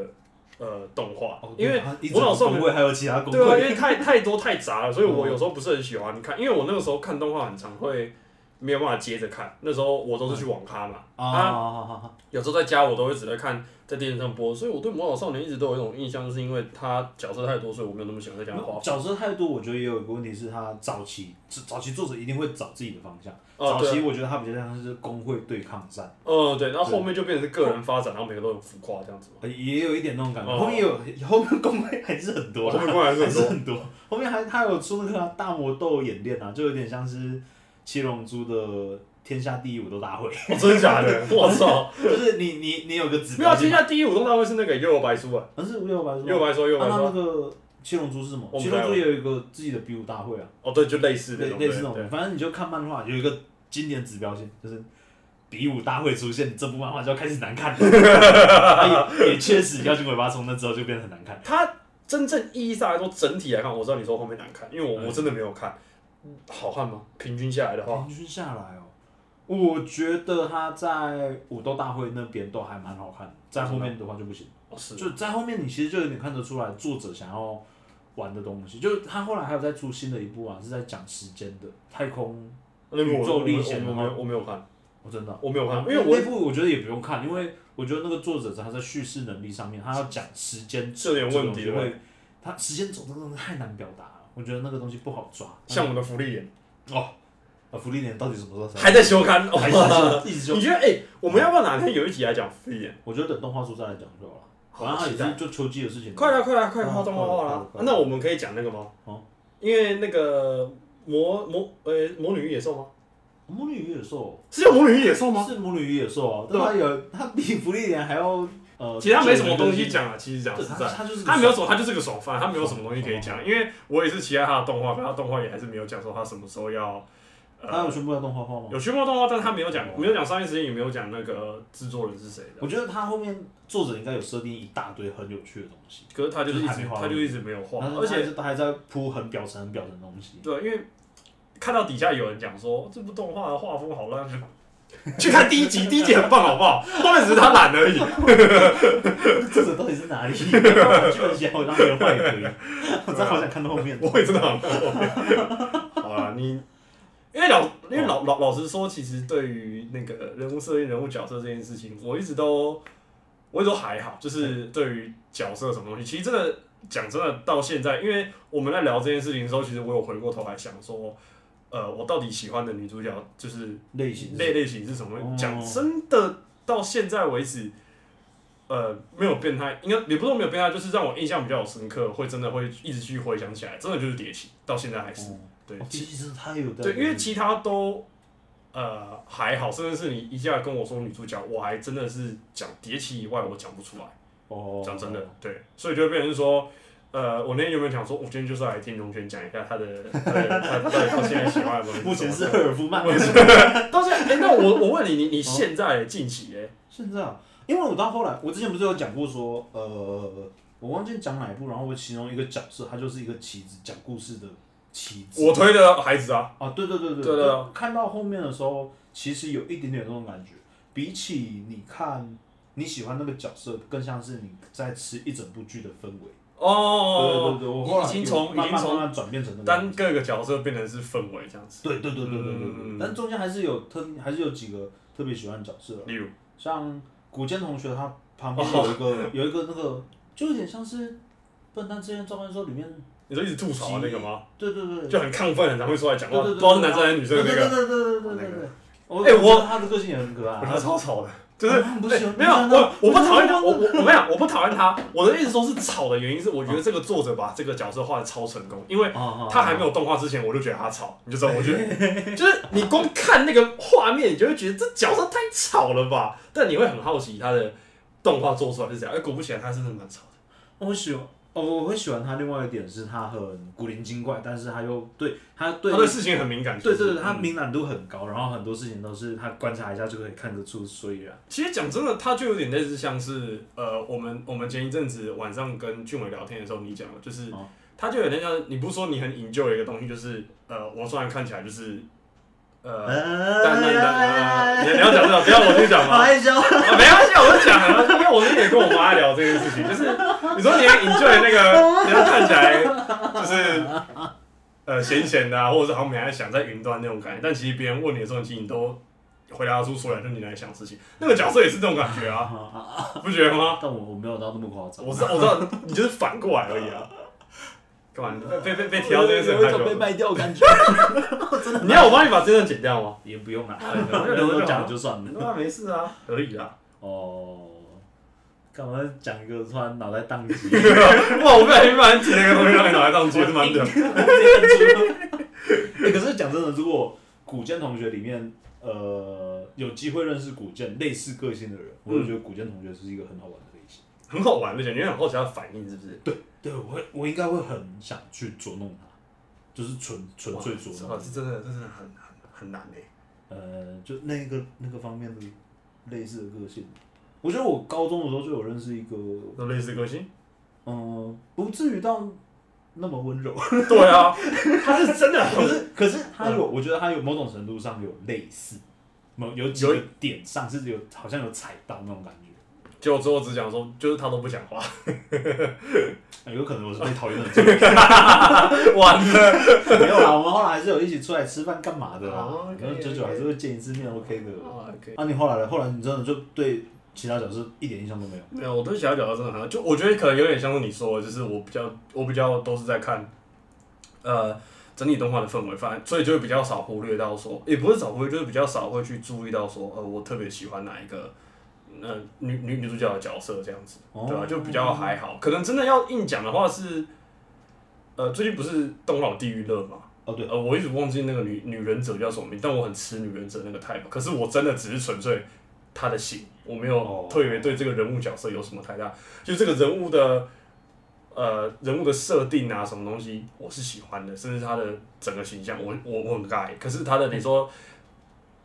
[SPEAKER 1] 呃动画
[SPEAKER 3] 哦，，
[SPEAKER 1] 因为
[SPEAKER 3] 我
[SPEAKER 1] 我老
[SPEAKER 3] 老
[SPEAKER 1] 是
[SPEAKER 3] 工会还有其他工
[SPEAKER 1] 对啊，因
[SPEAKER 3] 会，
[SPEAKER 1] 为太太多太杂了，所以我有时候不是很喜欢看，因为我那个时候看动画很常会没有办法接着看，那时候我都是去网咖嘛，啊。
[SPEAKER 3] 啊，
[SPEAKER 1] 有时候在家我都会只在看在电视上播，所以我对《魔导少年》一直都有一种印象，就是因为他角色太多，所以我没有那么喜欢在讲话。
[SPEAKER 3] 角色太多，我觉得也有一个问题是，他早期早期作者一定会找自己的方向。
[SPEAKER 1] 哦
[SPEAKER 3] 早
[SPEAKER 1] 对
[SPEAKER 3] 期我觉得他比较像是工会对抗战，
[SPEAKER 1] 呃，对，然后后面就变成是个人发展，然后每个都很浮夸这 样子嘛。
[SPEAKER 3] 呃也有一点那种感觉。
[SPEAKER 1] 哦
[SPEAKER 3] 后面有后面工会还是很多啊，
[SPEAKER 1] 后面过来是
[SPEAKER 3] 还
[SPEAKER 1] 很
[SPEAKER 3] 是
[SPEAKER 1] 多，
[SPEAKER 3] 很多。后面还他有出那个啊、大魔斗演练啊，就有点像是《七龙珠》的天下第一武斗大会，
[SPEAKER 1] 哦真的假 的？我操！
[SPEAKER 3] 就是你你你有个指
[SPEAKER 1] 哦没有啊，
[SPEAKER 3] 标
[SPEAKER 1] 天
[SPEAKER 3] 性，
[SPEAKER 1] 下第一武动大会是那个幽游白书啊，
[SPEAKER 3] 而是六百
[SPEAKER 1] 幽游
[SPEAKER 3] 说，
[SPEAKER 1] 白书，幽游
[SPEAKER 3] 啊
[SPEAKER 1] 白
[SPEAKER 3] 那那
[SPEAKER 1] 书。
[SPEAKER 3] 个《七龙珠》是什么？
[SPEAKER 1] 我不
[SPEAKER 3] 《七
[SPEAKER 1] 知道
[SPEAKER 3] 龙珠》也有一个自己的比武大会啊，
[SPEAKER 1] 哦，对，就类似那
[SPEAKER 3] 类
[SPEAKER 1] 种，
[SPEAKER 3] 类似那
[SPEAKER 1] 对
[SPEAKER 3] 种，反正你就看漫画有一个经典指标性，就是。比武大会出现，这部漫画就要开始难 看了。然后也也确实，妖精尾巴从那之后就变得很难看。
[SPEAKER 1] 它真正意义上来说，整体来看，我知道你说后面难看，因为
[SPEAKER 3] 嗯
[SPEAKER 1] 我我真的没有看。好看吗？平均下来的话，
[SPEAKER 3] 平均下来哦，我觉得他在武斗大会那边都还蛮好看的，在后面的话就不行。
[SPEAKER 1] 哦是
[SPEAKER 3] 就在后面，你其实就有点看得出来作者想要玩的东西。就是他后来还有再出新的一部啊，是在讲时间的太空。
[SPEAKER 1] 那个我
[SPEAKER 3] 宇宙历险
[SPEAKER 1] 我我没有我没有看，
[SPEAKER 3] 我真的啊，
[SPEAKER 1] 我没有看，因
[SPEAKER 3] 因
[SPEAKER 1] 为
[SPEAKER 3] 为
[SPEAKER 1] 我
[SPEAKER 3] 那部我觉得也不用看，因为我觉得那个作者他在叙事能力上面，他要讲时间
[SPEAKER 1] 这有点问题
[SPEAKER 3] 这
[SPEAKER 1] 了
[SPEAKER 3] 个东西会他时间轴真的太难表达了，我觉得那个东西不好抓。
[SPEAKER 1] 像我们的福利眼
[SPEAKER 3] 哦，啊，福利点到底什么时候才
[SPEAKER 1] 还在修刊，哦
[SPEAKER 3] 还 是一直就
[SPEAKER 1] 你觉得哎、我们要不要哪天有一集来讲福利眼？
[SPEAKER 3] 我觉得等动画书再来讲就好了。
[SPEAKER 1] 好
[SPEAKER 3] 反正它也
[SPEAKER 1] 期待
[SPEAKER 3] 是就秋季的事情。
[SPEAKER 1] 快！啦快啦快画动画化
[SPEAKER 3] 快
[SPEAKER 1] 啦
[SPEAKER 3] 了快！了
[SPEAKER 1] 那我们可以讲那个吗？
[SPEAKER 3] 哦
[SPEAKER 1] 因为那个魔魔呃魔女与野兽吗？
[SPEAKER 3] 魔女与野兽
[SPEAKER 1] 是叫魔女与野兽吗？
[SPEAKER 3] 是魔女与野兽啊，
[SPEAKER 1] 对
[SPEAKER 3] 但
[SPEAKER 1] 啊
[SPEAKER 3] 它有它比福利莲还要呃，
[SPEAKER 1] 哦其实他没什么东西，讲啊，其实讲
[SPEAKER 3] 对，
[SPEAKER 1] 实
[SPEAKER 3] 它
[SPEAKER 1] 在。
[SPEAKER 3] 它就是
[SPEAKER 1] 他没有
[SPEAKER 3] 有
[SPEAKER 1] 什么，他就是个哦爽番，他没有什么东西可以讲。因为我也是期待他的动画，可他动画也还是没有讲说他什么时候要，
[SPEAKER 3] 它有
[SPEAKER 1] 呃，
[SPEAKER 3] 宣布要动画化吗？
[SPEAKER 1] 有宣布动画，但他没有讲，没有讲上映时间，也没有讲那个制作人是谁的。
[SPEAKER 3] 我觉得它后面作者应该有设定一大堆很有趣的东西，
[SPEAKER 1] 可是他就是一
[SPEAKER 3] 就是还
[SPEAKER 1] 直
[SPEAKER 3] 没画完
[SPEAKER 1] 他就一直没有画，
[SPEAKER 3] 但是
[SPEAKER 1] 而且
[SPEAKER 3] 它还在铺很表层、很表层的东 西。
[SPEAKER 1] 对，因为看到底下有人讲说这部动画的画风好烂，去看第一集，第一集很棒，好不好？后面只是他懒而已。
[SPEAKER 3] 作者到底是哪里？ 剧本写好让别人坏也可以。 我真的好想看到后面。
[SPEAKER 1] 我也真的很后悔。好了，你因为老因为老老老实说，其实对于那个人物设定、人物角色这件事情，我一直都我一直都还好，就是对于角色什么东西，其实真的讲真的，到现在，因为我们在聊这件事情的时候，其实我有回过头来想说。呃，我到底喜欢的女主角就是
[SPEAKER 3] 类型
[SPEAKER 1] 类类型是什么
[SPEAKER 3] 哦？
[SPEAKER 1] 讲真的，到现在为止，呃，没有变态，应该也不是说没有变态，就是让我印象比较深刻，会真的会一直去回想起来，真的就是蝶形，到现在还是、
[SPEAKER 3] 哦
[SPEAKER 1] 对
[SPEAKER 3] 哦其实它有在
[SPEAKER 1] 对，因为其他都呃还好，甚至是你一下跟我说女主角，我还真的是讲蝶奇以外，我讲不出来。
[SPEAKER 3] 哦，
[SPEAKER 1] 讲真的，对，所以就会变成是说，呃，我那天有没有想说，我今天就是来听龙泉讲一下他的，呃他他到底到现在喜欢的东西什么
[SPEAKER 3] 目前是赫尔夫 曼。
[SPEAKER 1] 到现在， 哎、那我我问你，你你现在近期哎、
[SPEAKER 3] 现在啊，因为我到后来，我之前不是有讲过说，呃，我忘记讲哪一部，然后我其中一个角色，他就是一个棋子，讲故事的棋子。
[SPEAKER 1] 我推的孩子啊，
[SPEAKER 3] 啊，对对对对
[SPEAKER 1] 对对啊
[SPEAKER 3] 看到后面的时候，其实有一点点那种感觉。比起你看你喜欢那个角色，更像是你在吃一整部剧的氛围。对
[SPEAKER 1] 哦
[SPEAKER 3] 对对，我后
[SPEAKER 1] 已
[SPEAKER 3] 来
[SPEAKER 1] 经
[SPEAKER 3] 有
[SPEAKER 1] 从已
[SPEAKER 3] 慢
[SPEAKER 1] 经
[SPEAKER 3] 慢慢
[SPEAKER 1] 从
[SPEAKER 3] 慢转变成那个样
[SPEAKER 1] 单
[SPEAKER 3] 子。
[SPEAKER 1] 各个角色变成是氛围这样子，
[SPEAKER 3] 对对对对对对对，
[SPEAKER 1] 嗯
[SPEAKER 3] 但中间还是有特，还是有几个特别喜欢的角色，
[SPEAKER 1] 例如
[SPEAKER 3] 像古剑同学他旁边有一个、 有一个那个，就有点像是《笨蛋之间召唤兽》里面，
[SPEAKER 1] 你说一直吐槽那个吗？
[SPEAKER 3] 对对对，
[SPEAKER 1] 就很亢奋，很常会出来讲话，不
[SPEAKER 3] 对对对，
[SPEAKER 1] 知道是男生还是女生的那
[SPEAKER 3] 对
[SPEAKER 1] 个，
[SPEAKER 3] 对对对对对对。我
[SPEAKER 1] 哎我
[SPEAKER 3] 觉得他的个性也很可爱
[SPEAKER 1] 我，觉得超吵的，就是
[SPEAKER 3] 啊不
[SPEAKER 1] 对
[SPEAKER 3] 行
[SPEAKER 1] 没有
[SPEAKER 3] 不行
[SPEAKER 1] 我我不讨厌他，
[SPEAKER 3] 不
[SPEAKER 1] 我
[SPEAKER 3] 行
[SPEAKER 1] 我我没有我不讨厌他，我的意思说是吵的原因是我觉
[SPEAKER 3] 啊
[SPEAKER 1] 得这个作者把这个角色画的超成功，因为他
[SPEAKER 3] 他
[SPEAKER 1] 还没有动画之前，我就觉得他吵，你就知 道，我觉得就是你光看那个画面，你就会觉得这角色太吵了吧？但你会很好奇他的动画做出来是怎样，哎，果不其然，他是真的蛮吵的。
[SPEAKER 3] 我喜欢哦，我会喜欢他另外一点是他很古灵精怪，但是他又对他对
[SPEAKER 1] 他对事情很敏感，
[SPEAKER 3] 对
[SPEAKER 1] 其实
[SPEAKER 3] 对对，他
[SPEAKER 1] 嗯
[SPEAKER 3] 敏感度很高，然后很多事情都是他观察一下就可以看得出所以然。
[SPEAKER 1] 其实讲真的，他就有点类似像是呃，我们我们前一阵子晚上跟俊伟聊天的时候，你讲的就是
[SPEAKER 3] 哦，
[SPEAKER 1] 他就有点像你不是说你很 enjoy 一个东西，就是呃，我虽然看起来就是
[SPEAKER 3] 哎
[SPEAKER 1] 呃，但但但，你你要讲这个，不要我去讲吗？
[SPEAKER 3] 害羞，
[SPEAKER 1] 啊，没关系，我就讲了，因为我之前也跟我妈聊这件事情，就是你说你要 enjoy 那个，你要看起来就是呃闲闲的、啊，或者是好像没在想在云端那种感觉，但其实别人问你的时候，其实你都回答出出来，就你在想事情，那个角色也是这种感觉啊，不觉得吗？
[SPEAKER 3] 但我我没有到那么夸张，
[SPEAKER 1] 我知道，我知道，你就是反过来而已啊。干嘛？你被被被提到这件事
[SPEAKER 3] 有
[SPEAKER 1] 很害
[SPEAKER 3] 一种被
[SPEAKER 1] 羞？
[SPEAKER 3] 卖掉的感觉，
[SPEAKER 1] 你要我帮你把这段剪掉吗？
[SPEAKER 3] 也不用啦，
[SPEAKER 1] 就留着就好
[SPEAKER 3] 都讲了就算了。
[SPEAKER 1] 那没事啊，可以啊。
[SPEAKER 3] 哦，干嘛讲一个突然脑袋宕 机？
[SPEAKER 1] 哇，我不小心把你剪那个东西让你脑袋当街，是蛮 屌。
[SPEAKER 3] 欸可是讲真的，如果古剑同学里面，呃，有机会认识古剑类似个性的人，我就觉得古剑同学是一个很好玩的类型。
[SPEAKER 1] 很好玩的感觉，因为很好奇他的反应是不是？对，
[SPEAKER 3] 对，我会我应该会很想去捉弄他，就是纯纯粹捉弄。
[SPEAKER 1] 这真的，这真的很很很难欸诶。
[SPEAKER 3] 呃，就那个那个方面的类似的个性。我觉得我高中的时候就有认识一个，
[SPEAKER 1] 那类似个性？
[SPEAKER 3] 嗯、不至于到那么温柔，
[SPEAKER 1] 对啊， 他是真的
[SPEAKER 3] 可
[SPEAKER 1] 很嗯
[SPEAKER 3] 是可是他有，我觉得他有某种程度上有类似，某有几个点上是有好像有踩到那种感觉。
[SPEAKER 1] 就我之后只讲说，就是他都不 讲话，
[SPEAKER 3] 哎有可能我是被讨厌的罪， 没
[SPEAKER 1] 完了。
[SPEAKER 3] 有啦，我们后来还是有一起出来吃饭干嘛的
[SPEAKER 1] 哦，
[SPEAKER 3] 啦然后
[SPEAKER 1] OK，OK
[SPEAKER 3] 久久还是会见一次面，OK 的。
[SPEAKER 1] 可以。
[SPEAKER 3] 啊，你后来呢？后来你真的就对其他角色一点印象都没有？
[SPEAKER 1] 没有，我对其他角色真的很好，就我觉得可能有点像是你说的，就是我比较我比较都是在看，呃，整体动画的氛围，反正所以就会比较少忽略到说，也不是少忽略，就是比较少会去注意到说，呃，我特别喜欢哪一个。呃，女女女主角的角色这样子，
[SPEAKER 3] 哦
[SPEAKER 1] 对吧、就比较还好。可能真的要硬讲的话是，呃，最近不是《东老地狱乐》嘛？
[SPEAKER 3] 哦，对，
[SPEAKER 1] 呃，我一直忘记那个女女忍者叫什么名，但我很吃女忍者那个 type。可是我真的只是纯粹她的型，我没有
[SPEAKER 3] 哦
[SPEAKER 1] 特别对这个人物角色有什么太大，就这个人物的呃人物的设定啊，什么东西我是喜欢的，甚至他的整个形象，我我我很爱。可是他的你说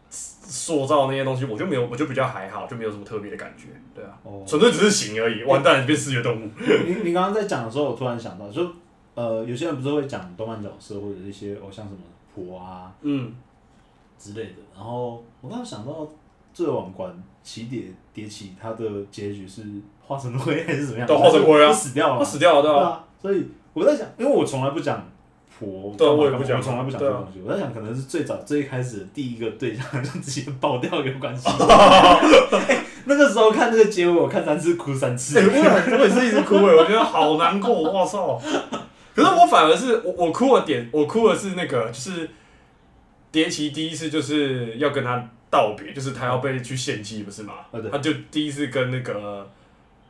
[SPEAKER 1] 塑造那些东西，我就没有，我就比较还好，就没有什么特别的感觉，对啊，
[SPEAKER 3] 哦，
[SPEAKER 1] 纯粹只是型而已。完蛋，你变视觉动物，
[SPEAKER 3] 你你刚刚在讲的时候，我突然想到，就呃，有些人不是会讲动漫角色或者是一些偶像什么婆啊
[SPEAKER 1] 嗯，
[SPEAKER 3] 之类的，然后我刚刚想到《最王冠》起蝶蝶起，它的结局是化成灰还是怎么样？
[SPEAKER 1] 对化成灰啊
[SPEAKER 3] 就死掉了
[SPEAKER 1] 他
[SPEAKER 3] 嘛，
[SPEAKER 1] 死掉了，对
[SPEAKER 3] 对
[SPEAKER 1] 吧、
[SPEAKER 3] 啊，所以我在想，因为我从来不讲婆，
[SPEAKER 1] 对啊
[SPEAKER 3] 干嘛
[SPEAKER 1] 我也不
[SPEAKER 3] 干嘛
[SPEAKER 1] 讲
[SPEAKER 3] 我从来不讲
[SPEAKER 1] 对
[SPEAKER 3] 这
[SPEAKER 1] 啊
[SPEAKER 3] 个东西。我在想，可能是最早最一开始的第一个对象就直接爆掉有关 系。哎那个时候看这个结尾，我看三次哭三次
[SPEAKER 1] 哎、。我也我也是一直哭哎、我觉得好难过，我操！可是我反而是我我哭的点，我哭的是那个就是蝶奇第一次就是要跟他道别，就是他要被去献祭，不是吗？
[SPEAKER 3] 啊对
[SPEAKER 1] 他就第一次跟那个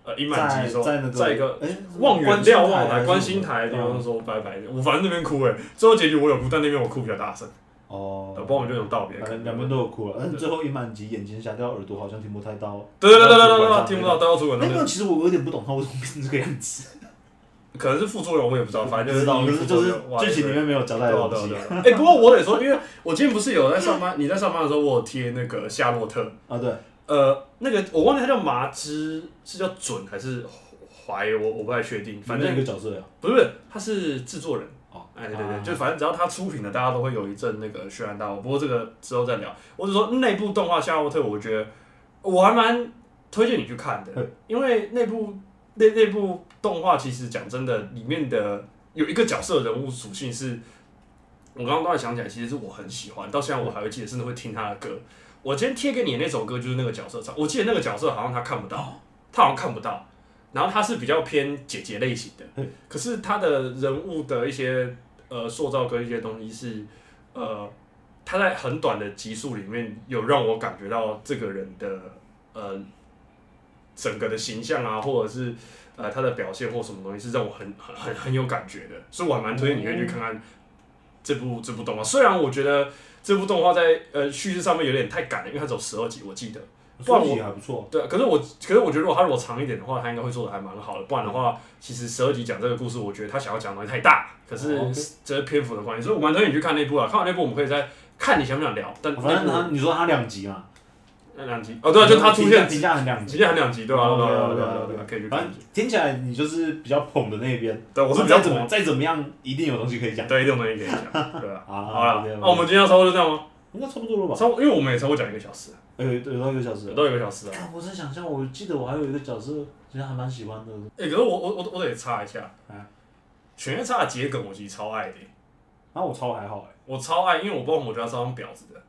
[SPEAKER 1] 呃殷满
[SPEAKER 3] 在
[SPEAKER 1] 吉说，
[SPEAKER 3] 在那个
[SPEAKER 1] 一个
[SPEAKER 3] 哎
[SPEAKER 1] 望远瞭望台、观
[SPEAKER 3] 观
[SPEAKER 1] 星
[SPEAKER 3] 星
[SPEAKER 1] 台
[SPEAKER 3] 台
[SPEAKER 1] 的地
[SPEAKER 3] 还
[SPEAKER 1] 方
[SPEAKER 3] 是什么哦嗯
[SPEAKER 1] 说拜拜。我反正那边哭哎、最后结局我有哭，但那边我哭比较大声，
[SPEAKER 3] 哦，
[SPEAKER 1] 不然我就有啊道别
[SPEAKER 3] 反
[SPEAKER 1] 感。
[SPEAKER 3] 正两边都有哭了，但是最后一满级眼睛瞎掉，耳朵好像听不太到。
[SPEAKER 1] 对对对对对对对，听不到，
[SPEAKER 3] 哎。
[SPEAKER 1] 都要出轨。
[SPEAKER 3] 那个其实我有点不懂他为什么变成这个样子，
[SPEAKER 1] 可能是副作用，我也不知道，反正
[SPEAKER 3] 知道，
[SPEAKER 1] 就
[SPEAKER 3] 可
[SPEAKER 1] 是
[SPEAKER 3] 是就是
[SPEAKER 1] 哇
[SPEAKER 3] 剧情里面没有交代的东西
[SPEAKER 1] 对啊对啊对啊哎、不过我得说，因为我今天不是有在上班，你在上班的时候，我有贴那个夏洛特，
[SPEAKER 3] 啊，对，
[SPEAKER 1] 呃，那个我忘记他叫麻枝，是叫准还是怀，我我不太确定，反正
[SPEAKER 3] 一个角色呀，
[SPEAKER 1] 不是，他是制作人。
[SPEAKER 3] 哦
[SPEAKER 1] 哎，对对对，
[SPEAKER 3] 啊
[SPEAKER 1] 就反正只要他出品的，大家都会有一阵那个轩然大波。不过这个之后再聊。我只说那部动画《夏洛特》，我觉得我还蛮推荐你去看的，因为那部那那部动画其实讲真的，里面的有一个角色人物属性是，我刚刚突然想起来，其实是我很喜欢，到现在我还会记得，甚至会听他的歌。我今天贴给你的那首歌就是那个角色唱，我记得那个角色好像他看不到，他好像看不到，然后他是比较偏姐姐类型的。可是他的人物的一些呃塑造跟一些东西是呃，他在很短的集数里面有让我感觉到这个人的呃整个的形象啊，或者是呃他的表现或什么东西是让我很很很很有感觉的，所以我还蛮推荐你可以去看看这部这部动画。虽然我觉得这部动画在呃叙事上面有点太赶了，因为它只有十二集，我记得。不然我
[SPEAKER 3] 书籍还不错，
[SPEAKER 1] 对，啊可是我可是我觉得如果他如果长一点的话，他应该会做的还蛮好的。不然的话，
[SPEAKER 3] 嗯
[SPEAKER 1] 其实十二集讲这个故事，我觉得他想要讲的东西太大，可是
[SPEAKER 3] 哦，OK
[SPEAKER 1] 这是篇幅的关系，所以我蛮推荐你去看那部啊。看完那部，我们可以再看你想不想聊。但
[SPEAKER 3] 哦反
[SPEAKER 1] 那
[SPEAKER 3] 正
[SPEAKER 1] 部
[SPEAKER 3] 他你说他两集嘛，
[SPEAKER 1] 那两集哦，对啊，就他出
[SPEAKER 3] 评价
[SPEAKER 1] 现
[SPEAKER 3] 评价很两
[SPEAKER 1] 直
[SPEAKER 3] 集，
[SPEAKER 1] 接很两集，对吧？
[SPEAKER 3] 哦
[SPEAKER 1] 对啊
[SPEAKER 3] 对
[SPEAKER 1] 对
[SPEAKER 3] 啊
[SPEAKER 1] 啊
[SPEAKER 3] 对
[SPEAKER 1] 对
[SPEAKER 3] 啊
[SPEAKER 1] 啊，可以去看
[SPEAKER 3] 反。正听起来你就是比较捧的那边，
[SPEAKER 1] 对，我是比
[SPEAKER 3] 然
[SPEAKER 1] 较
[SPEAKER 3] 后再怎
[SPEAKER 1] 怎
[SPEAKER 3] 么再怎么样，一定有东西可以讲。
[SPEAKER 1] 对一定东西可以讲，对啊。
[SPEAKER 3] 啊
[SPEAKER 1] 好了，
[SPEAKER 3] OK，OK
[SPEAKER 1] 那我们今天要差不多就这样吗？
[SPEAKER 3] 应该差不多了吧？
[SPEAKER 1] 差不多，因为我们也超过讲一个小时，
[SPEAKER 3] 呃，对，到一个小时了。
[SPEAKER 1] 都一个小时啊。
[SPEAKER 3] 看，我在想象，我记得我还有一个角色，其实还蛮喜欢的。
[SPEAKER 1] 哎，可是我我我我得插一下
[SPEAKER 3] 啊，
[SPEAKER 1] 犬夜叉的桔梗我其实超爱的，
[SPEAKER 3] 然啊后我超还好
[SPEAKER 1] 我超爱，因为我不知道为什么我觉得他超像婊子的。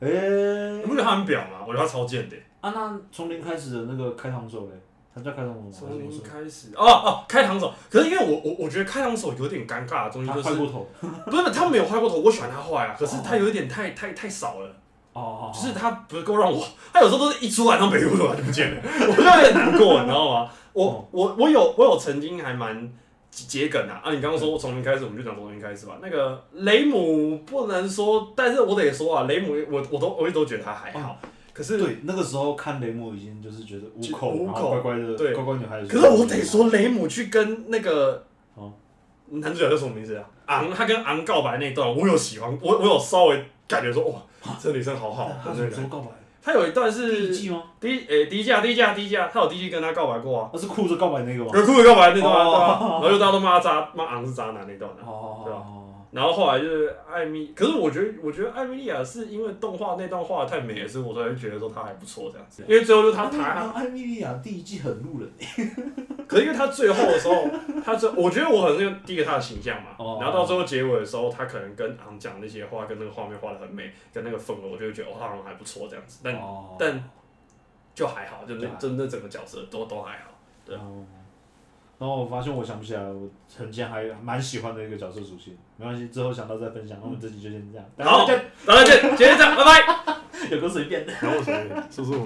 [SPEAKER 3] 哎、欸
[SPEAKER 1] 你不觉得他很婊吗？我觉得他超贱的、欸。
[SPEAKER 3] 啊，那从零开始的那个开膛手嘞，他叫开膛手吗？
[SPEAKER 1] 从
[SPEAKER 3] 还是
[SPEAKER 1] 零
[SPEAKER 3] 什么
[SPEAKER 1] 开始，哦哦，开膛手。可是因为我我我觉得开膛手有点尴尬的东西
[SPEAKER 3] 他
[SPEAKER 1] 就
[SPEAKER 3] 坏
[SPEAKER 1] 是，
[SPEAKER 3] 过头。
[SPEAKER 1] 不是他没有坏过头，我喜欢他坏啊。可是他有一点太太太少了，
[SPEAKER 3] 哦哦，哦
[SPEAKER 1] 就是他不够让我，他有时候都是一出来然后没多久他就不见了， 我就有点难过，你知道吗？
[SPEAKER 3] 哦
[SPEAKER 1] 我我我有我有曾经还蛮桔梗啊啊！你刚刚说从零开始，我们就讲从零开始吧。那个雷姆不能说，但是我得说啊，雷姆我我都我一直都觉得他还好，可是
[SPEAKER 3] 哦对，那个时候看雷姆已经就是觉得五口，
[SPEAKER 1] 就五
[SPEAKER 3] 然
[SPEAKER 1] 口
[SPEAKER 3] 后乖乖的，
[SPEAKER 1] 对
[SPEAKER 3] 乖乖女孩子。
[SPEAKER 1] 可是我得说，雷姆去跟那个
[SPEAKER 3] 哦嗯
[SPEAKER 1] 男主角叫什么名字啊？昂，他跟昂告白那一段，我有喜欢，我我有稍微感觉说，哇，
[SPEAKER 3] 啊
[SPEAKER 1] 这女生好好
[SPEAKER 3] 对，他
[SPEAKER 1] 的
[SPEAKER 3] 什
[SPEAKER 1] 那
[SPEAKER 3] 么
[SPEAKER 1] 个
[SPEAKER 3] 时候告白？
[SPEAKER 1] 他有一段
[SPEAKER 3] 第一
[SPEAKER 1] 是
[SPEAKER 3] 季吗？
[SPEAKER 1] 第一，诶，第一季啊，第一季啊，第一季啊，他有第一季跟他告白过啊，
[SPEAKER 3] 那是哭着告白那个吗？
[SPEAKER 1] 有酷的告白那段啊，
[SPEAKER 3] 哦
[SPEAKER 1] 对啊然后就大家都骂他渣，骂昂是渣男那段啊。
[SPEAKER 3] 哦
[SPEAKER 1] 对
[SPEAKER 3] 哦
[SPEAKER 1] 然后后来就是艾米，可是我觉得，我觉得艾米莉亚是因为动画那段画得太美了，所以我才会觉得说她还不错这样子。因为最后就是她
[SPEAKER 3] 他
[SPEAKER 1] 她
[SPEAKER 3] 啊艾米莉亚第一季很路人，欸
[SPEAKER 1] 可是因为他最后的时 候，他最我觉得我可能是因为第一个他的形象嘛，
[SPEAKER 3] 哦
[SPEAKER 1] 然后到最后结尾的时候，他可能跟昂讲那些话，跟那个画面画的很美，跟那个氛围，我就会觉得哦，他好像还不错这样子，但、
[SPEAKER 3] 哦
[SPEAKER 1] 但就还好，就那
[SPEAKER 3] 对啊
[SPEAKER 1] 就那整个角色都都还好。对
[SPEAKER 3] 哦然后我发现我想不起来，我曾经还蛮喜欢的一个角色属性。没关系，之后想到再分享。那我们这集就先这样，大
[SPEAKER 1] 好
[SPEAKER 3] 家再，
[SPEAKER 1] 然后就今天这样，拜拜。
[SPEAKER 3] 见有个随便的。
[SPEAKER 1] 然后我是不是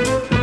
[SPEAKER 1] 我？